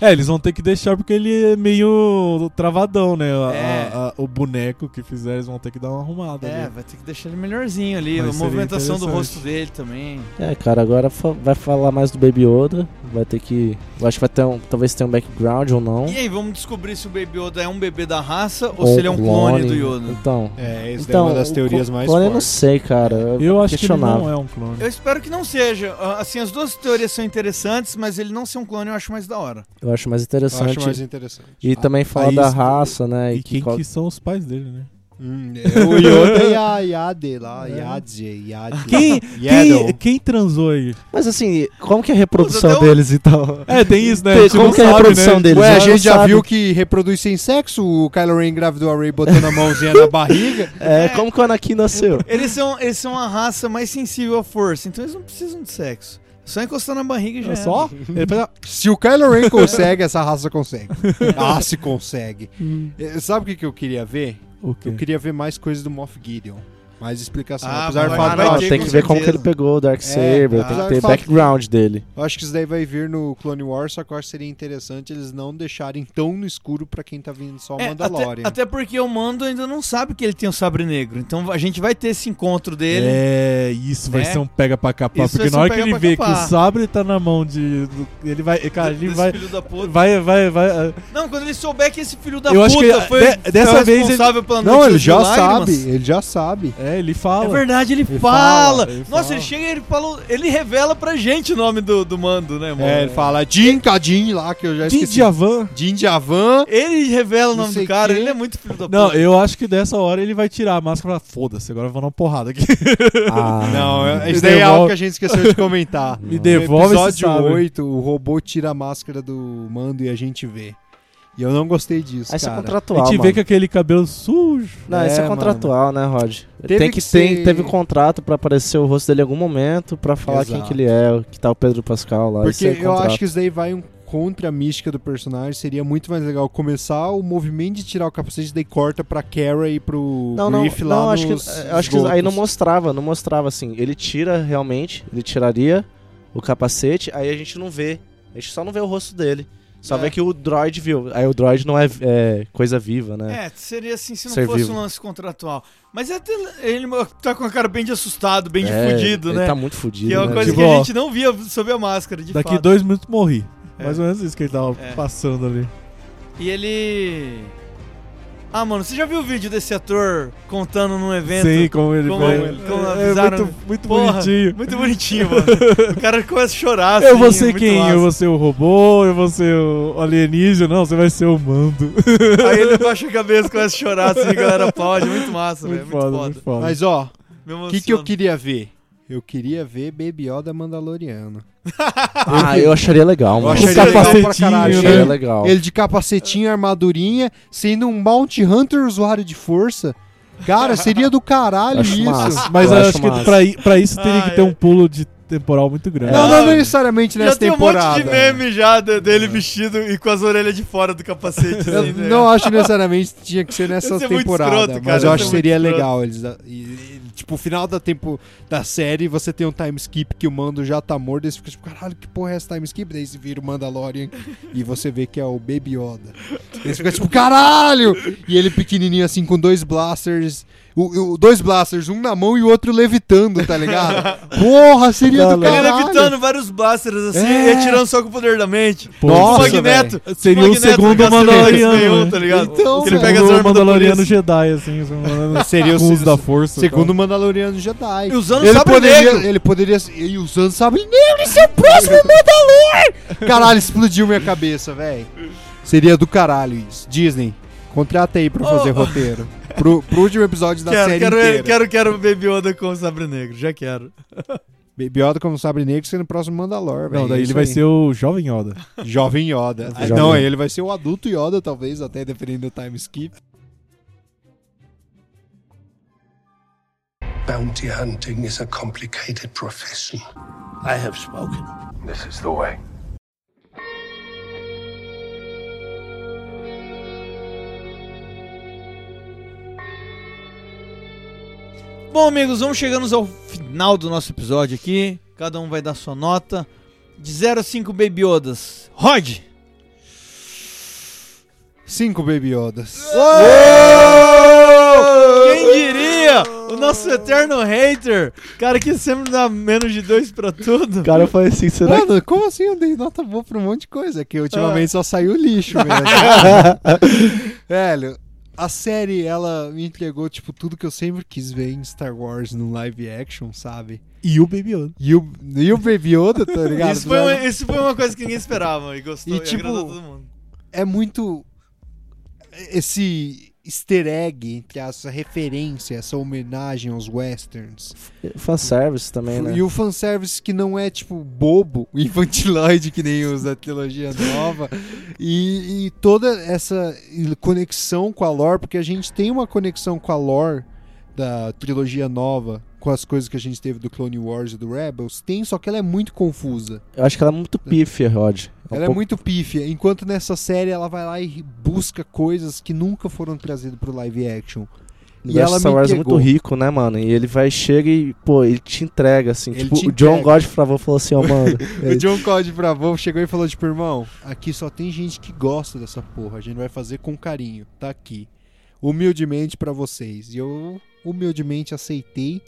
[SPEAKER 4] É, eles vão ter que deixar porque ele é meio travadão, né? A-
[SPEAKER 1] É.
[SPEAKER 4] a- a- o boneco que fizeram, eles vão ter que dar uma arrumada.
[SPEAKER 1] é,
[SPEAKER 4] ali. né?
[SPEAKER 1] vai ter que deixar ele melhorzinho ali.
[SPEAKER 4] Mas
[SPEAKER 1] a
[SPEAKER 4] seria
[SPEAKER 1] movimentação do
[SPEAKER 4] interessante.
[SPEAKER 1] rosto dele também.
[SPEAKER 5] É, cara, agora fa- vai falar mais do Baby Yoda. Vai ter que. Eu acho que vai ter um. Talvez tenha um background ou não.
[SPEAKER 1] E aí, vamos descobrir se o Baby Yoda é um bebê da raça ou,
[SPEAKER 5] Ou
[SPEAKER 1] se ele é um clone, do Yoda.
[SPEAKER 5] Então.
[SPEAKER 3] É, isso daí é
[SPEAKER 5] então,
[SPEAKER 3] uma das
[SPEAKER 5] o
[SPEAKER 3] teorias
[SPEAKER 5] cl-
[SPEAKER 3] mais
[SPEAKER 5] clone eu não
[SPEAKER 3] fortes.
[SPEAKER 5] sei, cara.
[SPEAKER 4] Eu acho que ele
[SPEAKER 5] questionável.
[SPEAKER 4] não é um clone.
[SPEAKER 1] Eu espero que não seja. Ah, Assim, as duas teorias são interessantes, mas ele não ser um clone eu acho mais da hora.
[SPEAKER 5] Eu acho mais
[SPEAKER 3] Eu
[SPEAKER 5] interessante.
[SPEAKER 3] acho mais ah, interessante.
[SPEAKER 5] E também falar
[SPEAKER 4] aí
[SPEAKER 5] da
[SPEAKER 4] isso-
[SPEAKER 5] raça, né?
[SPEAKER 4] E,
[SPEAKER 5] E, que
[SPEAKER 4] quem
[SPEAKER 5] qual-
[SPEAKER 4] que são os pais dele, né?
[SPEAKER 3] Hum, é o Yoda e a Yade lá.
[SPEAKER 5] É.
[SPEAKER 3] Yade, Yade.
[SPEAKER 4] Quem,
[SPEAKER 3] Yaddle.
[SPEAKER 4] quem, quem transou aí?
[SPEAKER 5] Mas assim, como que é a reprodução
[SPEAKER 1] Puta, deu- um
[SPEAKER 5] deles então? e tal?
[SPEAKER 4] É, tem isso, né?
[SPEAKER 5] Tem-
[SPEAKER 4] A gente
[SPEAKER 5] como
[SPEAKER 4] não
[SPEAKER 5] que é a
[SPEAKER 4] sabe,
[SPEAKER 5] reprodução
[SPEAKER 4] né?
[SPEAKER 5] deles?
[SPEAKER 3] Ué, a
[SPEAKER 5] Ela
[SPEAKER 3] gente já
[SPEAKER 5] sabe.
[SPEAKER 3] viu que reproduz sem sexo. O Kylo Ren engravidou a Ray botando a mãozinha na barriga.
[SPEAKER 5] É, como que o Anakin nasceu?
[SPEAKER 1] Eles são, eles são a raça mais sensível à força, então eles não precisam de sexo. É Só encostar na barriga e já.
[SPEAKER 4] É
[SPEAKER 1] era.
[SPEAKER 4] só? Ele fez,
[SPEAKER 3] Se o Kylo Ren consegue, essa raça consegue. Ah, se consegue.
[SPEAKER 5] Hum.
[SPEAKER 3] Eh, Sabe o que, que eu queria ver?
[SPEAKER 4] o quê?
[SPEAKER 3] Eu queria ver mais coisas do Moff Gideon. Mais explicação.
[SPEAKER 1] Ah,
[SPEAKER 3] Apesar de
[SPEAKER 1] vai-
[SPEAKER 3] falar,
[SPEAKER 1] vai
[SPEAKER 5] Não,
[SPEAKER 1] ter,
[SPEAKER 5] tem
[SPEAKER 1] com
[SPEAKER 5] que ver como que
[SPEAKER 1] certeza.
[SPEAKER 5] ele pegou o
[SPEAKER 3] É,
[SPEAKER 5] Darksaber, tem
[SPEAKER 3] apesar
[SPEAKER 5] que ter
[SPEAKER 3] do fato que-
[SPEAKER 5] background dele.
[SPEAKER 3] eu acho que isso daí vai vir no Clone Wars, só que eu acho que seria interessante eles não deixarem tão no escuro pra quem tá vindo só o
[SPEAKER 1] É, até,
[SPEAKER 3] Mandalorian.
[SPEAKER 1] até porque o Mando ainda não sabe que ele tem o sabre negro. Então a gente vai ter esse encontro dele.
[SPEAKER 4] É, isso vai
[SPEAKER 1] É.
[SPEAKER 4] ser um pega pra capar.
[SPEAKER 1] Isso vai
[SPEAKER 4] Porque
[SPEAKER 1] ser
[SPEAKER 4] na
[SPEAKER 1] um
[SPEAKER 4] hora que
[SPEAKER 1] pega
[SPEAKER 4] ele
[SPEAKER 1] pra
[SPEAKER 4] vê que
[SPEAKER 1] capar.
[SPEAKER 4] o sabre tá na mão de. do- ele vai. Cara, ele
[SPEAKER 1] Desse
[SPEAKER 4] vai.
[SPEAKER 1] filho da puta.
[SPEAKER 4] Vai, vai, é, vai.
[SPEAKER 1] Não, quando ele souber que esse filho da
[SPEAKER 4] Eu
[SPEAKER 1] puta
[SPEAKER 4] acho que ele-
[SPEAKER 1] foi
[SPEAKER 4] de-
[SPEAKER 1] foi
[SPEAKER 4] dessa
[SPEAKER 1] o
[SPEAKER 4] vez ele-
[SPEAKER 1] responsável pela
[SPEAKER 3] Não,
[SPEAKER 1] notícia
[SPEAKER 3] ele
[SPEAKER 1] de
[SPEAKER 3] já
[SPEAKER 1] lágrimas.
[SPEAKER 3] sabe, ele já sabe.
[SPEAKER 4] É, ele
[SPEAKER 1] É
[SPEAKER 4] fala.
[SPEAKER 1] verdade, ele,
[SPEAKER 4] Ele
[SPEAKER 1] fala.
[SPEAKER 4] fala, ele
[SPEAKER 1] Nossa,
[SPEAKER 4] fala.
[SPEAKER 1] ele chega e ele fala. Ele revela pra gente o nome do, do Mando, né, mano?
[SPEAKER 3] É, ele fala Jim Cadin lá, que eu já
[SPEAKER 4] de
[SPEAKER 3] esqueci.
[SPEAKER 4] Javan.
[SPEAKER 3] Jim Javan.
[SPEAKER 1] Ele revela o
[SPEAKER 3] Não
[SPEAKER 1] nome
[SPEAKER 3] sei
[SPEAKER 1] do cara,
[SPEAKER 3] quê.
[SPEAKER 1] ele é muito filho da
[SPEAKER 4] Não,
[SPEAKER 1] puta.
[SPEAKER 4] eu acho que dessa hora ele vai tirar a máscara e falar: foda-se, agora eu vou dar uma porrada aqui.
[SPEAKER 5] Ah,
[SPEAKER 3] Não, é-
[SPEAKER 4] Me
[SPEAKER 3] isso daí é algo
[SPEAKER 4] devolve.
[SPEAKER 3] que a gente esqueceu de comentar.
[SPEAKER 4] Me devolve
[SPEAKER 3] no
[SPEAKER 4] esse
[SPEAKER 3] episódio
[SPEAKER 4] sabre.
[SPEAKER 3] 8, o robô tira a máscara do mando e a gente vê. E eu não gostei disso,
[SPEAKER 5] Aí isso é
[SPEAKER 3] cara.
[SPEAKER 4] A
[SPEAKER 5] contratual,
[SPEAKER 4] gente
[SPEAKER 5] mano.
[SPEAKER 4] vê com aquele cabelo sujo.
[SPEAKER 5] Não, isso
[SPEAKER 3] É,
[SPEAKER 5] é contratual, né, Rod?
[SPEAKER 3] Teve
[SPEAKER 5] tem que,
[SPEAKER 3] que
[SPEAKER 5] tem-
[SPEAKER 3] ser-
[SPEAKER 5] teve contrato pra aparecer o rosto dele em algum momento, pra falar quem
[SPEAKER 3] Exato.
[SPEAKER 5] que ele é, que tá o Pedro Pascal lá.
[SPEAKER 3] Porque
[SPEAKER 5] isso é
[SPEAKER 3] eu acho
[SPEAKER 5] contrato.
[SPEAKER 3] que isso daí vai um contra a mística do personagem. Seria muito mais legal começar o movimento de tirar o capacete, daí corta pra Kara e pro
[SPEAKER 5] Não, não,
[SPEAKER 3] Griff lá
[SPEAKER 5] não acho que,
[SPEAKER 3] nos
[SPEAKER 5] acho que aí não
[SPEAKER 3] esgotos.
[SPEAKER 5] mostrava, não mostrava assim. Ele tira realmente, ele tiraria o capacete, aí a gente não vê. A gente só não vê o rosto dele. Só
[SPEAKER 1] É.
[SPEAKER 5] vê que o droid viu. Aí o droid não é, é, coisa viva, né?
[SPEAKER 1] É, seria assim se não
[SPEAKER 5] Ser
[SPEAKER 1] fosse
[SPEAKER 5] vivo.
[SPEAKER 1] um lance contratual. Mas é até, ele tá com a cara bem de assustado, bem de
[SPEAKER 5] É,
[SPEAKER 1] fudido,
[SPEAKER 5] ele
[SPEAKER 1] né?
[SPEAKER 5] tá muito fudido.
[SPEAKER 1] Que é uma
[SPEAKER 5] né?
[SPEAKER 1] coisa
[SPEAKER 4] Tipo,
[SPEAKER 1] que a
[SPEAKER 4] ó,
[SPEAKER 1] gente não via sob a máscara, de
[SPEAKER 4] Daqui
[SPEAKER 1] fato.
[SPEAKER 4] dois minutos morri.
[SPEAKER 1] É.
[SPEAKER 4] Mais ou menos isso que ele tava
[SPEAKER 1] É.
[SPEAKER 4] passando ali.
[SPEAKER 1] E ele. Ah, mano, você já viu o vídeo desse ator contando num evento?
[SPEAKER 4] Sim, como ele
[SPEAKER 1] como-
[SPEAKER 4] foi.
[SPEAKER 1] como
[SPEAKER 4] é,
[SPEAKER 1] avisaram-
[SPEAKER 4] muito, muito
[SPEAKER 1] Porra,
[SPEAKER 4] bonitinho.
[SPEAKER 1] Muito bonitinho, mano. o cara começa a chorar.
[SPEAKER 4] Eu
[SPEAKER 1] assim,
[SPEAKER 4] vou ser
[SPEAKER 1] muito
[SPEAKER 4] quem?
[SPEAKER 1] massa.
[SPEAKER 4] Eu vou ser o robô? Eu vou ser o alienígena? Não, você vai ser o mando.
[SPEAKER 1] Aí ele baixa a cabeça e começa a chorar assim, a galera aplaude. Muito massa, velho.
[SPEAKER 4] Muito
[SPEAKER 1] é Muito
[SPEAKER 4] foda,
[SPEAKER 1] foda.
[SPEAKER 4] muito foda.
[SPEAKER 3] Mas ó,
[SPEAKER 1] Me
[SPEAKER 3] o que, que eu
[SPEAKER 1] emociona.
[SPEAKER 3] queria ver? Eu queria ver Baby Yoda Mandaloriano.
[SPEAKER 5] Ah, eu acharia legal, mano.
[SPEAKER 3] acharia
[SPEAKER 4] um
[SPEAKER 3] legal pra
[SPEAKER 4] capacetinho,
[SPEAKER 5] Eu
[SPEAKER 3] caralho.
[SPEAKER 4] né?
[SPEAKER 5] acharia
[SPEAKER 3] Ele-
[SPEAKER 5] legal.
[SPEAKER 3] Ele de capacetinho, armadurinha, sendo um Mount Hunter usuário de força. Cara, seria do caralho
[SPEAKER 5] Acho
[SPEAKER 3] isso.
[SPEAKER 5] massa.
[SPEAKER 4] Mas
[SPEAKER 5] Eu
[SPEAKER 4] eu
[SPEAKER 5] acho
[SPEAKER 4] acho que
[SPEAKER 5] massa.
[SPEAKER 4] pra, i- pra isso teria que ter
[SPEAKER 1] Ah,
[SPEAKER 4] um pulo de temporal muito grande.
[SPEAKER 3] Não, não
[SPEAKER 1] Ah,
[SPEAKER 3] necessariamente
[SPEAKER 1] Já
[SPEAKER 3] nessa
[SPEAKER 1] tem um
[SPEAKER 3] temporada.
[SPEAKER 1] monte de meme já de- dele vestido e com as orelhas de fora do capacete. assim,
[SPEAKER 3] Eu
[SPEAKER 1] né?
[SPEAKER 3] não acho necessariamente que tinha que ser nessa
[SPEAKER 1] Ia ser muito
[SPEAKER 3] temporada,
[SPEAKER 1] escroto, cara,
[SPEAKER 3] mas eu
[SPEAKER 1] ia
[SPEAKER 3] acho
[SPEAKER 1] ser
[SPEAKER 3] que
[SPEAKER 1] muito
[SPEAKER 3] seria
[SPEAKER 1] escroto.
[SPEAKER 3] legal eles e- e, tipo, o final da tempo da série, você tem um time skip que o Mando já tá morto, e você fica tipo, caralho, que porra é essa time skip? Daí você vira o Mandalorian e você vê que é o Baby Yoda. Daí você fica tipo, caralho! E ele pequenininho assim com dois blasters, o, o- dois blasters, um na mão e o outro levitando, tá ligado? Porra, seria do
[SPEAKER 1] Ele
[SPEAKER 3] caralho.
[SPEAKER 1] levitando vários bássaros assim
[SPEAKER 3] É.
[SPEAKER 1] e atirando só com o poder da mente.
[SPEAKER 3] Nossa,
[SPEAKER 1] o Magneto.
[SPEAKER 4] Seria o
[SPEAKER 1] Magneto
[SPEAKER 4] segundo
[SPEAKER 1] gastando
[SPEAKER 4] Mandaloriano.
[SPEAKER 1] esse
[SPEAKER 4] né?
[SPEAKER 1] Tá ligado?
[SPEAKER 3] Então,
[SPEAKER 1] que ele
[SPEAKER 4] Segundo
[SPEAKER 1] pega as armas da
[SPEAKER 4] Mandaloriano
[SPEAKER 1] polícia.
[SPEAKER 4] Jedi, assim. os Mandalorianos-
[SPEAKER 3] Seria o
[SPEAKER 4] com o uso
[SPEAKER 3] se-
[SPEAKER 4] da força. então. e tal.
[SPEAKER 3] Segundo o Mandaloriano Jedi.
[SPEAKER 1] E usando
[SPEAKER 3] ele
[SPEAKER 1] sabre
[SPEAKER 3] poderia,
[SPEAKER 1] negro.
[SPEAKER 3] Ele poderia. E usando sabre negro, esse é o próximo Mandalor! Caralho, explodiu minha cabeça, velho. Seria do caralho isso. Disney, contrata aí pra fazer
[SPEAKER 1] Oh.
[SPEAKER 3] roteiro. Pro, pro último episódio da
[SPEAKER 1] Quero,
[SPEAKER 3] série
[SPEAKER 1] quero,
[SPEAKER 3] inteira.
[SPEAKER 1] ele- quero, quero o Baby Yoda com o Sabre Negro. Já quero.
[SPEAKER 3] Baby Yoda como sabre negro sendo o próximo Mandalor, velho.
[SPEAKER 4] Não, daí
[SPEAKER 3] É
[SPEAKER 4] ele
[SPEAKER 3] isso
[SPEAKER 4] vai
[SPEAKER 3] aí.
[SPEAKER 4] ser o Jovem Yoda.
[SPEAKER 3] Jovem Yoda. Ah,
[SPEAKER 5] Jovem.
[SPEAKER 3] Não, ele vai ser o adulto Yoda, talvez, até dependendo do time skip.
[SPEAKER 7] Bounty hunting is a complicated profession. I have spoken.
[SPEAKER 8] This is the way.
[SPEAKER 1] Bom, amigos, vamos chegando ao final do nosso episódio aqui. Cada um vai dar sua nota. De 0 a 5 Baby Yodas. Rod!
[SPEAKER 3] Cinco Baby Yodas.
[SPEAKER 1] Quem diria? O nosso eterno hater. Cara que sempre dá menos de dois pra tudo.
[SPEAKER 5] O cara foi assim, será
[SPEAKER 1] tá-
[SPEAKER 5] que...
[SPEAKER 3] Mano, como assim eu dei nota boa pra um monte de coisa? Que
[SPEAKER 1] Ah.
[SPEAKER 3] ultimamente só saiu lixo mesmo. Velho, a série, ela me entregou, tipo, tudo que eu sempre quis ver em Star Wars no live action, sabe?
[SPEAKER 4] E o Baby Yoda.
[SPEAKER 3] E o, e o Baby Yoda, tá ligado?
[SPEAKER 1] isso, foi uma, isso foi uma coisa que ninguém esperava e gostou.
[SPEAKER 3] E,
[SPEAKER 1] E, tipo,
[SPEAKER 3] tipo,
[SPEAKER 1] agradou todo mundo.
[SPEAKER 3] É muito esse easter egg, entre essa referência, essa homenagem aos westerns.
[SPEAKER 5] Fanservice também, né?
[SPEAKER 3] E o fanservice que não é, tipo, bobo, infantiloide, que nem os da trilogia nova. E, e toda essa conexão com a lore, porque a gente tem uma conexão com a lore da trilogia nova, com as coisas que a gente teve do Clone Wars e do Rebels, tem, só que ela é muito confusa.
[SPEAKER 5] Eu acho que ela é muito pífia, Rod. um
[SPEAKER 3] Ela é
[SPEAKER 5] pouco-
[SPEAKER 3] muito pífia, enquanto nessa série ela vai lá e busca coisas que nunca foram trazidas pro live action.
[SPEAKER 5] O
[SPEAKER 3] E ela
[SPEAKER 5] universo Star
[SPEAKER 3] me
[SPEAKER 5] Wars é
[SPEAKER 3] entregou.
[SPEAKER 5] muito rico, né, mano? E ele vai, chega e, pô, ele te entrega, assim.
[SPEAKER 3] Ele
[SPEAKER 5] tipo,
[SPEAKER 3] te
[SPEAKER 5] o John
[SPEAKER 3] entrega.
[SPEAKER 5] Godfrey Favreau falou assim, ó, mano... é
[SPEAKER 3] O John Cod Bravo chegou e falou, tipo, irmão, aqui só tem gente que gosta dessa porra. A gente vai fazer com carinho. Tá aqui. Humildemente pra vocês. E eu humildemente aceitei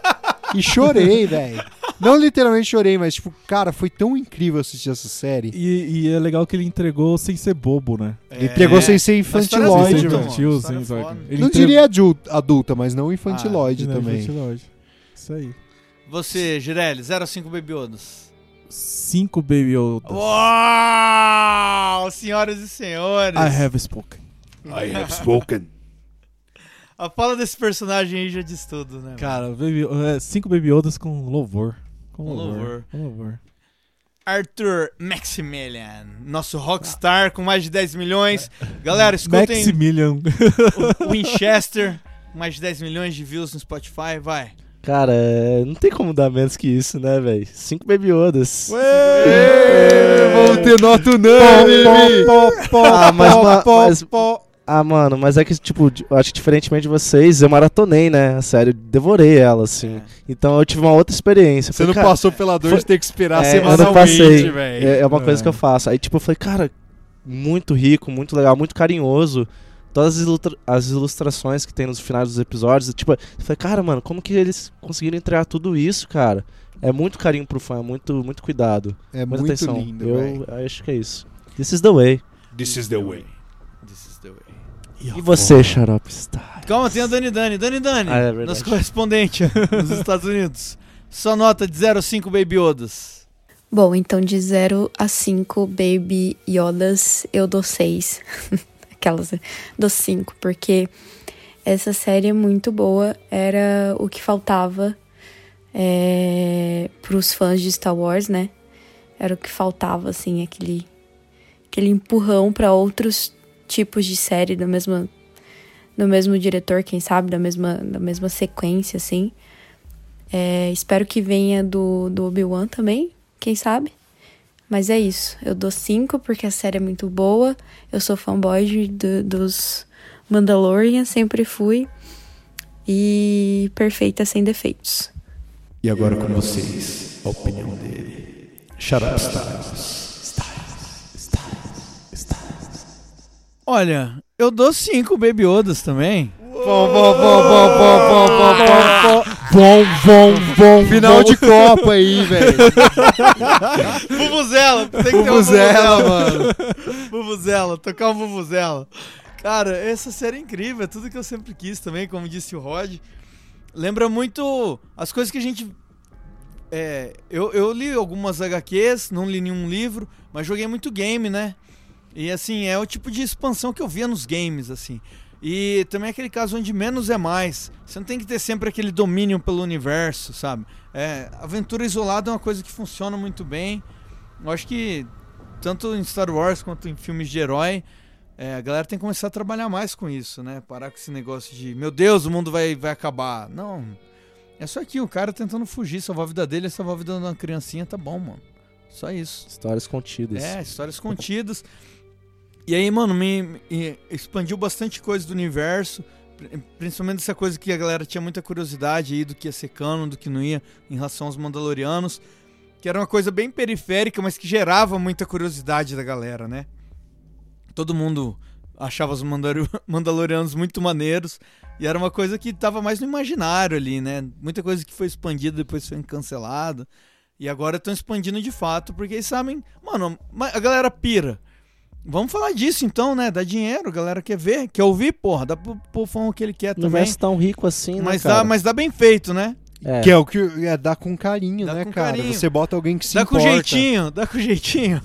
[SPEAKER 3] e chorei, velho. Não literalmente chorei, mas, tipo, cara, foi tão incrível assistir essa série.
[SPEAKER 4] E, e é legal que ele entregou sem ser bobo, né?
[SPEAKER 3] Ele pegou sem ser
[SPEAKER 1] história é
[SPEAKER 4] Sem ser
[SPEAKER 3] infantiloide,
[SPEAKER 1] muito
[SPEAKER 3] velho.
[SPEAKER 1] bom.
[SPEAKER 4] infantil,
[SPEAKER 1] mano.
[SPEAKER 4] assim,
[SPEAKER 1] História
[SPEAKER 4] sabe?
[SPEAKER 1] foda.
[SPEAKER 4] Ele
[SPEAKER 3] Não
[SPEAKER 4] entregou-
[SPEAKER 3] diria adu- adulta, mas não infantiloide
[SPEAKER 7] Ah,
[SPEAKER 4] Não,
[SPEAKER 3] também.
[SPEAKER 4] infantiloide. Isso aí.
[SPEAKER 1] Você, Girelli, 0 a 5 Baby Yodas.
[SPEAKER 4] Cinco Baby Yoda.
[SPEAKER 1] Uau! Senhoras e senhores.
[SPEAKER 3] Ah,
[SPEAKER 4] I
[SPEAKER 3] é.
[SPEAKER 4] have spoken.
[SPEAKER 7] I have spoken.
[SPEAKER 1] A fala desse personagem aí já diz tudo, né? mano?
[SPEAKER 4] Cara, baby, é, cinco Baby Yodas com louvor. Com
[SPEAKER 1] Com
[SPEAKER 4] louvor.
[SPEAKER 1] louvor.
[SPEAKER 4] Com louvor.
[SPEAKER 1] Arthur Maximilian, nosso rockstar com mais de 10 milhões. Galera, escutem
[SPEAKER 4] Maximilian.
[SPEAKER 1] o Winchester, mais de 10 milhões de views no Spotify, vai.
[SPEAKER 5] Cara, é, não tem como dar menos que isso, né, velho? Cinco Baby Yodas.
[SPEAKER 3] Ê, Vamos ter nota unânime!
[SPEAKER 5] Ah, mas, ma- mas- Ah, mano, mas é que, tipo, di- eu acho que diferentemente de vocês, eu maratonei, né? Sério, devorei ela,
[SPEAKER 3] É.
[SPEAKER 5] assim. Então eu tive uma outra experiência.
[SPEAKER 3] Você
[SPEAKER 5] Falei,
[SPEAKER 3] não
[SPEAKER 5] cara,
[SPEAKER 3] passou pela dor
[SPEAKER 5] foi-
[SPEAKER 3] de ter que esperar
[SPEAKER 5] é, eu não
[SPEAKER 3] semanalmente,
[SPEAKER 5] passei.
[SPEAKER 3] velho.
[SPEAKER 5] É, é uma coisa
[SPEAKER 4] É.
[SPEAKER 5] que eu faço. Aí, tipo, eu falei, cara, muito rico, muito legal, muito carinhoso. Todas as, ilustra- as ilustrações que tem nos finais dos episódios. Tipo, eu falei, cara, mano, como que eles conseguiram entregar tudo isso, cara? É muito carinho pro fã, é muito, muito cuidado.
[SPEAKER 3] É
[SPEAKER 5] Muita
[SPEAKER 3] muito
[SPEAKER 5] atenção.
[SPEAKER 3] lindo, velho.
[SPEAKER 5] eu acho que é isso. This is the way.
[SPEAKER 7] This is the way.
[SPEAKER 1] This is the way.
[SPEAKER 5] E você, Xarope Star?
[SPEAKER 1] Calma, tem a Dani Dani. Dani Dani,
[SPEAKER 5] Ah, é verdade.
[SPEAKER 1] nosso correspondente nos Estados Unidos. Sua nota de 0,5 Baby Odas.
[SPEAKER 6] Bom, então de 0 a 5 Baby Yodas, eu dou 6. Aquelas, eh, dou 5, porque essa série é muito boa, era o que faltava é, pros fãs de Star Wars, né? Era o que faltava, assim, aquele, aquele empurrão para outros tipos de série da mesma,
[SPEAKER 8] do mesmo diretor, quem sabe, da mesma, da mesma sequência, assim. É, espero que venha do, do Obi-Wan também, quem sabe. Mas é isso. Eu dou cinco porque a série é muito boa. Eu sou fanboy de- do- dos Mandalorian, sempre fui. E perfeita sem defeitos.
[SPEAKER 4] E agora com vocês, a opinião dele. Shut up, Styles.
[SPEAKER 1] Olha, eu dou cinco Baby Yodas também.
[SPEAKER 11] Bom, bom, bom, bom, bom, bom, bom, bom.
[SPEAKER 3] Bom, bom, bom.
[SPEAKER 11] Final
[SPEAKER 3] bom.
[SPEAKER 11] de Copa aí, velho.
[SPEAKER 1] Vuvuzela, tem que ter uma
[SPEAKER 11] Vuvuzela,
[SPEAKER 1] vuvuzela.
[SPEAKER 11] mano.
[SPEAKER 1] Vuvuzela, tocar um Vuvuzela. Cara, essa série é incrível, é tudo que eu sempre quis também, como disse o Rod. Lembra muito as coisas que a gente. é, eu, eu li algumas HQs, não li nenhum livro, mas joguei muito game, né? E assim, é o tipo de expansão que eu via nos games, assim. E também é aquele caso onde menos é mais. Você não tem que ter sempre aquele domínio pelo universo, sabe? É, aventura isolada é uma coisa que funciona muito bem. Eu acho que tanto em Star Wars quanto em filmes de herói, é, a galera tem que começar a trabalhar mais com isso, né? Parar com esse negócio de, meu Deus, o mundo vai, vai acabar. Não. É só aqui, o cara tentando fugir, salvar a vida dele, salvar a vida de uma criancinha, tá bom, mano. Só isso.
[SPEAKER 5] Histórias contidas.
[SPEAKER 1] É, histórias contidas. E aí, mano, me, me expandiu bastante coisa do universo, pri- principalmente essa coisa que a galera tinha muita curiosidade aí do que ia ser canon, do que não ia, em relação aos Mandalorianos, que era uma coisa bem periférica, mas que gerava muita curiosidade da galera, né? Todo mundo achava os Mandalor- Mandalorianos muito maneiros, e era uma coisa que tava mais no imaginário ali, né? Muita coisa que foi expandida depois foi cancelada. E agora estão expandindo de fato, porque eles sabem, mano, ma- a galera pira. Vamos falar disso então, né? Dá dinheiro, a galera quer ver, quer ouvir, porra. Dá pro povão o que ele quer
[SPEAKER 5] Não
[SPEAKER 1] também.
[SPEAKER 5] vai tão rico assim, né,
[SPEAKER 1] Mas
[SPEAKER 5] cara?
[SPEAKER 1] dá, mas dá bem feito, né?
[SPEAKER 5] É.
[SPEAKER 11] Que é o que é dar com carinho, né,
[SPEAKER 1] com
[SPEAKER 11] cara?
[SPEAKER 1] carinho.
[SPEAKER 11] Você bota alguém que se
[SPEAKER 1] dá
[SPEAKER 11] importa.
[SPEAKER 1] com jeitinho, dá com jeitinho.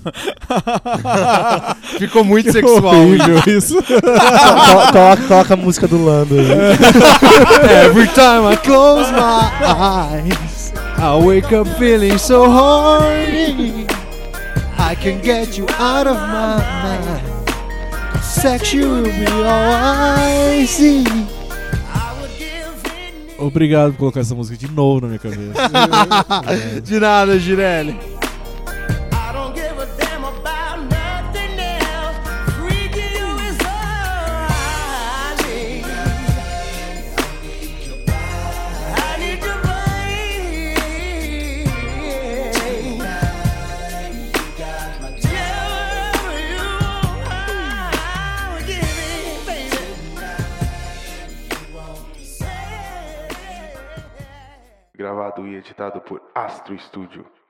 [SPEAKER 11] Ficou muito
[SPEAKER 3] Que
[SPEAKER 11] sexual.
[SPEAKER 3] horrível isso.
[SPEAKER 5] Col- coloca, coloca a música do Lando aí.
[SPEAKER 11] Every time I close my eyes, I wake up feeling so horny. I can get you out of my mind. Sex you will be all I see.
[SPEAKER 3] Obrigado por colocar essa música de novo na minha cabeça.
[SPEAKER 11] De nada, Girelli.
[SPEAKER 9] I don't give a damn about nothing else. Freaking you is all I need. I need your body. Yeah, you, I would give it, baby. Say.
[SPEAKER 4] Gravado e editado por Astro Studio.